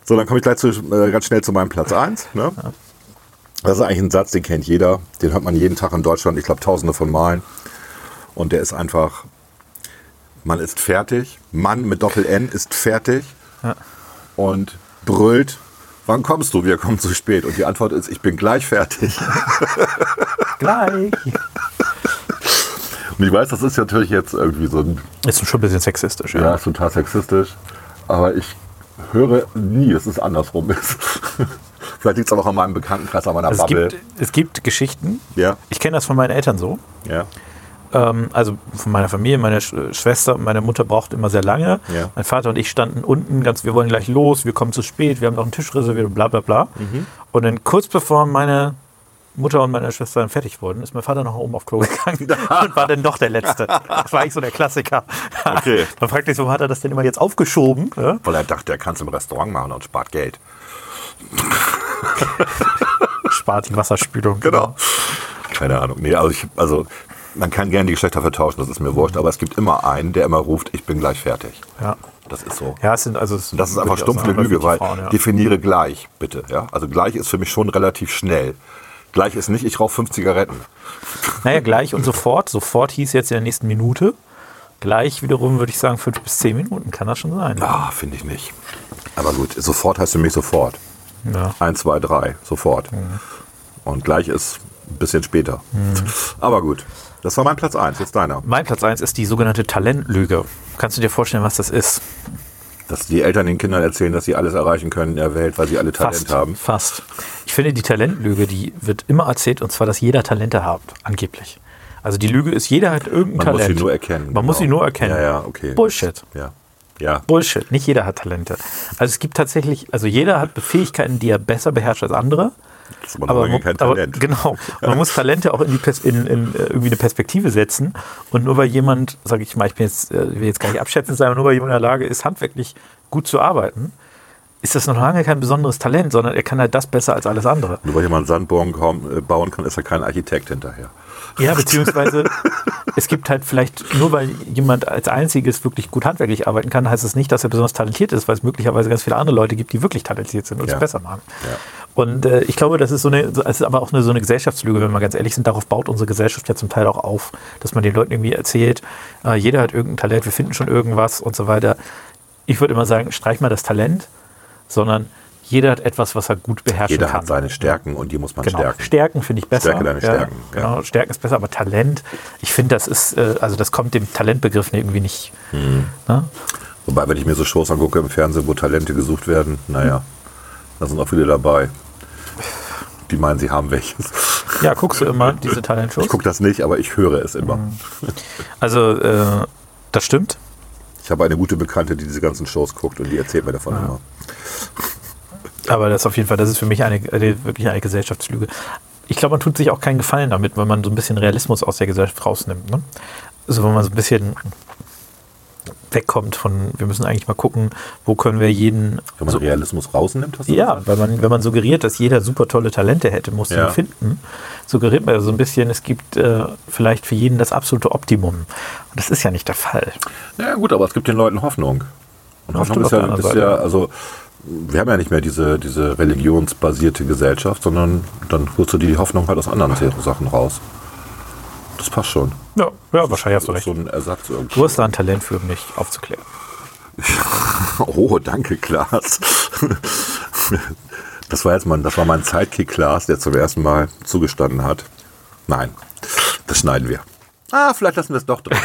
[SPEAKER 2] So, dann komme ich gleich zu, äh, ganz schnell zu meinem Platz 1. Ne? Das ist eigentlich ein Satz, den kennt jeder. Den hört man jeden Tag in Deutschland, ich glaube, tausende von Malen. Und der ist einfach, man ist fertig. Mann mit Doppel-N ist fertig. Und brüllt, wann kommst du? Wir kommen zu spät. Und die Antwort ist, ich bin gleich fertig.
[SPEAKER 1] Gleich.
[SPEAKER 2] Und ich weiß, das ist natürlich jetzt irgendwie so ein
[SPEAKER 1] Ist schon ein bisschen sexistisch, ja.
[SPEAKER 2] Ja, ist total sexistisch. Aber ich höre nie, dass es andersrum ist. Vielleicht liegt es aber auch an meinem Bekanntenkreis, an meiner
[SPEAKER 1] Also es,
[SPEAKER 2] Bubble.
[SPEAKER 1] gibt, es gibt Geschichten,
[SPEAKER 2] Ja.
[SPEAKER 1] ich kenne das von meinen Eltern so,
[SPEAKER 2] ja.
[SPEAKER 1] ähm, also von meiner Familie, meine Sch äh, Schwester und meine Mutter braucht immer sehr lange.
[SPEAKER 2] Ja.
[SPEAKER 1] Mein Vater und ich standen unten ganz, wir wollen gleich los, wir kommen zu spät, wir haben noch einen Tisch reserviert, bla bla bla.
[SPEAKER 2] Mhm.
[SPEAKER 1] Und dann kurz bevor meine Mutter und meine Schwester dann fertig wurden, ist mein Vater noch oben auf Klo gegangen und war dann doch der Letzte. Das war eigentlich so der Klassiker.
[SPEAKER 2] Okay.
[SPEAKER 1] Man fragt sich, warum hat er das denn immer jetzt aufgeschoben? Ne?
[SPEAKER 2] Weil er dachte, er kann es im Restaurant machen und spart Geld.
[SPEAKER 1] spart die Wasserspülung.
[SPEAKER 2] Genau. Keine Ahnung. Nee, also, ich, also man kann gerne die Geschlechter vertauschen, das ist mir wurscht. Aber es gibt immer einen, der immer ruft, ich bin gleich fertig.
[SPEAKER 1] Ja.
[SPEAKER 2] Das ist so.
[SPEAKER 1] Ja, es sind also es
[SPEAKER 2] Und das ist
[SPEAKER 1] würde
[SPEAKER 2] einfach
[SPEAKER 1] ich auch
[SPEAKER 2] stumpf eine
[SPEAKER 1] sagen,
[SPEAKER 2] Lüge,
[SPEAKER 1] wirklich
[SPEAKER 2] weil
[SPEAKER 1] Frauen, ja.
[SPEAKER 2] definiere gleich, bitte. Ja? Also gleich ist für mich schon relativ schnell. Gleich ist nicht, ich rauche fünf Zigaretten.
[SPEAKER 1] Naja, gleich und sofort. Sofort hieß jetzt in der nächsten Minute. Gleich wiederum würde ich sagen, fünf bis zehn Minuten kann das schon sein.
[SPEAKER 2] Ah, finde ich nicht. Aber gut, sofort heißt für mich sofort.
[SPEAKER 1] Ja.
[SPEAKER 2] Eins, zwei, drei, sofort.
[SPEAKER 1] Mhm.
[SPEAKER 2] Und gleich ist ein bisschen später. Aber gut, das war mein Platz eins. jetzt deiner.
[SPEAKER 1] Mein Platz eins ist die sogenannte Talentlüge. Kannst du dir vorstellen, was das ist?
[SPEAKER 2] Dass die Eltern den Kindern erzählen, dass sie alles erreichen können in der Welt, weil sie alle Talent
[SPEAKER 1] Fast.
[SPEAKER 2] haben.
[SPEAKER 1] Fast. Ich finde, die Talentlüge, die wird immer erzählt, und zwar, dass jeder Talente hat, angeblich. Also die Lüge ist, jeder hat irgendein
[SPEAKER 2] Man
[SPEAKER 1] Talent.
[SPEAKER 2] muss sie nur erkennen. genau.
[SPEAKER 1] Man muss sie nur erkennen.
[SPEAKER 2] Ja, ja, okay.
[SPEAKER 1] Bullshit.
[SPEAKER 2] Ja. Ja.
[SPEAKER 1] Bullshit, nicht jeder hat Talente. Also es gibt tatsächlich, also jeder hat Fähigkeiten, die er besser beherrscht als andere.
[SPEAKER 2] Das ist aber noch lange
[SPEAKER 1] man-
[SPEAKER 2] kein Talent.
[SPEAKER 1] genau, man muss Talente auch in, die Pers in, in äh, irgendwie eine Perspektive setzen. Und nur weil jemand, sage ich mal, ich bin jetzt, äh, will jetzt gar nicht abschätzend sein, aber nur weil jemand in der Lage ist, handwerklich gut zu arbeiten, ist das noch lange kein besonderes Talent, sondern er kann halt das besser als alles andere.
[SPEAKER 2] Nur weil jemand Sandburgen kaum, äh, bauen kann, ist er kein Architekt hinterher.
[SPEAKER 1] Ja, beziehungsweise es gibt halt vielleicht, nur weil jemand als einziges wirklich gut handwerklich arbeiten kann, heißt es das nicht, dass er besonders talentiert ist, weil es möglicherweise ganz viele andere Leute gibt, die wirklich talentiert sind und
[SPEAKER 2] Ja.
[SPEAKER 1] es besser machen. Und äh, ich glaube, das ist so eine, so- es ist aber auch eine, so eine Gesellschaftslüge, wenn wir ganz ehrlich sind, darauf baut unsere Gesellschaft ja zum Teil auch auf, dass man den Leuten irgendwie erzählt, äh, jeder hat irgendein Talent, wir finden schon irgendwas und so weiter. Ich würde immer sagen, streich mal das Talent, sondern jeder hat etwas, was er gut beherrschen
[SPEAKER 2] Jeder
[SPEAKER 1] kann.
[SPEAKER 2] hat seine Stärken und die muss man
[SPEAKER 1] Genau. Stärken,
[SPEAKER 2] stärken.
[SPEAKER 1] finde ich besser.
[SPEAKER 2] Stärke deine Stärken,
[SPEAKER 1] Ja,
[SPEAKER 2] ja.
[SPEAKER 1] genau, Stärken ist besser, aber Talent, ich finde, das ist, äh, also das kommt dem Talentbegriff irgendwie nicht. Ne?
[SPEAKER 2] Wobei, wenn ich mir so Shows angucke im Fernsehen, wo Talente gesucht werden, naja, da sind auch viele dabei. Die meinen, sie haben welches.
[SPEAKER 1] Ja, guckst du immer diese Talentshows?
[SPEAKER 2] Äh, Ich gucke das nicht, aber ich höre es immer.
[SPEAKER 1] Mhm. Also, äh, das stimmt.
[SPEAKER 2] Ich habe eine gute Bekannte, die diese ganzen Shows guckt und die erzählt mir davon immer.
[SPEAKER 1] Aber das ist auf jeden Fall, das ist für mich eine, eine wirklich eine Gesellschaftslüge. Ich glaube, man tut sich auch keinen Gefallen damit, wenn man so ein bisschen Realismus aus der Gesellschaft rausnimmt. Ne? Also wenn man so ein bisschen wegkommt von, wir müssen eigentlich mal gucken, wo können wir jeden
[SPEAKER 2] Wenn man Realismus rausnimmt, hast du
[SPEAKER 1] Ja, weil man, wenn man suggeriert, dass jeder super tolle Talente hätte, muss
[SPEAKER 2] Ja.
[SPEAKER 1] ihn finden, suggeriert man ja so ein bisschen, es gibt äh, vielleicht für jeden das absolute Optimum. Und das ist ja nicht der Fall.
[SPEAKER 2] Ja gut, aber es gibt den Leuten Hoffnung. Und Hoffnung
[SPEAKER 1] Hoffnung auf der
[SPEAKER 2] ist ja, ist
[SPEAKER 1] anderen
[SPEAKER 2] ja,
[SPEAKER 1] Seite.
[SPEAKER 2] also wir haben ja nicht mehr diese, diese religionsbasierte Gesellschaft, sondern dann holst du dir die Hoffnung halt aus anderen Sachen raus. Das passt schon.
[SPEAKER 1] Ja, ja wahrscheinlich hast du
[SPEAKER 2] Das ist
[SPEAKER 1] recht.
[SPEAKER 2] so ein Ersatz
[SPEAKER 1] Du
[SPEAKER 2] irgendwie.
[SPEAKER 1] hast da ein Talent für mich aufzuklären.
[SPEAKER 2] Oh, danke, Klaas. Das war jetzt mein, das war mein Sidekick Klaas, der zum ersten Mal zugestanden hat. Nein, das schneiden wir. Ah, vielleicht lassen wir es doch drin.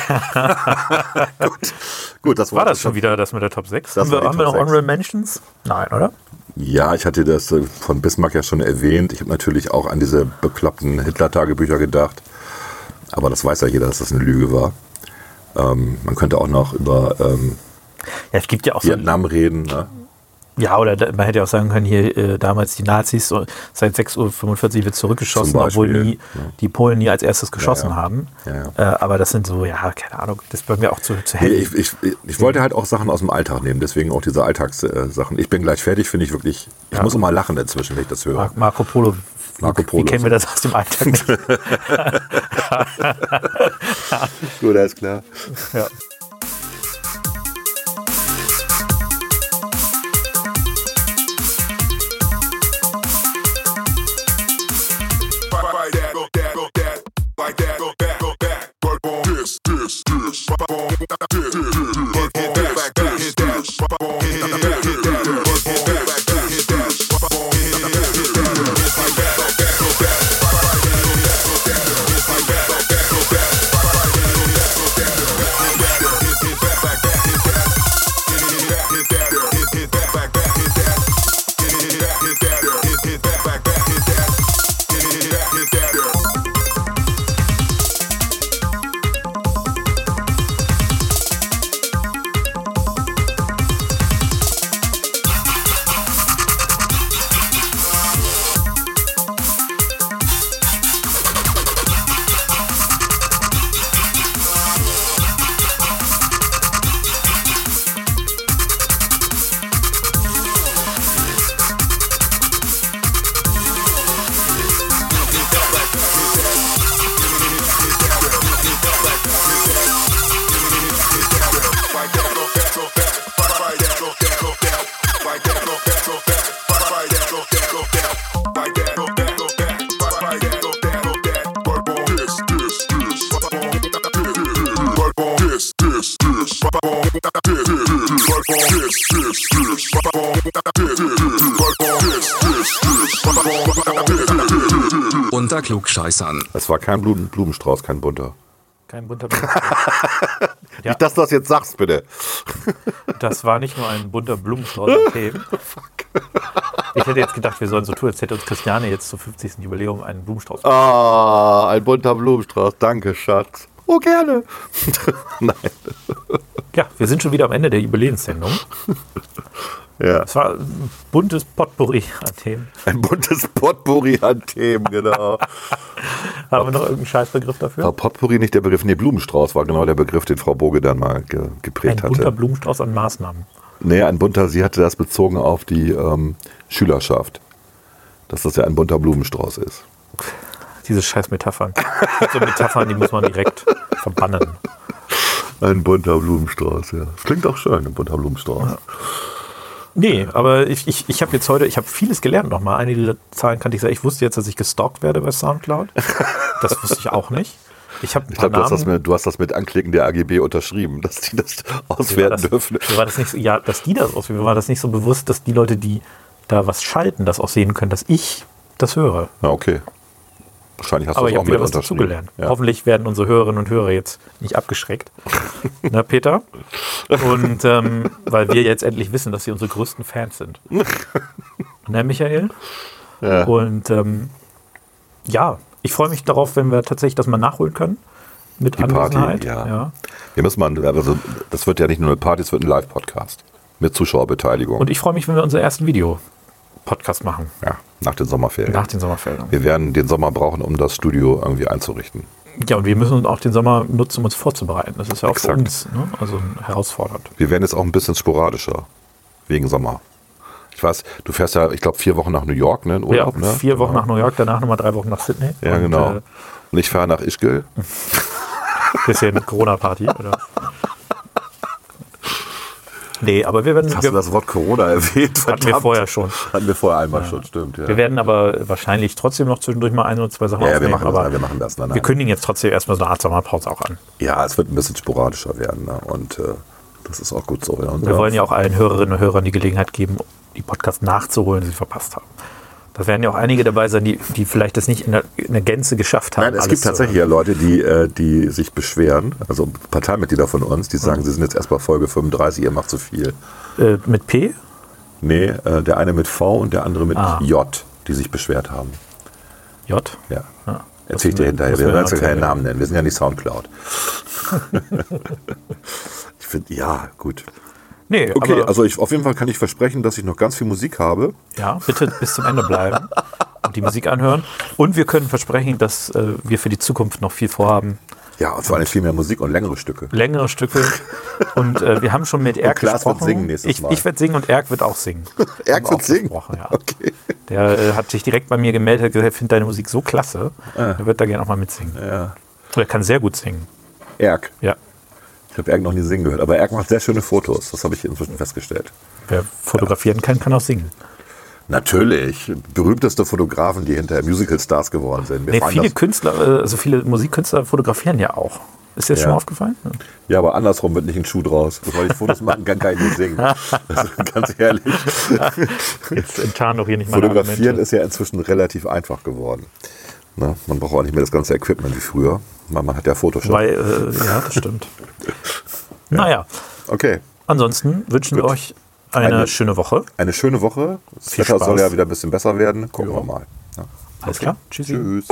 [SPEAKER 2] gut. gut, das
[SPEAKER 1] War
[SPEAKER 2] war's.
[SPEAKER 1] das schon wieder das mit der Top 6?
[SPEAKER 2] Das
[SPEAKER 1] haben
[SPEAKER 2] war
[SPEAKER 1] wir,
[SPEAKER 2] die
[SPEAKER 1] haben wir
[SPEAKER 2] Top
[SPEAKER 1] noch
[SPEAKER 2] sechs.
[SPEAKER 1] Honorable Mentions? Nein, oder?
[SPEAKER 2] Ja, ich hatte das äh, von Bismarck ja schon erwähnt. Ich habe natürlich auch an diese bekloppten Hitler-Tagebücher gedacht. Aber das weiß ja jeder, dass das eine Lüge war. Ähm, man könnte auch noch über ähm,
[SPEAKER 1] Ja, es gibt ja auch so.
[SPEAKER 2] Vietnam reden. Ne?
[SPEAKER 1] Ja, oder da- man hätte ja auch sagen können, hier äh, damals die Nazis so, seit 6.45 Uhr wird zurückgeschossen,
[SPEAKER 2] Zum Beispiel,
[SPEAKER 1] obwohl nie,
[SPEAKER 2] ja.
[SPEAKER 1] die Polen nie als erstes geschossen
[SPEAKER 2] ja.
[SPEAKER 1] haben.
[SPEAKER 2] Ja,
[SPEAKER 1] Äh, aber das sind so, ja, keine Ahnung, das werden wir auch zu, zu
[SPEAKER 2] Nee,
[SPEAKER 1] hell.
[SPEAKER 2] Ich, ich, ich wollte halt auch Sachen aus dem Alltag nehmen, deswegen auch diese Alltagssachen. Ich bin gleich fertig, finde ich wirklich. Ich
[SPEAKER 1] Ja.
[SPEAKER 2] muss immer lachen inzwischen, wenn ich das höre.
[SPEAKER 1] Mar- Marco Polo.
[SPEAKER 2] Marco Polo.
[SPEAKER 1] Wie
[SPEAKER 2] also.
[SPEAKER 1] kennen wir das aus dem Alltag? nicht?
[SPEAKER 2] Gut, alles klar.
[SPEAKER 1] ja.
[SPEAKER 7] Buy that, go that, go that. Buy that, go back, go back. Work on this, this, this. Work on this, this, this. Work on this, this, this. Work on this, this, this. Work on this, this, this. Work on this, this, this. Buy that, go back, go back. Buy that, go back, go back. Hit that, back, back, hit that. Hit that, hit that, hit- hit that, back, back, hit that. Hit that, hit that, hit- hit that, back, back, hit that. Hit that, hit that.
[SPEAKER 3] Unter Klugscheißern.
[SPEAKER 2] Das war kein Blumen, Blumenstrauß, kein bunter.
[SPEAKER 1] Kein bunter Blumen. Ja.
[SPEAKER 2] Nicht, dass du das jetzt sagst, bitte.
[SPEAKER 1] Das war nicht nur ein bunter Blumenstrauß an Themen.
[SPEAKER 2] Oh,
[SPEAKER 1] Ich hätte jetzt gedacht, wir sollen so tun, als hätte uns Christiane jetzt zum 50. Jubiläum einen Blumenstrauß.
[SPEAKER 2] Ah, ein bunter Blumenstrauß. Danke, Schatz. Oh, gerne. Nein.
[SPEAKER 1] Ja, wir sind schon wieder am Ende der Jubiläumssendung.
[SPEAKER 2] Ja.
[SPEAKER 1] Es war ein buntes Potpourri an Themen.
[SPEAKER 2] Ein buntes Potpourri an Themen, genau.
[SPEAKER 1] Haben wir noch irgendeinen Scheißbegriff dafür?
[SPEAKER 2] War Potpourri nicht der Begriff? Nee, Blumenstrauß war genau der Begriff, den Frau Boge dann mal ge
[SPEAKER 1] Ein
[SPEAKER 2] geprägt
[SPEAKER 1] bunter
[SPEAKER 2] hatte.
[SPEAKER 1] Blumenstrauß an Maßnahmen.
[SPEAKER 2] Nee, ein bunter, sie hatte das bezogen auf die ähm, Schülerschaft. Dass das ja ein bunter Blumenstrauß ist.
[SPEAKER 1] Diese scheiß Metaphern. Es gibt So Metaphern, die Also muss man direkt verbannen.
[SPEAKER 2] Ein bunter Blumenstrauß, ja. Das klingt auch schön, ein bunter Blumenstrauß.
[SPEAKER 1] Nee, aber ich, ich, ich habe jetzt heute, ich habe vieles gelernt nochmal. Einige der Zahlen kannte ich sagen. Ich wusste jetzt, dass ich gestalkt werde bei Soundcloud. Das wusste ich auch nicht. Ich habe ein
[SPEAKER 2] Ich
[SPEAKER 1] paar
[SPEAKER 2] glaube, du, hast das
[SPEAKER 1] Namen.
[SPEAKER 2] mit- du hast das mit Anklicken der AGB unterschrieben, dass die das
[SPEAKER 1] Mir war
[SPEAKER 2] auswerten
[SPEAKER 1] das,
[SPEAKER 2] dürfen.
[SPEAKER 1] mir war das nicht so, ja, dass die das auswählen. Mir war das nicht so bewusst, dass die Leute, die da was schalten, das auch sehen können, dass ich das höre.
[SPEAKER 2] Ja, okay. Wahrscheinlich hast
[SPEAKER 1] Aber
[SPEAKER 2] du
[SPEAKER 1] ich
[SPEAKER 2] das auch
[SPEAKER 1] habe
[SPEAKER 2] mit
[SPEAKER 1] wieder was
[SPEAKER 2] unterschrieben.
[SPEAKER 1] dazugelernt.
[SPEAKER 2] Ja.
[SPEAKER 1] Hoffentlich werden unsere Hörerinnen und Hörer jetzt nicht abgeschreckt. Na, Peter? Und ähm, weil wir jetzt endlich wissen, dass sie unsere größten Fans sind. Na, Michael? Und ähm, ja, ich freue mich darauf, wenn wir tatsächlich das mal nachholen können. Mit
[SPEAKER 2] Party,
[SPEAKER 1] Anwesenheit.
[SPEAKER 2] ja. Wir müssen mal, also das wird ja nicht nur eine Party, es wird ein Live-Podcast mit Zuschauerbeteiligung.
[SPEAKER 1] Und ich freue mich, wenn wir unseren ersten Video-Podcast machen.
[SPEAKER 2] ja, nach den Sommerferien.
[SPEAKER 1] Nach den Sommerferien.
[SPEAKER 2] wir werden den Sommer brauchen, um das Studio irgendwie einzurichten.
[SPEAKER 1] Ja, und wir müssen auch den Sommer nutzen, um uns vorzubereiten. Das ist ja auch
[SPEAKER 2] Exakt.
[SPEAKER 1] für uns ne? also herausfordernd.
[SPEAKER 2] Wir werden jetzt auch ein bisschen sporadischer wegen Sommer. Ich weiß, du fährst ja, ich glaube, vier Wochen nach New York, ne? In
[SPEAKER 1] Ja,
[SPEAKER 2] Urlaub, ne?
[SPEAKER 1] vier Wochen nach New York, danach nochmal drei Wochen nach Sydney.
[SPEAKER 2] Ja,
[SPEAKER 1] Und,
[SPEAKER 2] genau.
[SPEAKER 1] äh,
[SPEAKER 2] Und ich fahre nach Ischgl.
[SPEAKER 1] bisschen Corona-Party, oder? Nee, aber wir werden, wir,
[SPEAKER 2] das Wort Corona erwähnt?
[SPEAKER 1] hatten wir vorher schon.
[SPEAKER 2] Hatten wir vorher einmal schon, stimmt. Ja,
[SPEAKER 1] Wir werden aber wahrscheinlich trotzdem noch zwischendurch mal ein oder zwei Sachen
[SPEAKER 2] ja, ja
[SPEAKER 1] aufnehmen.
[SPEAKER 2] wir, machen
[SPEAKER 1] aber
[SPEAKER 2] das, wir machen das. Nein,
[SPEAKER 1] wir
[SPEAKER 2] nein.
[SPEAKER 1] kündigen jetzt trotzdem erstmal so eine Art Sommerpause auch an.
[SPEAKER 2] Ja, es wird ein bisschen sporadischer werden. Ne? Und äh, das ist auch gut so. Ja. Und
[SPEAKER 1] Wir
[SPEAKER 2] ja.
[SPEAKER 1] wollen ja auch allen Hörerinnen und Hörern die Gelegenheit geben, die Podcasts nachzuholen, die sie verpasst haben. Da werden ja auch einige dabei sein, die, die vielleicht das nicht in der, in der Gänze geschafft haben.
[SPEAKER 2] Nein, es
[SPEAKER 1] alles
[SPEAKER 2] gibt
[SPEAKER 1] zu
[SPEAKER 2] tatsächlich ja Leute, die, äh, die sich beschweren, also Parteimitglieder von uns, die
[SPEAKER 1] Mhm.
[SPEAKER 2] sagen, sie sind jetzt erst bei Folge 35, ihr macht zu viel.
[SPEAKER 1] hören. Äh, mit P?
[SPEAKER 2] Nee, äh, der eine mit V und der andere mit
[SPEAKER 1] Ah.
[SPEAKER 2] J, die sich beschwert haben.
[SPEAKER 1] J? Ah.
[SPEAKER 2] Ja.
[SPEAKER 1] Ja.
[SPEAKER 2] Erzähl ich dir
[SPEAKER 1] Muss-
[SPEAKER 2] hinterher.
[SPEAKER 1] muss
[SPEAKER 2] Wir
[SPEAKER 1] man
[SPEAKER 2] werden jetzt
[SPEAKER 1] ja
[SPEAKER 2] keinen
[SPEAKER 1] erzählen.
[SPEAKER 2] Namen nennen. Wir sind ja nicht Soundcloud. ich finde, ja, gut.
[SPEAKER 1] Nee,
[SPEAKER 2] Okay,
[SPEAKER 1] aber,
[SPEAKER 2] also ich, auf jeden Fall kann ich versprechen, dass ich noch ganz viel Musik habe.
[SPEAKER 1] Ja, bitte bis zum Ende bleiben und die Musik anhören. Und wir können versprechen, dass äh, wir für die Zukunft noch viel vorhaben.
[SPEAKER 2] Ja, und vor allem viel mehr Musik und längere Stücke.
[SPEAKER 1] Längere Stücke. Und äh, wir haben schon mit Erk
[SPEAKER 2] Klaas wird
[SPEAKER 1] gesprochen.
[SPEAKER 2] singen nächstes
[SPEAKER 1] ich
[SPEAKER 2] Mal.
[SPEAKER 1] ich werde singen und Erk wird auch singen.
[SPEAKER 2] Erk
[SPEAKER 1] Haben wir
[SPEAKER 2] wird
[SPEAKER 1] auch
[SPEAKER 2] singen?
[SPEAKER 1] besprochen, Ja.
[SPEAKER 2] Okay.
[SPEAKER 1] Der äh, hat sich direkt bei mir gemeldet, hat gesagt, ich finde deine Musik so klasse.
[SPEAKER 2] Ah.
[SPEAKER 1] Er wird da gerne auch mal mitsingen. Und er kann sehr gut singen.
[SPEAKER 2] Erk.
[SPEAKER 1] Ja.
[SPEAKER 2] Ich habe Erk noch nie singen gehört, aber Erk macht sehr schöne Fotos. Das habe ich inzwischen festgestellt.
[SPEAKER 1] Wer fotografieren kann, kann auch singen.
[SPEAKER 2] Natürlich. Berühmteste Fotografen, die hinterher Musical-Stars geworden sind. Mir
[SPEAKER 1] Nee,
[SPEAKER 2] fallen
[SPEAKER 1] viele
[SPEAKER 2] das-
[SPEAKER 1] Künstler, äh, also viele Musikkünstler fotografieren ja auch. Ist dir das
[SPEAKER 2] Ja.
[SPEAKER 1] schon mal aufgefallen?
[SPEAKER 2] Ja, aber andersrum wird nicht ein Schuh draus. Bevor ich Fotos machen kann, kann ich nicht singen. Also, ganz ehrlich.
[SPEAKER 1] Jetzt enttarn doch hier nicht mal
[SPEAKER 2] Fotografieren ist ja inzwischen relativ einfach geworden. Ne? Man braucht auch nicht mehr das ganze Equipment wie früher. Man, man hat ja Photoshop.
[SPEAKER 1] Weil, äh, ja, das stimmt. Naja,
[SPEAKER 2] okay,
[SPEAKER 1] ansonsten wünschen wir euch eine,
[SPEAKER 2] Eine-
[SPEAKER 1] schöne Woche.
[SPEAKER 2] eine schöne Woche. Das
[SPEAKER 1] Viel
[SPEAKER 2] Wetter soll
[SPEAKER 1] Spaß.
[SPEAKER 2] ja wieder ein bisschen besser werden. Gucken wir mal. Ja.
[SPEAKER 1] Alles klar. Tschüssi.
[SPEAKER 2] Tschüss.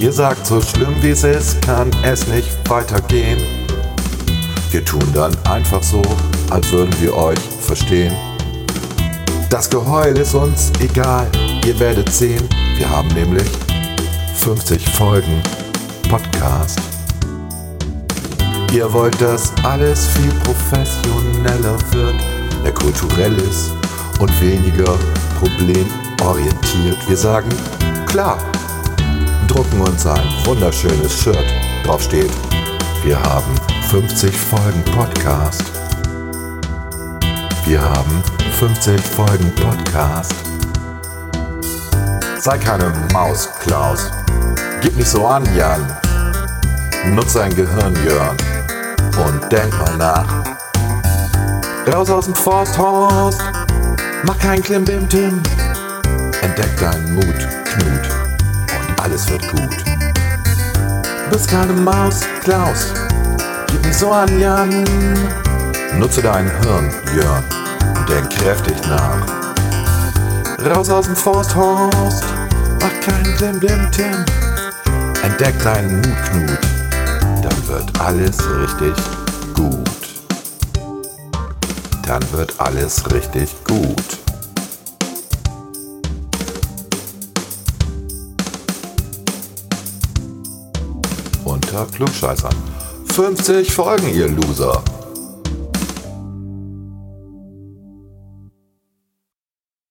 [SPEAKER 2] Ihr sagt, so schlimm wie es ist, kann es nicht weitergehen. Wir tun dann einfach so, als würden wir euch verstehen. Das Geheul ist uns egal, ihr werdet sehen, wir haben nämlich 50 Folgen Podcast. Ihr wollt, dass alles viel professioneller wird, mehr kulturelles und weniger
[SPEAKER 5] Problem orientiert. Wir sagen, klar, drucken uns ein wunderschönes Shirt. Drauf steht, wir haben 50 Folgen Podcast. Wir haben 50 Folgen Podcast. Sei keine Maus, Klaus. Gib nicht so an, Jan. Nutz dein Gehirn, Jörn. Und denk mal nach. Raus aus dem Forsthorst. Mach kein Klimbim-Tim. Entdeck deinen Mut, Knut. Und alles wird gut. Bist keine Maus, Klaus. Gib nicht so an, Jan. Nutze dein Hirn, Jörn. Und denk kräftig nach. Raus aus dem Forsthorst, mach kein Blim Blim Tim. Entdeck deinen Mut, Knut, dann wird alles richtig gut. Dann wird alles richtig gut. Unter Klugscheißern. 50 Folgen, ihr Loser.